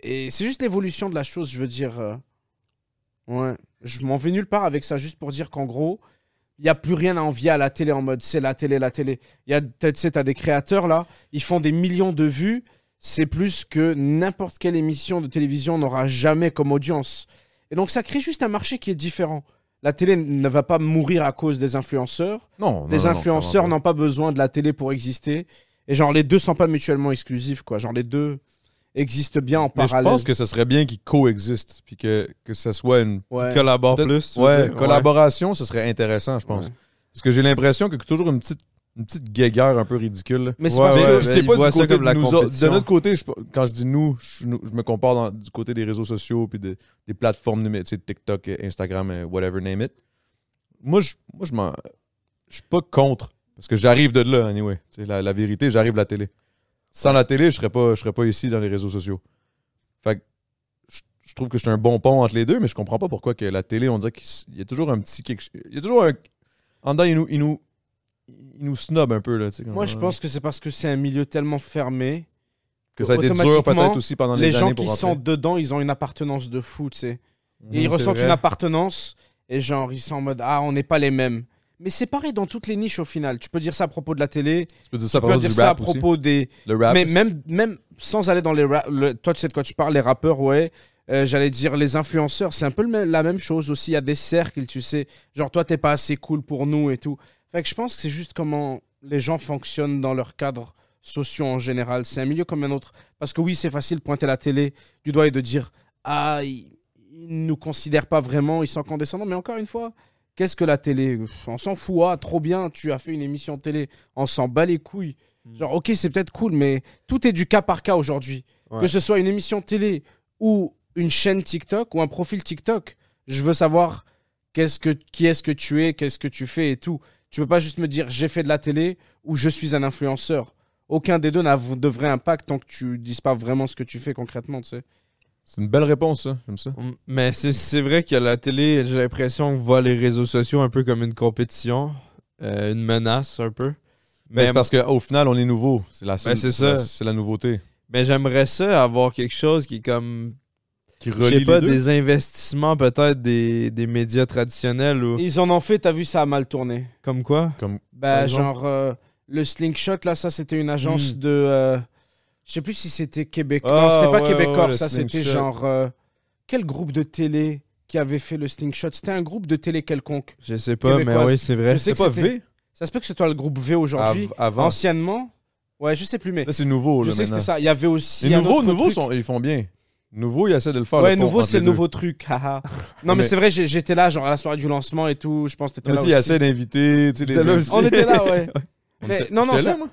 Et c'est juste l'évolution de la chose, je veux dire. euh, Ouais. Je m'en vais nulle part avec ça, juste pour dire qu'en gros, il n'y a plus rien à envier à la télé en mode c'est la télé, la télé. Il y a, tu sais, t'as des créateurs là, ils font des millions de vues. C'est plus que n'importe quelle émission de télévision n'aura jamais comme audience. Et donc ça crée juste un marché qui est différent. La télé ne va pas mourir à cause des influenceurs. Non, non, les non, non, influenceurs clairement n'ont pas besoin de la télé pour exister. Et genre les deux sont pas mutuellement exclusifs quoi. Genre les deux existent bien en pas. Mais je parallèle. pense que ce serait bien qu'ils coexistent puis que, que ce soit une Ouais. Collabore Peut-être- plus. tu veux ouais, dire? collaboration, ce serait intéressant, je pense. Ouais. Parce que j'ai l'impression que toujours une petite, une petite guéguerre un peu ridicule. Mais c'est Ouais, parce Mais que- ouais, puis mais c'est ils pas du voient ça côté comme de la nous autres. De compétition. notre côté, je- quand je dis nous, je, nous- je me compare dans- du côté des réseaux sociaux puis de- des plateformes numériques, tu sais, TikTok, euh, Instagram, euh, whatever, name it. Moi, je moi, je m'en- je suis pas contre parce que j'arrive de là, anyway. Tu sais, la, la vérité, j'arrive de la télé. Sans la télé, je serais pas, je serais pas ici dans les réseaux sociaux. Fait que je, je trouve que je suis un bon pont entre les deux, mais je comprends pas pourquoi que la télé, on dirait qu'il s- il y a toujours un petit quelque, il y a toujours un en dedans, il nous, il nous, il nous snob un peu là. tu sais, Moi, je quand- pense que c'est parce que c'est un milieu tellement fermé. que ça a été dur Automatiquement, peut-être aussi pendant les, les gens années qui pour sont rentrer. dedans, ils ont une appartenance de fou, tu sais. Et Mhm, ils c'est ressentent vrai. une appartenance et genre, ils sont en mode Ah, on n'est pas les mêmes. Mais c'est pareil dans toutes les niches au final. Tu peux dire ça à propos de la télé, Tu peux dire ça tu à peux propos dire du ça à rap aussi. propos des. Le rap, Mais c'est- même, même sans aller dans les. ra- le- Toi, tu sais de quoi tu parles, les rappeurs, ouais. Euh, J'allais dire les influenceurs, c'est un peu le même- la même chose aussi. Il y a des cercles, tu sais. Genre, toi, t'es pas assez cool pour nous et tout. Fait que je pense que c'est juste comment les gens fonctionnent dans leur cadre sociaux en général. C'est un milieu comme un autre. Parce que oui, c'est facile de pointer la télé du doigt et de dire Ah, ils ils nous considèrent pas vraiment, ils sont condescendants. Mais encore une fois, qu'est-ce que la télé Pff, On s'en fout. Ah, trop bien, tu as fait une émission de télé. On s'en bat les couilles. Genre, ok, c'est peut-être cool, mais tout est du cas par cas aujourd'hui. Ouais. Que ce soit une émission de télé ou une chaîne TikTok ou un profil TikTok, je veux savoir qu'est-ce que, qui est-ce que tu es, qu'est-ce que tu fais et tout. Tu peux pas juste me dire j'ai fait de la télé ou je suis un influenceur. Aucun des deux n'a v- de vrai impact tant que tu dises pas vraiment ce que tu fais concrètement, tu sais. c'est une belle réponse, ça. J'aime ça. Mais c'est- c'est vrai que la télé, j'ai l'impression que voit les réseaux sociaux un peu comme une compétition, euh, une menace un peu. Mais Mais, c'est parce qu'au final, on est nouveau. C'est Ben, la seule- c'est c'est la- ça. c'est la nouveauté. mais j'aimerais ça avoir quelque chose qui est comme Qui je relie sais les pas deux. des investissements peut-être des, des médias traditionnels ou Ils en ont fait, t'as vu, ça a mal tourné. comme quoi Comme... Bah, Par exemple. genre, euh, le Slingshot, là, ça, c'était une agence Hmm. de. euh, je sais plus si c'était Québec. non, Ah, c'était pas ouais, Québécois, ouais, le ça, c'était Slingshot. genre. euh, quel groupe de télé qui avait fait le Slingshot C'était un groupe de télé quelconque. Je sais pas, mais Québécoise. oui, c'est vrai. Je sais C'est que pas c'était- V Ça se peut que ce soit le groupe V aujourd'hui. av- avant. Anciennement Ouais, je sais plus, mais. Là, c'est nouveau. je là, sais que maintenant. c'était ça. Il y avait aussi. Les un nouveaux, autre nouveaux truc. sont... ils font bien. Nouveau, il essaie de le faire. ouais, le pont nouveau, entre c'est les le deux. nouveau truc. [LAUGHS] haha. non, mais, Mais- c'est vrai, j'ai- j'étais là, genre à la soirée du lancement et tout. Je pense que t'étais Mais là. tu sais, il aussi. essaie d'inviter, tu sais, les T'es là invités. On était là, [LAUGHS] ouais. Mais était- non, non, j'étais ça. là, moi.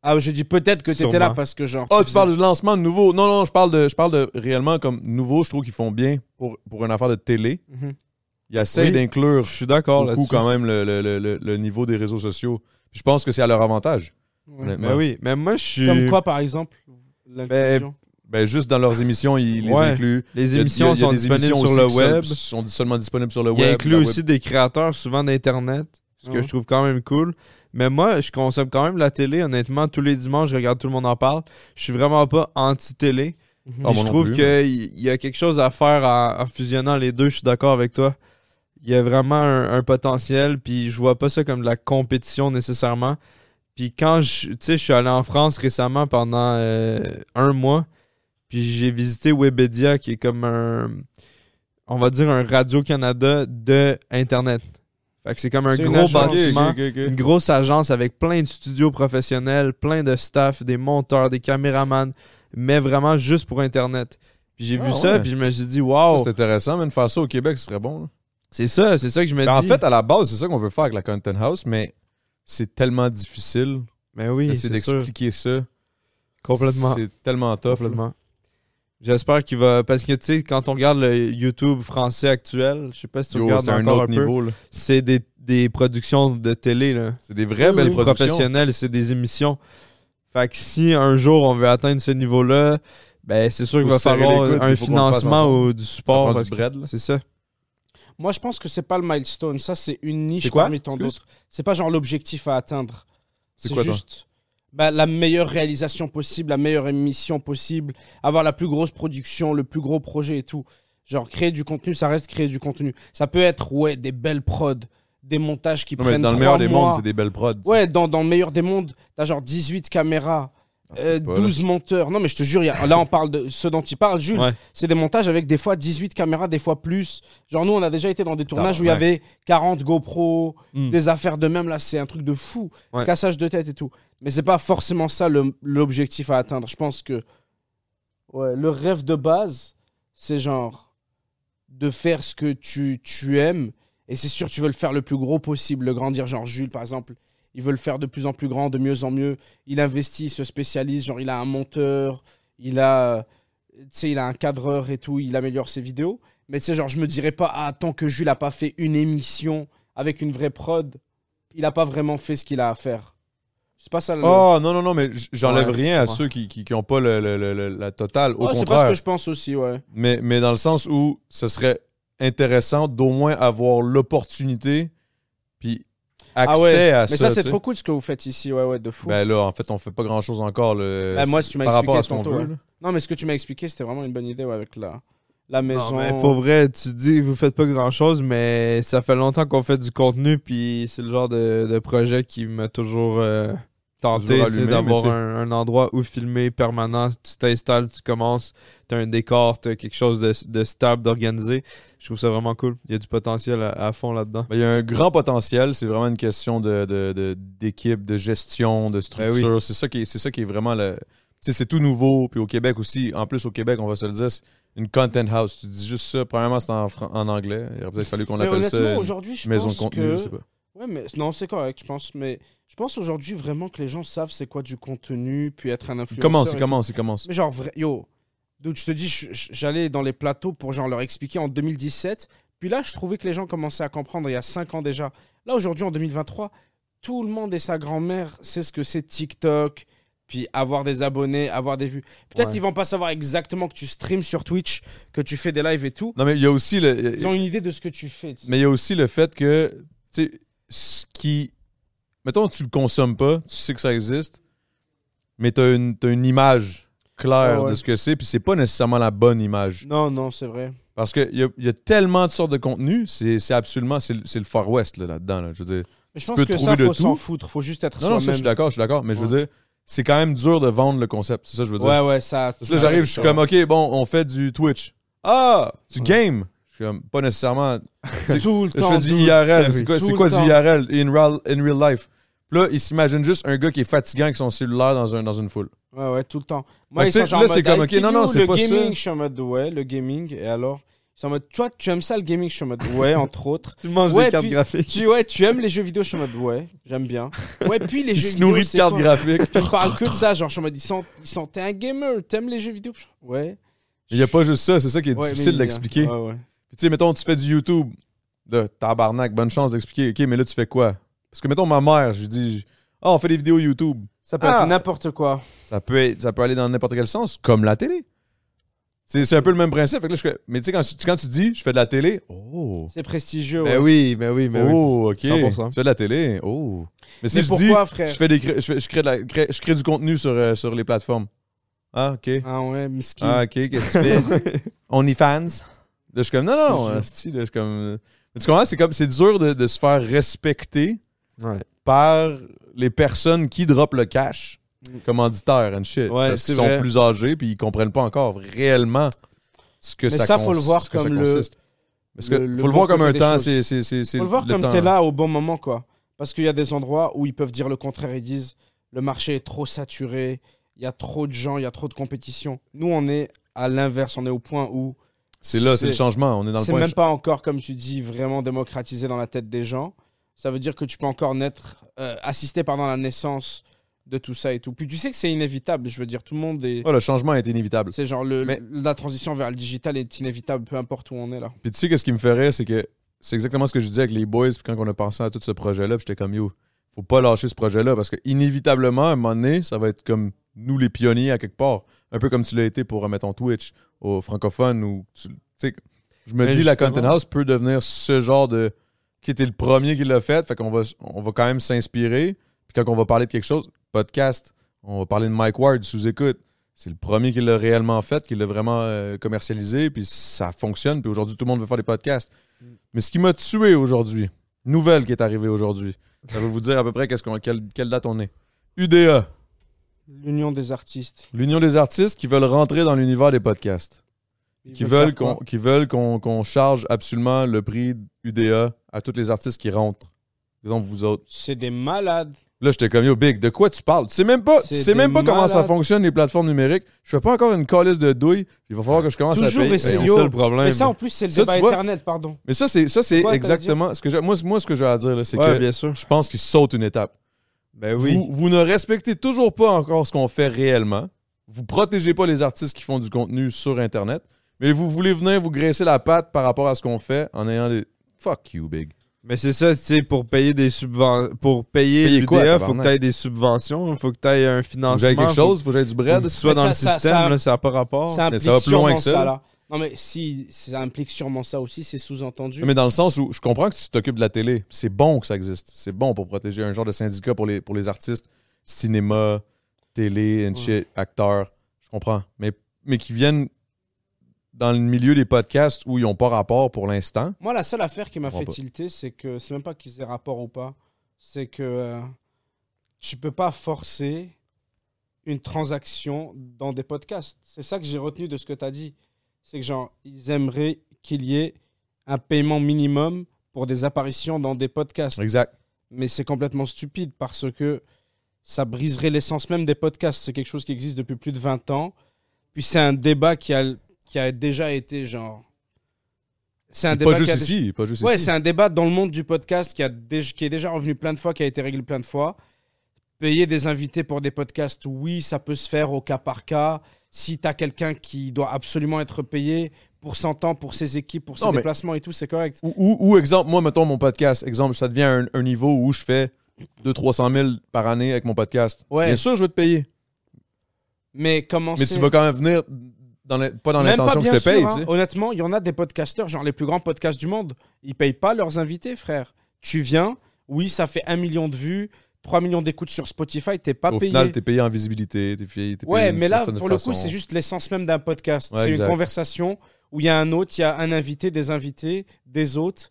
Ah, je dis peut-être que t'étais là Sûrement. parce que, genre. Ah, tu faisais- parles du lancement de nouveau. Non, non, je parle de, je parle de réellement comme nouveau. Je trouve qu'ils font bien pour, pour une affaire de télé. Mhm. Ils essaient Oui. d'inclure Je suis d'accord beaucoup là-dessus. quand même le, le- le- le- le niveau des réseaux sociaux. Puis je pense que c'est à leur avantage. Ouais. honnêtement. Mais Ben oui, mais moi je suis. Comme quoi, par exemple l'inclusion Ben, juste dans leurs émissions, ils les Ouais. incluent. Il Les y a- émissions il y a- il y a sont des disponibles émissions sur le aussi qui web. sont- sont seulement disponibles sur le Il web. inclut la web. aussi des créateurs souvent d'Internet, ce que Ouais. je trouve quand même cool. Mais moi, je consomme quand même la télé, honnêtement. Tous les dimanches, je regarde Tout le monde en parle. Je suis vraiment pas anti-télé. Ah, Mhm. Puis moi je non trouve plus, qu'il y a quelque chose à faire en, en fusionnant les deux. Je suis d'accord avec toi. Il y a vraiment un, un potentiel. Puis je vois pas ça comme de la compétition nécessairement. Puis quand je, tu sais, je suis allé en France récemment pendant euh, un mois. Puis j'ai visité Webedia, qui est comme un, on va dire un Radio Canada de Internet. Fait que c'est comme un C'est une gros agence. bâtiment. Ok, ok, ok. Une grosse agence avec plein de studios professionnels, plein de staff, des monteurs, des caméramans, mais vraiment juste pour Internet. Puis j'ai Ah vu ça, ouais. puis je me suis dit, Ça, waouh, C'est intéressant, mais de faire ça au Québec, ce serait bon. là. c'est ça, c'est ça que je me dis. Ben, en fait, à la base, c'est ça qu'on veut faire avec la Content House, mais c'est tellement difficile mais oui, d'essayer c'est sûr. d'expliquer ça. Complètement. C'est tellement tough. là. Complètement. J'espère qu'il va. Parce que, tu sais, quand on regarde le YouTube français actuel, je sais pas si tu Yo, regardes c'est un encore autre un, peu, niveau. là. c'est des, des productions de télé, là. C'est des vraies Oui, belles oui. productions. professionnel, c'est des émissions. Fait que si un jour on veut atteindre ce niveau-là, ben c'est sûr Faut qu'il va se serrer les coudes, falloir un puis faut qu'on le fasse financement ensemble. ou du Ça support. prend parce du que- bread, là. C'est ça. Moi, je pense que c'est pas le milestone. Ça, c'est une niche C'est quoi parmi tant Excuse? d'autres. C'est pas genre l'objectif à atteindre. C'est C'est quoi, toi juste bah, la meilleure réalisation possible, la meilleure émission possible, avoir la plus grosse production, le plus gros projet et tout. Genre, créer du contenu, ça reste créer du contenu. Ça peut être, ouais, des belles prods, des montages qui Non, mais prennent dans le trois meilleur des mois. mondes, c'est des belles prods. Ouais, dans, dans le meilleur des mondes, t'as genre 18 caméras, euh, pas, là. 12 monteurs. Non, mais je te jure, y a- là, on parle de ce dont tu parles, Jules. Ouais. C'est des montages avec des fois 18 caméras, des fois plus. Genre, nous, on a déjà été dans des tournages où il y Tabarnak. avait 40 GoPro, Mm. des affaires de même. Là, c'est un truc de fou. Ouais. Cassage de tête et tout. Mais c'est pas forcément ça le- l'objectif à atteindre. Je pense que ouais, le rêve de base, c'est genre de faire ce que tu, tu aimes. Et c'est sûr, tu veux le faire le plus gros possible, le grandir. Genre Jules, par exemple, il veut le faire de plus en plus grand, de mieux en mieux. Il investit, il se spécialise. Genre, il a un monteur, il a, euh, tu sais, il a un cadreur et tout. Il améliore ses vidéos. Mais tu sais, genre, je me dirais pas, ah, tant que Jules a pas fait une émission avec une vraie prod, il a pas vraiment fait ce qu'il a à faire. C'est pas ça le. Oh non, non, non, mais j- j'enlève Ouais, rien à ouais. ceux qui n'ont pas le- le- le- le- la totale. Au Oh, c'est pas ce contraire. Bah, que je pense aussi, ouais. mais, mais dans le sens où ce serait intéressant d'au moins avoir l'opportunité puis accès Ah ouais, à Mais ça. ça, c'est tu sais. trop cool ce que vous faites ici, ouais, ouais, de fou. Ben là, en fait, on fait pas grand chose encore. le- Ben, moi, si tu m'as par rapport à ce expliqué qu'on tantôt. veut. ouais. là. Non, mais ce que tu m'as expliqué, c'était vraiment une bonne idée ouais, avec la, la Non, maison. mais pour vrai, tu dis vous faites pas grand chose, mais ça fait longtemps qu'on fait du contenu, puis c'est le genre de, de projet qui m'a toujours euh, tenté Toujours tu sais, allumé, d'avoir mais tu sais. un, un endroit où filmer permanent. Tu t'installes, tu commences, t'as un décor, t'as quelque chose de, de stable, d'organisé. Je trouve ça vraiment cool. Il y a du potentiel à- à fond là-dedans. Ben, Il y a un grand potentiel. C'est vraiment une question d'équipe, de, de, d'équipe, de gestion, de Ben oui. structure. C'est ça, qui est- c'est ça qui est vraiment le. Tu sais, c'est tout nouveau. Puis au Québec aussi, en plus au Québec, on va se le dire, c'est une content house. Tu dis juste ça. Premièrement, c'est en, fran- en anglais. Il aurait peut-être fallu qu'on Mais appelle ça honnêtement, une aujourd'hui, je maison de pense contenu. que... Je sais pas. Ouais, mais non, c'est correct, je pense. Mais je pense aujourd'hui vraiment que les gens savent c'est quoi du contenu, puis être un Il influenceur. commence, il et commence, il tout. commence. Mais genre, vrai- yo, donc je te dis, je- je- j'allais dans les plateaux pour genre leur expliquer en 2017. Puis là, je trouvais que les gens commençaient à comprendre il y a 5 ans déjà. Là, aujourd'hui, en 2023, tout le monde et sa grand-mère sait ce que c'est TikTok, puis avoir des abonnés, avoir des vues. Peut-être Ouais. ils vont pas savoir exactement que tu streams sur Twitch, que tu fais des lives et tout. Non, mais il y a aussi le. Ils ont une idée de ce que tu fais. tu sais. Mais il y a aussi le fait que, tu sais, ce qui. Mettons, tu le consommes pas, tu sais que ça existe, mais tu as une, t'as une image claire Ah ouais. de ce que c'est, puis c'est pas nécessairement la bonne image. Non, non, c'est vrai. Parce qu'il y a, il y a tellement de sortes de contenus, c'est c'est absolument. C'est le- c'est le Far West là, là-dedans. là. je veux dire. Mais je Tu pense peux que ça, trouver de faut s'en tout. foutre, faut juste être Non, non, ça, je suis soi-même. d'accord, je suis d'accord, mais je veux dire, c'est quand même dur de vendre le concept, c'est ça que je veux dire. Ouais, ouais, ça. Parce que là, j'arrive, je suis comme, ok, bon, on fait du Twitch. Ah, du Ouais. game. Je suis comme, pas nécessairement. [LAUGHS] tout le Je temps. fais du dude. IRL. oui. C'est quoi, Ben Tout c'est le quoi du temps. IRL in real, in real life? Puis là, ils s'imaginent juste un gars qui est fatigant avec son cellulaire dans, un, dans une foule. Ouais, ouais, tout le temps. Moi, Fait ils que tu sont sais, genre là, en Bah, c'est mode, comme, I ok, kill non, non, you, c'est pas ça. Le gaming, je suis en mode, ouais, le gaming, et alors Ils sont en mode, toi, tu aimes ça le gaming Je suis en mode, [LAUGHS] ouais, entre autres. Tu manges Ouais, des cartes puis- graphiques. Tu, ouais, tu aimes les jeux vidéo Je suis en mode, ouais, j'aime bien. Ouais, puis les Il jeux se vidéo. nourrit de c'est cartes quoi graphiques. [LAUGHS] Puis ils parlent que de ça, genre, je suis en mode, ils sont, ils sont, t'es un gamer, t'aimes les jeux vidéo Puis je- Ouais. Il n'y a pas juste ça, c'est ça qui est Ouais, mais euh, difficile il y a- d'expliquer. Ouais, ouais. Puis tu sais, mettons, tu fais du YouTube. De tabarnak, bonne chance d'expliquer. OK, mais là, tu fais quoi? Parce que, mettons, ma mère, je lui dis, ah, on fait des vidéos YouTube. Ça peut Ah. être n'importe quoi. Ça peut, être- ça peut aller dans n'importe quel sens, comme la télé. C'est c'est un peu le même principe. Fait que là, je fais- mais tu sais, quand, tu- quand tu dis, je fais de la télé, oh, C'est prestigieux. Ben ouais. oui, ben oui, ben oui. oh, OK, 100%. tu fais de la télé, oh. Mais si Mais je dis, pourquoi, frère je, fais des, cré- je, fais- je crée, de la- crée- je crée du contenu sur, euh, sur les plateformes. Ah, OK. Ah ouais, miskin. Ah, ok, qu'est-ce que tu [LAUGHS] fais? OnlyFans. Là, je suis comme, non, non, esti, là, je suis comme. Mais tu comprends, c'est comme, c'est dur de, de se faire respecter Ouais. par les personnes qui droppent le cash, Mm. commanditaires and shit. Ouais, parce c'est qu'ils sont vrai. plus âgés puis ils comprennent pas encore réellement ce que Mais ça ça, faut le cons- voir ce que ça comme le- consiste. Parce que le- le faut le voir bon comme côté un des temps, choses. c'est. c'est- c'est- c'est Faut le voir comme temps. hein. t'es là au bon moment, quoi. Parce qu'il y a des endroits où ils peuvent dire le contraire. Ils disent le marché est trop saturé, il y a trop de gens, il y a trop de compétition. Nous, on est à l'inverse, on est au point où C'est là, c'est le C'est- changement. On est dans le c'est point. même pas encore, comme tu dis, vraiment démocratisé dans la tête des gens. Ça veut dire que tu peux encore naître, euh, assister pardon, à la naissance de tout ça et tout. Puis tu sais que c'est inévitable, je veux dire, tout le monde est. Ouais, Oh, le changement est inévitable. C'est genre le, Mais- la transition vers le digital est inévitable, peu importe où on est là. Puis tu sais, qu'est-ce qui me ferait, c'est que c'est exactement ce que je disais avec les boys puis quand on a pensé à tout ce projet-là. Puis j'étais comme, yo, faut pas lâcher ce projet-là parce que inévitablement, à un moment donné, ça va être comme nous les pionniers à quelque part. Un peu comme tu l'as été pour, euh, mettons, Twitch aux francophones ou tu tu sais. Je me Mais dis, la justement- Content House peut devenir ce genre de. qui était le premier qui l'a fait. Fait qu'on va, on va quand même s'inspirer. Puis quand on va parler de quelque chose, podcast, on va parler de Mike Ward sous écoute. C'est le premier qui l'a réellement fait, qui l'a vraiment euh, commercialisé, puis ça fonctionne. Puis aujourd'hui, tout le monde veut faire des podcasts. Mais ce qui m'a tué aujourd'hui, nouvelle qui est arrivée aujourd'hui, ça va vous dire à peu près qu'est-ce qu'on, quelle, quelle date on est. UDA, L'union des artistes. l'Union des artistes qui veulent rentrer dans l'univers des podcasts, Ils qui veulent, faire quoi qu'on, qui veulent qu'on, qu'on charge absolument le prix UDA à tous les artistes qui rentrent. Disons vous autres. C'est des malades. Là, j'étais comme, yo, Big, de quoi tu parles? Tu sais même pas, tu C'est sais même des pas comment ça malades. fonctionne, les plateformes numériques. Je fais pas encore une calice de douille. Il va falloir que je commence Toujours à payer. essayer. Ben, C'est Yo, ça le problème. Mais ça, en plus, c'est le Ça, débat tu vois- éternel, pardon. Mais ça, c'est, ça, c'est quoi, t'as exactement ce que j'ai. Moi, c'est- moi, ce que j'ai à dire, là, c'est ouais, que bien sûr. je pense qu'ils sautent une étape. Ben oui. Vous, vous ne respectez toujours pas encore ce qu'on fait réellement. Vous protégez pas les artistes qui font du contenu sur Internet. Mais vous voulez venir vous graisser la patte par rapport à ce qu'on fait en ayant des. Fuck you, Big. Mais c'est ça, tu sais, pour payer des subventions. Pour payer Payer quoi, l'UDA, faut tabarnak? que t'aies des subventions, faut que t'aies un Faut que financement. j'aille quelque faut chose, faut que j'aille du que bread. tu sois Mais dans ça, le ça, système, ça- là, ça n'a pas rapport. Ça Oh, mais implique ça va plus loin sûrement que ça, ça, là. là. Non, mais si, ça implique sûrement ça aussi, c'est sous-entendu. Ah, Mais dans le sens où je comprends que tu t'occupes de la télé. C'est bon que ça existe. C'est bon pour protéger un genre de syndicat pour les, pour les artistes. Cinéma, télé, and Ouais. shit, acteurs. Je comprends. Mais, mais qui viennent dans le milieu des podcasts où ils n'ont pas rapport pour l'instant. Moi, la seule affaire qui m'a Comprends fait pas. tilter, c'est que c'est même pas qu'ils aient rapport ou pas, c'est que euh, tu peux pas forcer une transaction dans des podcasts. C'est ça que j'ai retenu de ce que tu as dit. C'est que, genre, ils aimeraient qu'il y ait un paiement minimum pour des apparitions dans des podcasts. Exact. mais c'est complètement stupide parce que ça briserait l'essence même des podcasts. C'est quelque chose qui existe depuis plus de 20 ans. Puis c'est un débat qui a, qui a déjà été genre. C'est un Pas qui juste a dé- ici. Pas juste Ouais, ici. c'est un débat dans le monde du podcast qui, a déj- qui est déjà revenu plein de fois, qui a été réglé plein de fois. Payer des invités pour des podcasts, oui, ça peut se faire au cas par cas. Si tu as quelqu'un qui doit absolument être payé pour son temps, pour ses équipes, pour ses Non, mais- déplacements et tout, c'est correct. Ou, ou- ou exemple, moi, mettons mon podcast. Exemple, ça devient un, un niveau où je fais 200-300 000 par année avec mon podcast. Ouais. Bien sûr, je vais te payer. Mais comment Mais c'est- tu vas quand même venir, dans la- pas dans Même pas l'intention que je bien te paye. sûr, hein. tu sais. Honnêtement, il y en a des podcasteurs, genre les plus grands podcasts du monde. Ils payent pas leurs invités, frère. Tu viens, oui, ça fait un million de vues, 3 millions d'écoutes sur Spotify, t'es pas Au payé. final, t'es payé en visibilité. T'es payé, t'es payé ouais, d'une mais là, certaine pour le façon. coup, c'est juste l'essence même d'un podcast. Ouais, c'est une exact. conversation où il y a un autre, il y a un invité, des invités, des hôtes.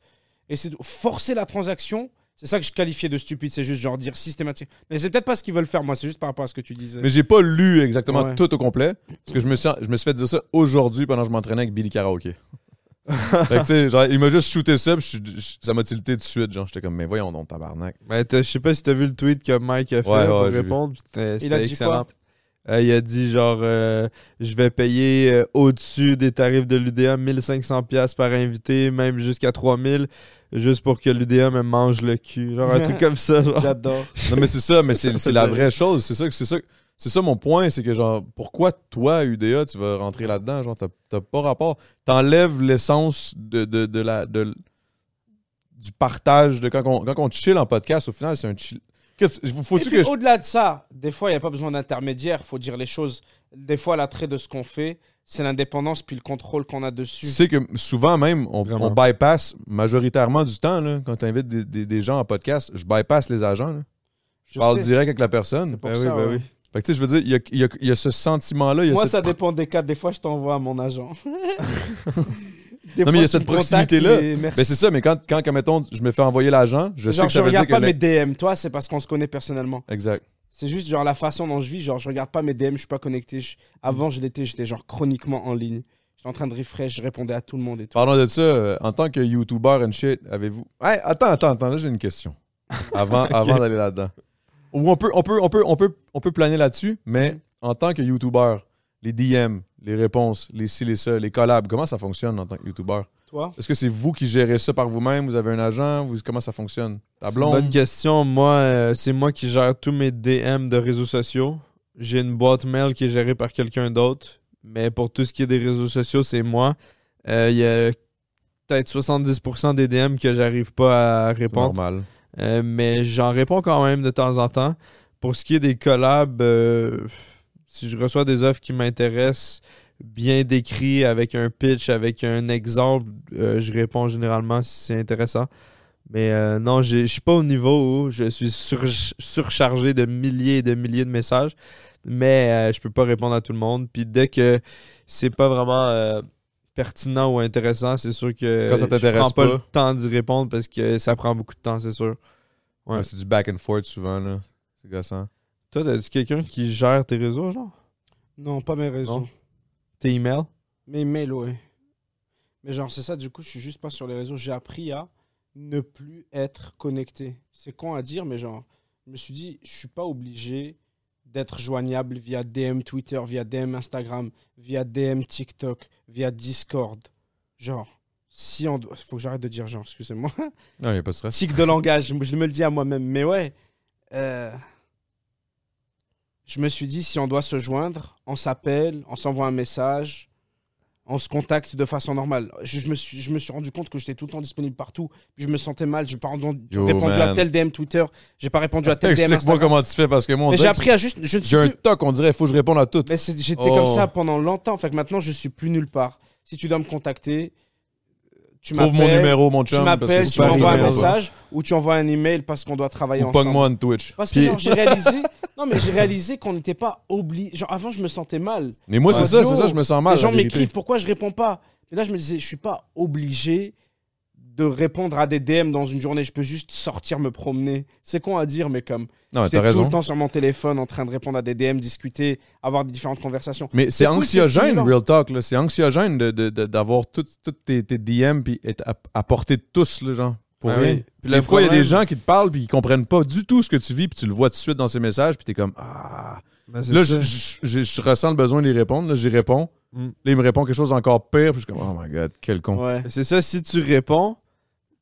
Et c'est tout. forcer la transaction. C'est ça que je qualifiais de stupide, c'est juste genre dire systématique. Mais c'est peut-être pas ce qu'ils veulent faire, moi, c'est juste par rapport à ce que tu disais. Mais j'ai pas lu exactement Ouais. [LAUGHS] tout au complet. Parce que je me suis, je me suis fait dire ça aujourd'hui pendant que je m'entraînais avec Billy Karaoke. Fait que, tu sais, genre, il m'a juste shooté ça, puis je suis- je- ça m'a tilté tout de suite. Genre, j'étais comme, mais voyons donc, tabarnak. Mais t'as- je sais pas si t'as vu le tweet que Mike a fait Ouais, pour ouais, j'ai répondre. puis C'était Il a c'était dit excellent. Euh, il a dit genre euh, je vais payer euh, au-dessus des tarifs de l'UDA 1500 pièces par invité, même jusqu'à 3000 juste pour que l'UDA me mange le cul, genre un [LAUGHS] truc comme ça genre. J'adore. Non, mais c'est ça, mais [LAUGHS] c'est c'est la C'est- vraie chose. C'est ça, que- c'est ça, c'est ça mon point, c'est que genre, pourquoi toi, UDA, tu vas rentrer là-dedans? Genre, t'as- t'as pas rapport. T'enlèves l'essence de, de, de la, de l- du partage de quand on, quand on chill en podcast, au final, c'est un chill. Qu'est-ce- Et Faut-tu puis, que je. Au-delà de ça, des fois, il n'y a pas besoin d'intermédiaire. faut dire les choses. Des fois, l'attrait de ce qu'on fait, c'est l'indépendance puis le contrôle qu'on a Tu dessus. sais que souvent même, on, Vraiment. on bypass majoritairement du temps, là, quand tu invites des, des- des gens en podcast, je bypass les agents. là. Je, Je parle sais. direct avec la C'est personne. pour Ben oui, ça, ben ouais. oui. Fait que tu sais, je veux dire, il y a, il y a- il y a ce sentiment-là. il y a Moi, cette- ça dépend des cas. Des fois, je t'envoie à mon [LAUGHS] agent. Des Non, mais il y a fois, tu cette me contactes, proximité-là. mais merci. Ben, c'est ça, mais quand, quand, comme mettons, je me fais envoyer l'agent, je sais Genre, que ça je veut dire regarde que. pas l'in- mes DM. Toi, c'est parce qu'on se connaît personnellement. [LAUGHS] Exact. C'est juste genre la façon dont je vis. Genre, je regarde pas mes DM, je suis pas connecté. Je- Avant, je l'étais, j'étais genre chroniquement en ligne. J'étais en train de refresh, je répondais à tout le monde et tout. Parlons de ça, euh, en tant que YouTuber and shit, avez-vous. Ouais, attends, attends, attends, là, j'ai une question. Avant, avant d'aller là-dedans. Ou on peut, on, peut, on, peut, on, peut, on peut planer là-dessus, mais en tant que YouTuber, les DM, les réponses, les ci, les ça, les collabs, comment ça fonctionne en tant que YouTuber? Toi Est-ce que c'est vous qui gérez ça par vous-même? Vous avez un agent? Vous, comment ça fonctionne? Ta C'est une Bonne blonde? question. Moi, euh, c'est moi qui gère tous mes DM de réseaux sociaux. J'ai une boîte mail qui est gérée par quelqu'un d'autre. Mais pour tout ce qui est des réseaux sociaux, c'est moi. Euh, Il y a peut-être 70% des DM que j'arrive pas à C'est répondre. normal. Euh, mais j'en réponds quand même de temps en temps. Pour ce qui est des collabs, euh, si je reçois des offres qui m'intéressent, bien décrites, avec un pitch, avec un exemple, euh, je réponds généralement si c'est intéressant. Mais euh, non, j'ai- je suis pas au niveau où je suis sur- surchargé de milliers et de milliers de messages, mais euh, je peux pas répondre à tout le monde. Puis dès que c'est pas vraiment euh, pertinent ou intéressant, c'est sûr que Quand ça je t'intéresse prends pas pas. le temps d'y répondre parce que ça prend beaucoup de temps, c'est sûr. Ouais. Ouais, c'est du back and forth souvent, là. C'est gossant. Toi, t'as-tu quelqu'un qui gère tes réseaux, genre? Non, pas mes réseaux. Non. Tes emails? Mes mails, ouais. Mais genre, c'est ça, du coup, je suis juste pas sur les réseaux. J'ai appris à ne plus être connecté. C'est con à dire, mais genre, je me suis dit, je suis pas obligé d'être joignable via DM Twitter, via DM Instagram, via DM TikTok, via Discord. Genre, si on doit. Faut que j'arrête de dire genre, excusez-moi. [LAUGHS] Non, il n'y a pas de stress. Tic de langage, je me le dis à moi-même. Mais ouais, euh, je me suis dit, si on doit se joindre, on s'appelle, on s'envoie un message, on se contacte de façon normale. Je, je me, suis, je me suis rendu compte que j'étais tout le temps disponible partout. puis je me sentais mal, je n'ai pas rendu- Yo, répondu à man. tel DM Twitter, j'ai pas répondu à tel DM Explique-moi Instagram. comment tu fais parce que moi, on Mais j'ai dirait que appris à juste... Je ne suis j'ai un plus... toc, on dirait, il faut que je réponde à tout. Mais c'est- j'étais Oh. comme ça pendant longtemps. Fait que maintenant, je suis plus nulle part. Si tu dois me contacter, tu Trouve mon m'appelles, numéro, mon tu chum. parce que m'appelles, c'est tu pas m'envoies un numéro. message ou tu envoies un email parce qu'on doit travailler Ou ensemble. pogne-moi en Twitch. Parce que Puis- genre, j'ai réalisé, [LAUGHS] non mais j'ai réalisé qu'on n'était pas obligé. Genre avant je me sentais mal. Mais moi, Ouais. c'est ça, Yo, c'est ça, je me sens mal. Les gens la vérité. m'écrivent pourquoi je réponds pas. Mais là je me disais je suis pas obligé de répondre à des DM dans une journée. Je peux juste sortir me promener. C'est con à dire mais comme Non, mais t'as j'étais tout raison. le temps sur mon téléphone en train de répondre à des DM, discuter, avoir des différentes conversations. Mais c'est cool, c'est anxiogène, stimulant. Real Talk. là. C'est anxiogène de- de- de- d'avoir tout- toutes tes, tes DM puis être à, à portée de tous, le genre. Pour Ah vrai. oui. Puis Des le fois, il y a des problème- gens qui te parlent puis ils comprennent pas du tout ce que tu vis puis tu le vois tout de suite dans ces messages puis t'es comme ah. Ben, c'est Là, je, ça. je- je- je ressens le besoin d'y répondre. Là, j'y réponds. Mm. Là, il me répond quelque chose encore pire puis je suis comme oh my god, quel con. Ouais. C'est ça, si tu réponds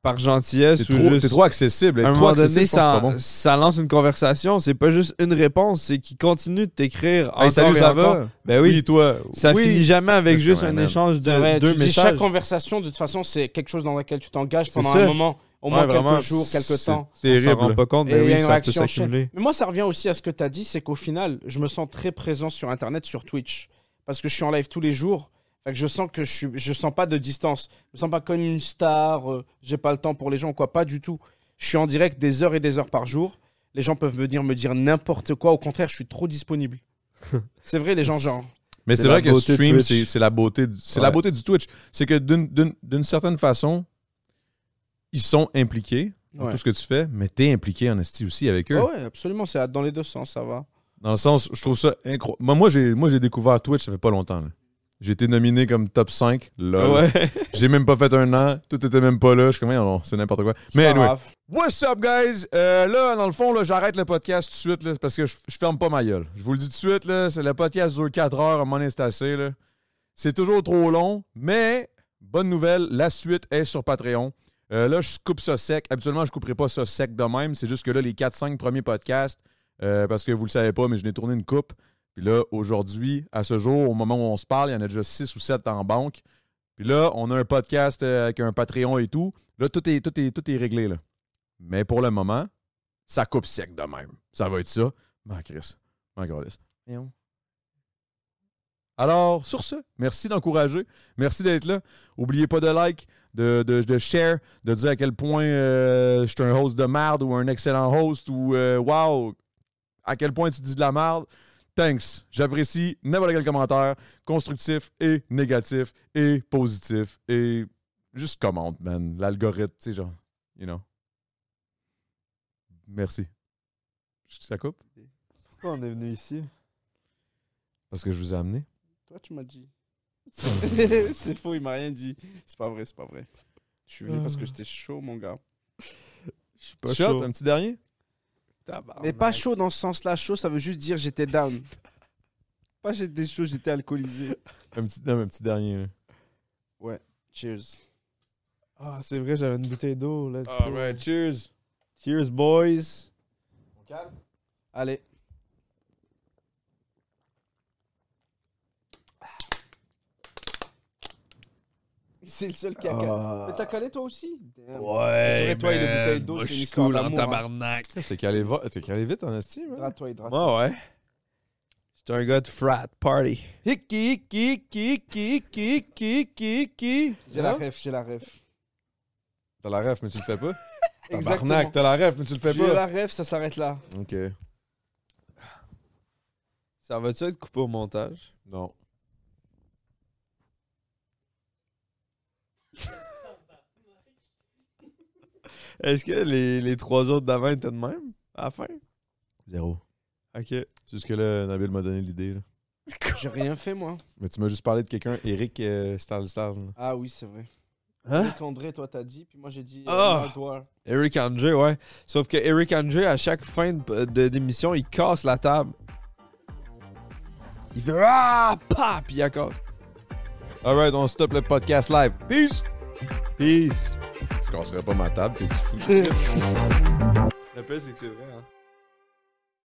par T'es gentillesse ou trop, juste- t'es trop accessible. à un Être trop moment accessible, donné, je pense que c'est ça, pas bon. ça lance une conversation. C'est pas juste une réponse, c'est qu'il continue de t'écrire Hey, encore salut, et ça Ah, encore. va? Ben oui, Oui, toi. ça oui. finit jamais avec C'est juste quand un même- échange de Ouais, deux tu dis chaque messages. conversation, de toute façon, c'est quelque chose dans laquelle tu t'engages pendant ça. un moment, au moins Ouais, vraiment, quelques jours, quelques c'est- temps. On s'en Terrible. rend pas compte, Et mais il y a oui, une ça peut réaction en chaîne. s'accumuler. Mais moi, ça revient aussi à ce que tu as dit, c'est qu'au final, je me sens très présent sur Internet, sur Twitch, parce que je suis en live tous les jours. Fait que je sens que je suis, je sens pas de distance. Je me sens pas comme une star. euh, J'ai pas le temps pour les gens, quoi, pas du tout. Je suis en direct des heures et des heures par jour. Les gens peuvent venir me dire n'importe quoi. Au contraire, je suis [LAUGHS] trop disponible. c'est vrai, les gens, genre. Mais C'est c'est la vrai que beauté de stream, Twitch. c'est c'est la, beauté du- c'est Ouais. la beauté du Twitch. C'est que d'une- d'une d'une certaine façon, ils sont impliqués dans Ouais. tout ce que tu fais, mais t'es impliqué en esti aussi avec eux. Ah ouais, absolument. C'est dans les deux sens, ça va. Dans le sens, je trouve ça incroyable. Moi, moi j'ai moi, j'ai découvert Twitch, ça fait pas longtemps. là. J'ai été nominé comme top 5. Lol. Ouais. J'ai même pas fait un an. Tout était même pas là. Je suis comme, non, c'est n'importe quoi. C'est Mais pas anyway. grave. What's up, guys? Euh, là, dans le fond, là, j'arrête le podcast tout de suite là, parce que je, je ferme pas ma gueule. Je vous le dis tout de suite, là, c'est le podcast dure 4 heures, à un moment donné, c'est assez. là. C'est toujours trop long, mais bonne nouvelle, la suite est sur Patreon. Euh, là, je coupe ça sec. Habituellement, je couperai pas ça sec de même. C'est juste que là, les 4-5 premiers podcasts, euh, parce que vous le savez pas, mais je n'ai tourné une coupe. Puis là, aujourd'hui, à ce jour, au moment où on se parle, il y en a déjà 6 ou 7 en banque. Puis là, on a un podcast euh, avec un Patreon et tout. Là, tout est, tout est, tout est réglé. Là. Mais pour le moment, ça coupe sec de même. Ça va être ça. Ma Chris. Ah, Ma Calisse. Voyons. Alors, sur ce, merci d'encourager. Merci d'être là. Oubliez pas de like, de, de, de share, de dire à quel point euh, je suis un host de merde ou un excellent host ou euh, wow, à quel point tu dis de la merde. Thanks. J'apprécie n'importe quel commentaire, constructif et négatif et positif et juste commente, man. L'algorithme, tu sais, genre, you know. Merci. Ça coupe? Pourquoi on est venu ici? Parce que je vous ai amené. Toi, tu m'as dit. [LAUGHS] c'est faux, il m'a rien dit. C'est pas vrai, c'est pas vrai. Je suis venu Ah. parce que j'étais chaud, mon gars. Je suis Shot, un petit dernier? Ah, Mais pas chaud dans ce sens-là. Chaud, ça veut juste dire j'étais down. [LAUGHS] pas j'étais chaud, j'étais alcoolisé. Un petit, non, un petit dernier. là. Cheers. Ah, c'est vrai, j'avais une bouteille d'eau. Let's go. cheers! Cheers, boys. Allez. C'est le seul qui a calé. Mais t'as calé toi aussi Damn. Ouais, C'est vrai, toi et les man. bouteilles d'eau, Moi, c'est je une suis histoire cool en d'amour, hein. tabarnak. T'es calé, va- t'es calé vite en estime. hein? Hydrate-toi, hydrate-toi. Moi, ouais. J'étais un gars de frat party. Hiki, hiki, hiki, hiki, hiki, hiki. Hein? J'ai la ref, j'ai la ref. T'as la ref, mais tu le fais pas. Exactement. Tabarnak, t'as la ref, mais tu le fais J'ai pas. la ref, ça s'arrête là. Ok. Ça va-tu être coupé au montage? Non. Est-ce que les, les trois autres d'avant étaient de même à la fin? Zéro. Ok. C'est juste que là, Nabil m'a donné l'idée. là. J'ai rien fait, moi. Mais tu m'as juste parlé de quelqu'un, Eric euh, Stalstar. là. Ah oui, c'est vrai. Hein? Eric André, toi, t'as dit, puis moi, j'ai dit. Ah. euh, Edward. Eric André, ouais. Sauf que Eric André, à chaque fin de- de- d'émission, il casse la table. Il fait Ah! Pa! Puis il la casse. Alright, on stoppe le podcast live. Peace! Peace. Je casserai pas ma table, t'es fou. [LAUGHS] Le pire, c'est que c'est vrai, hein.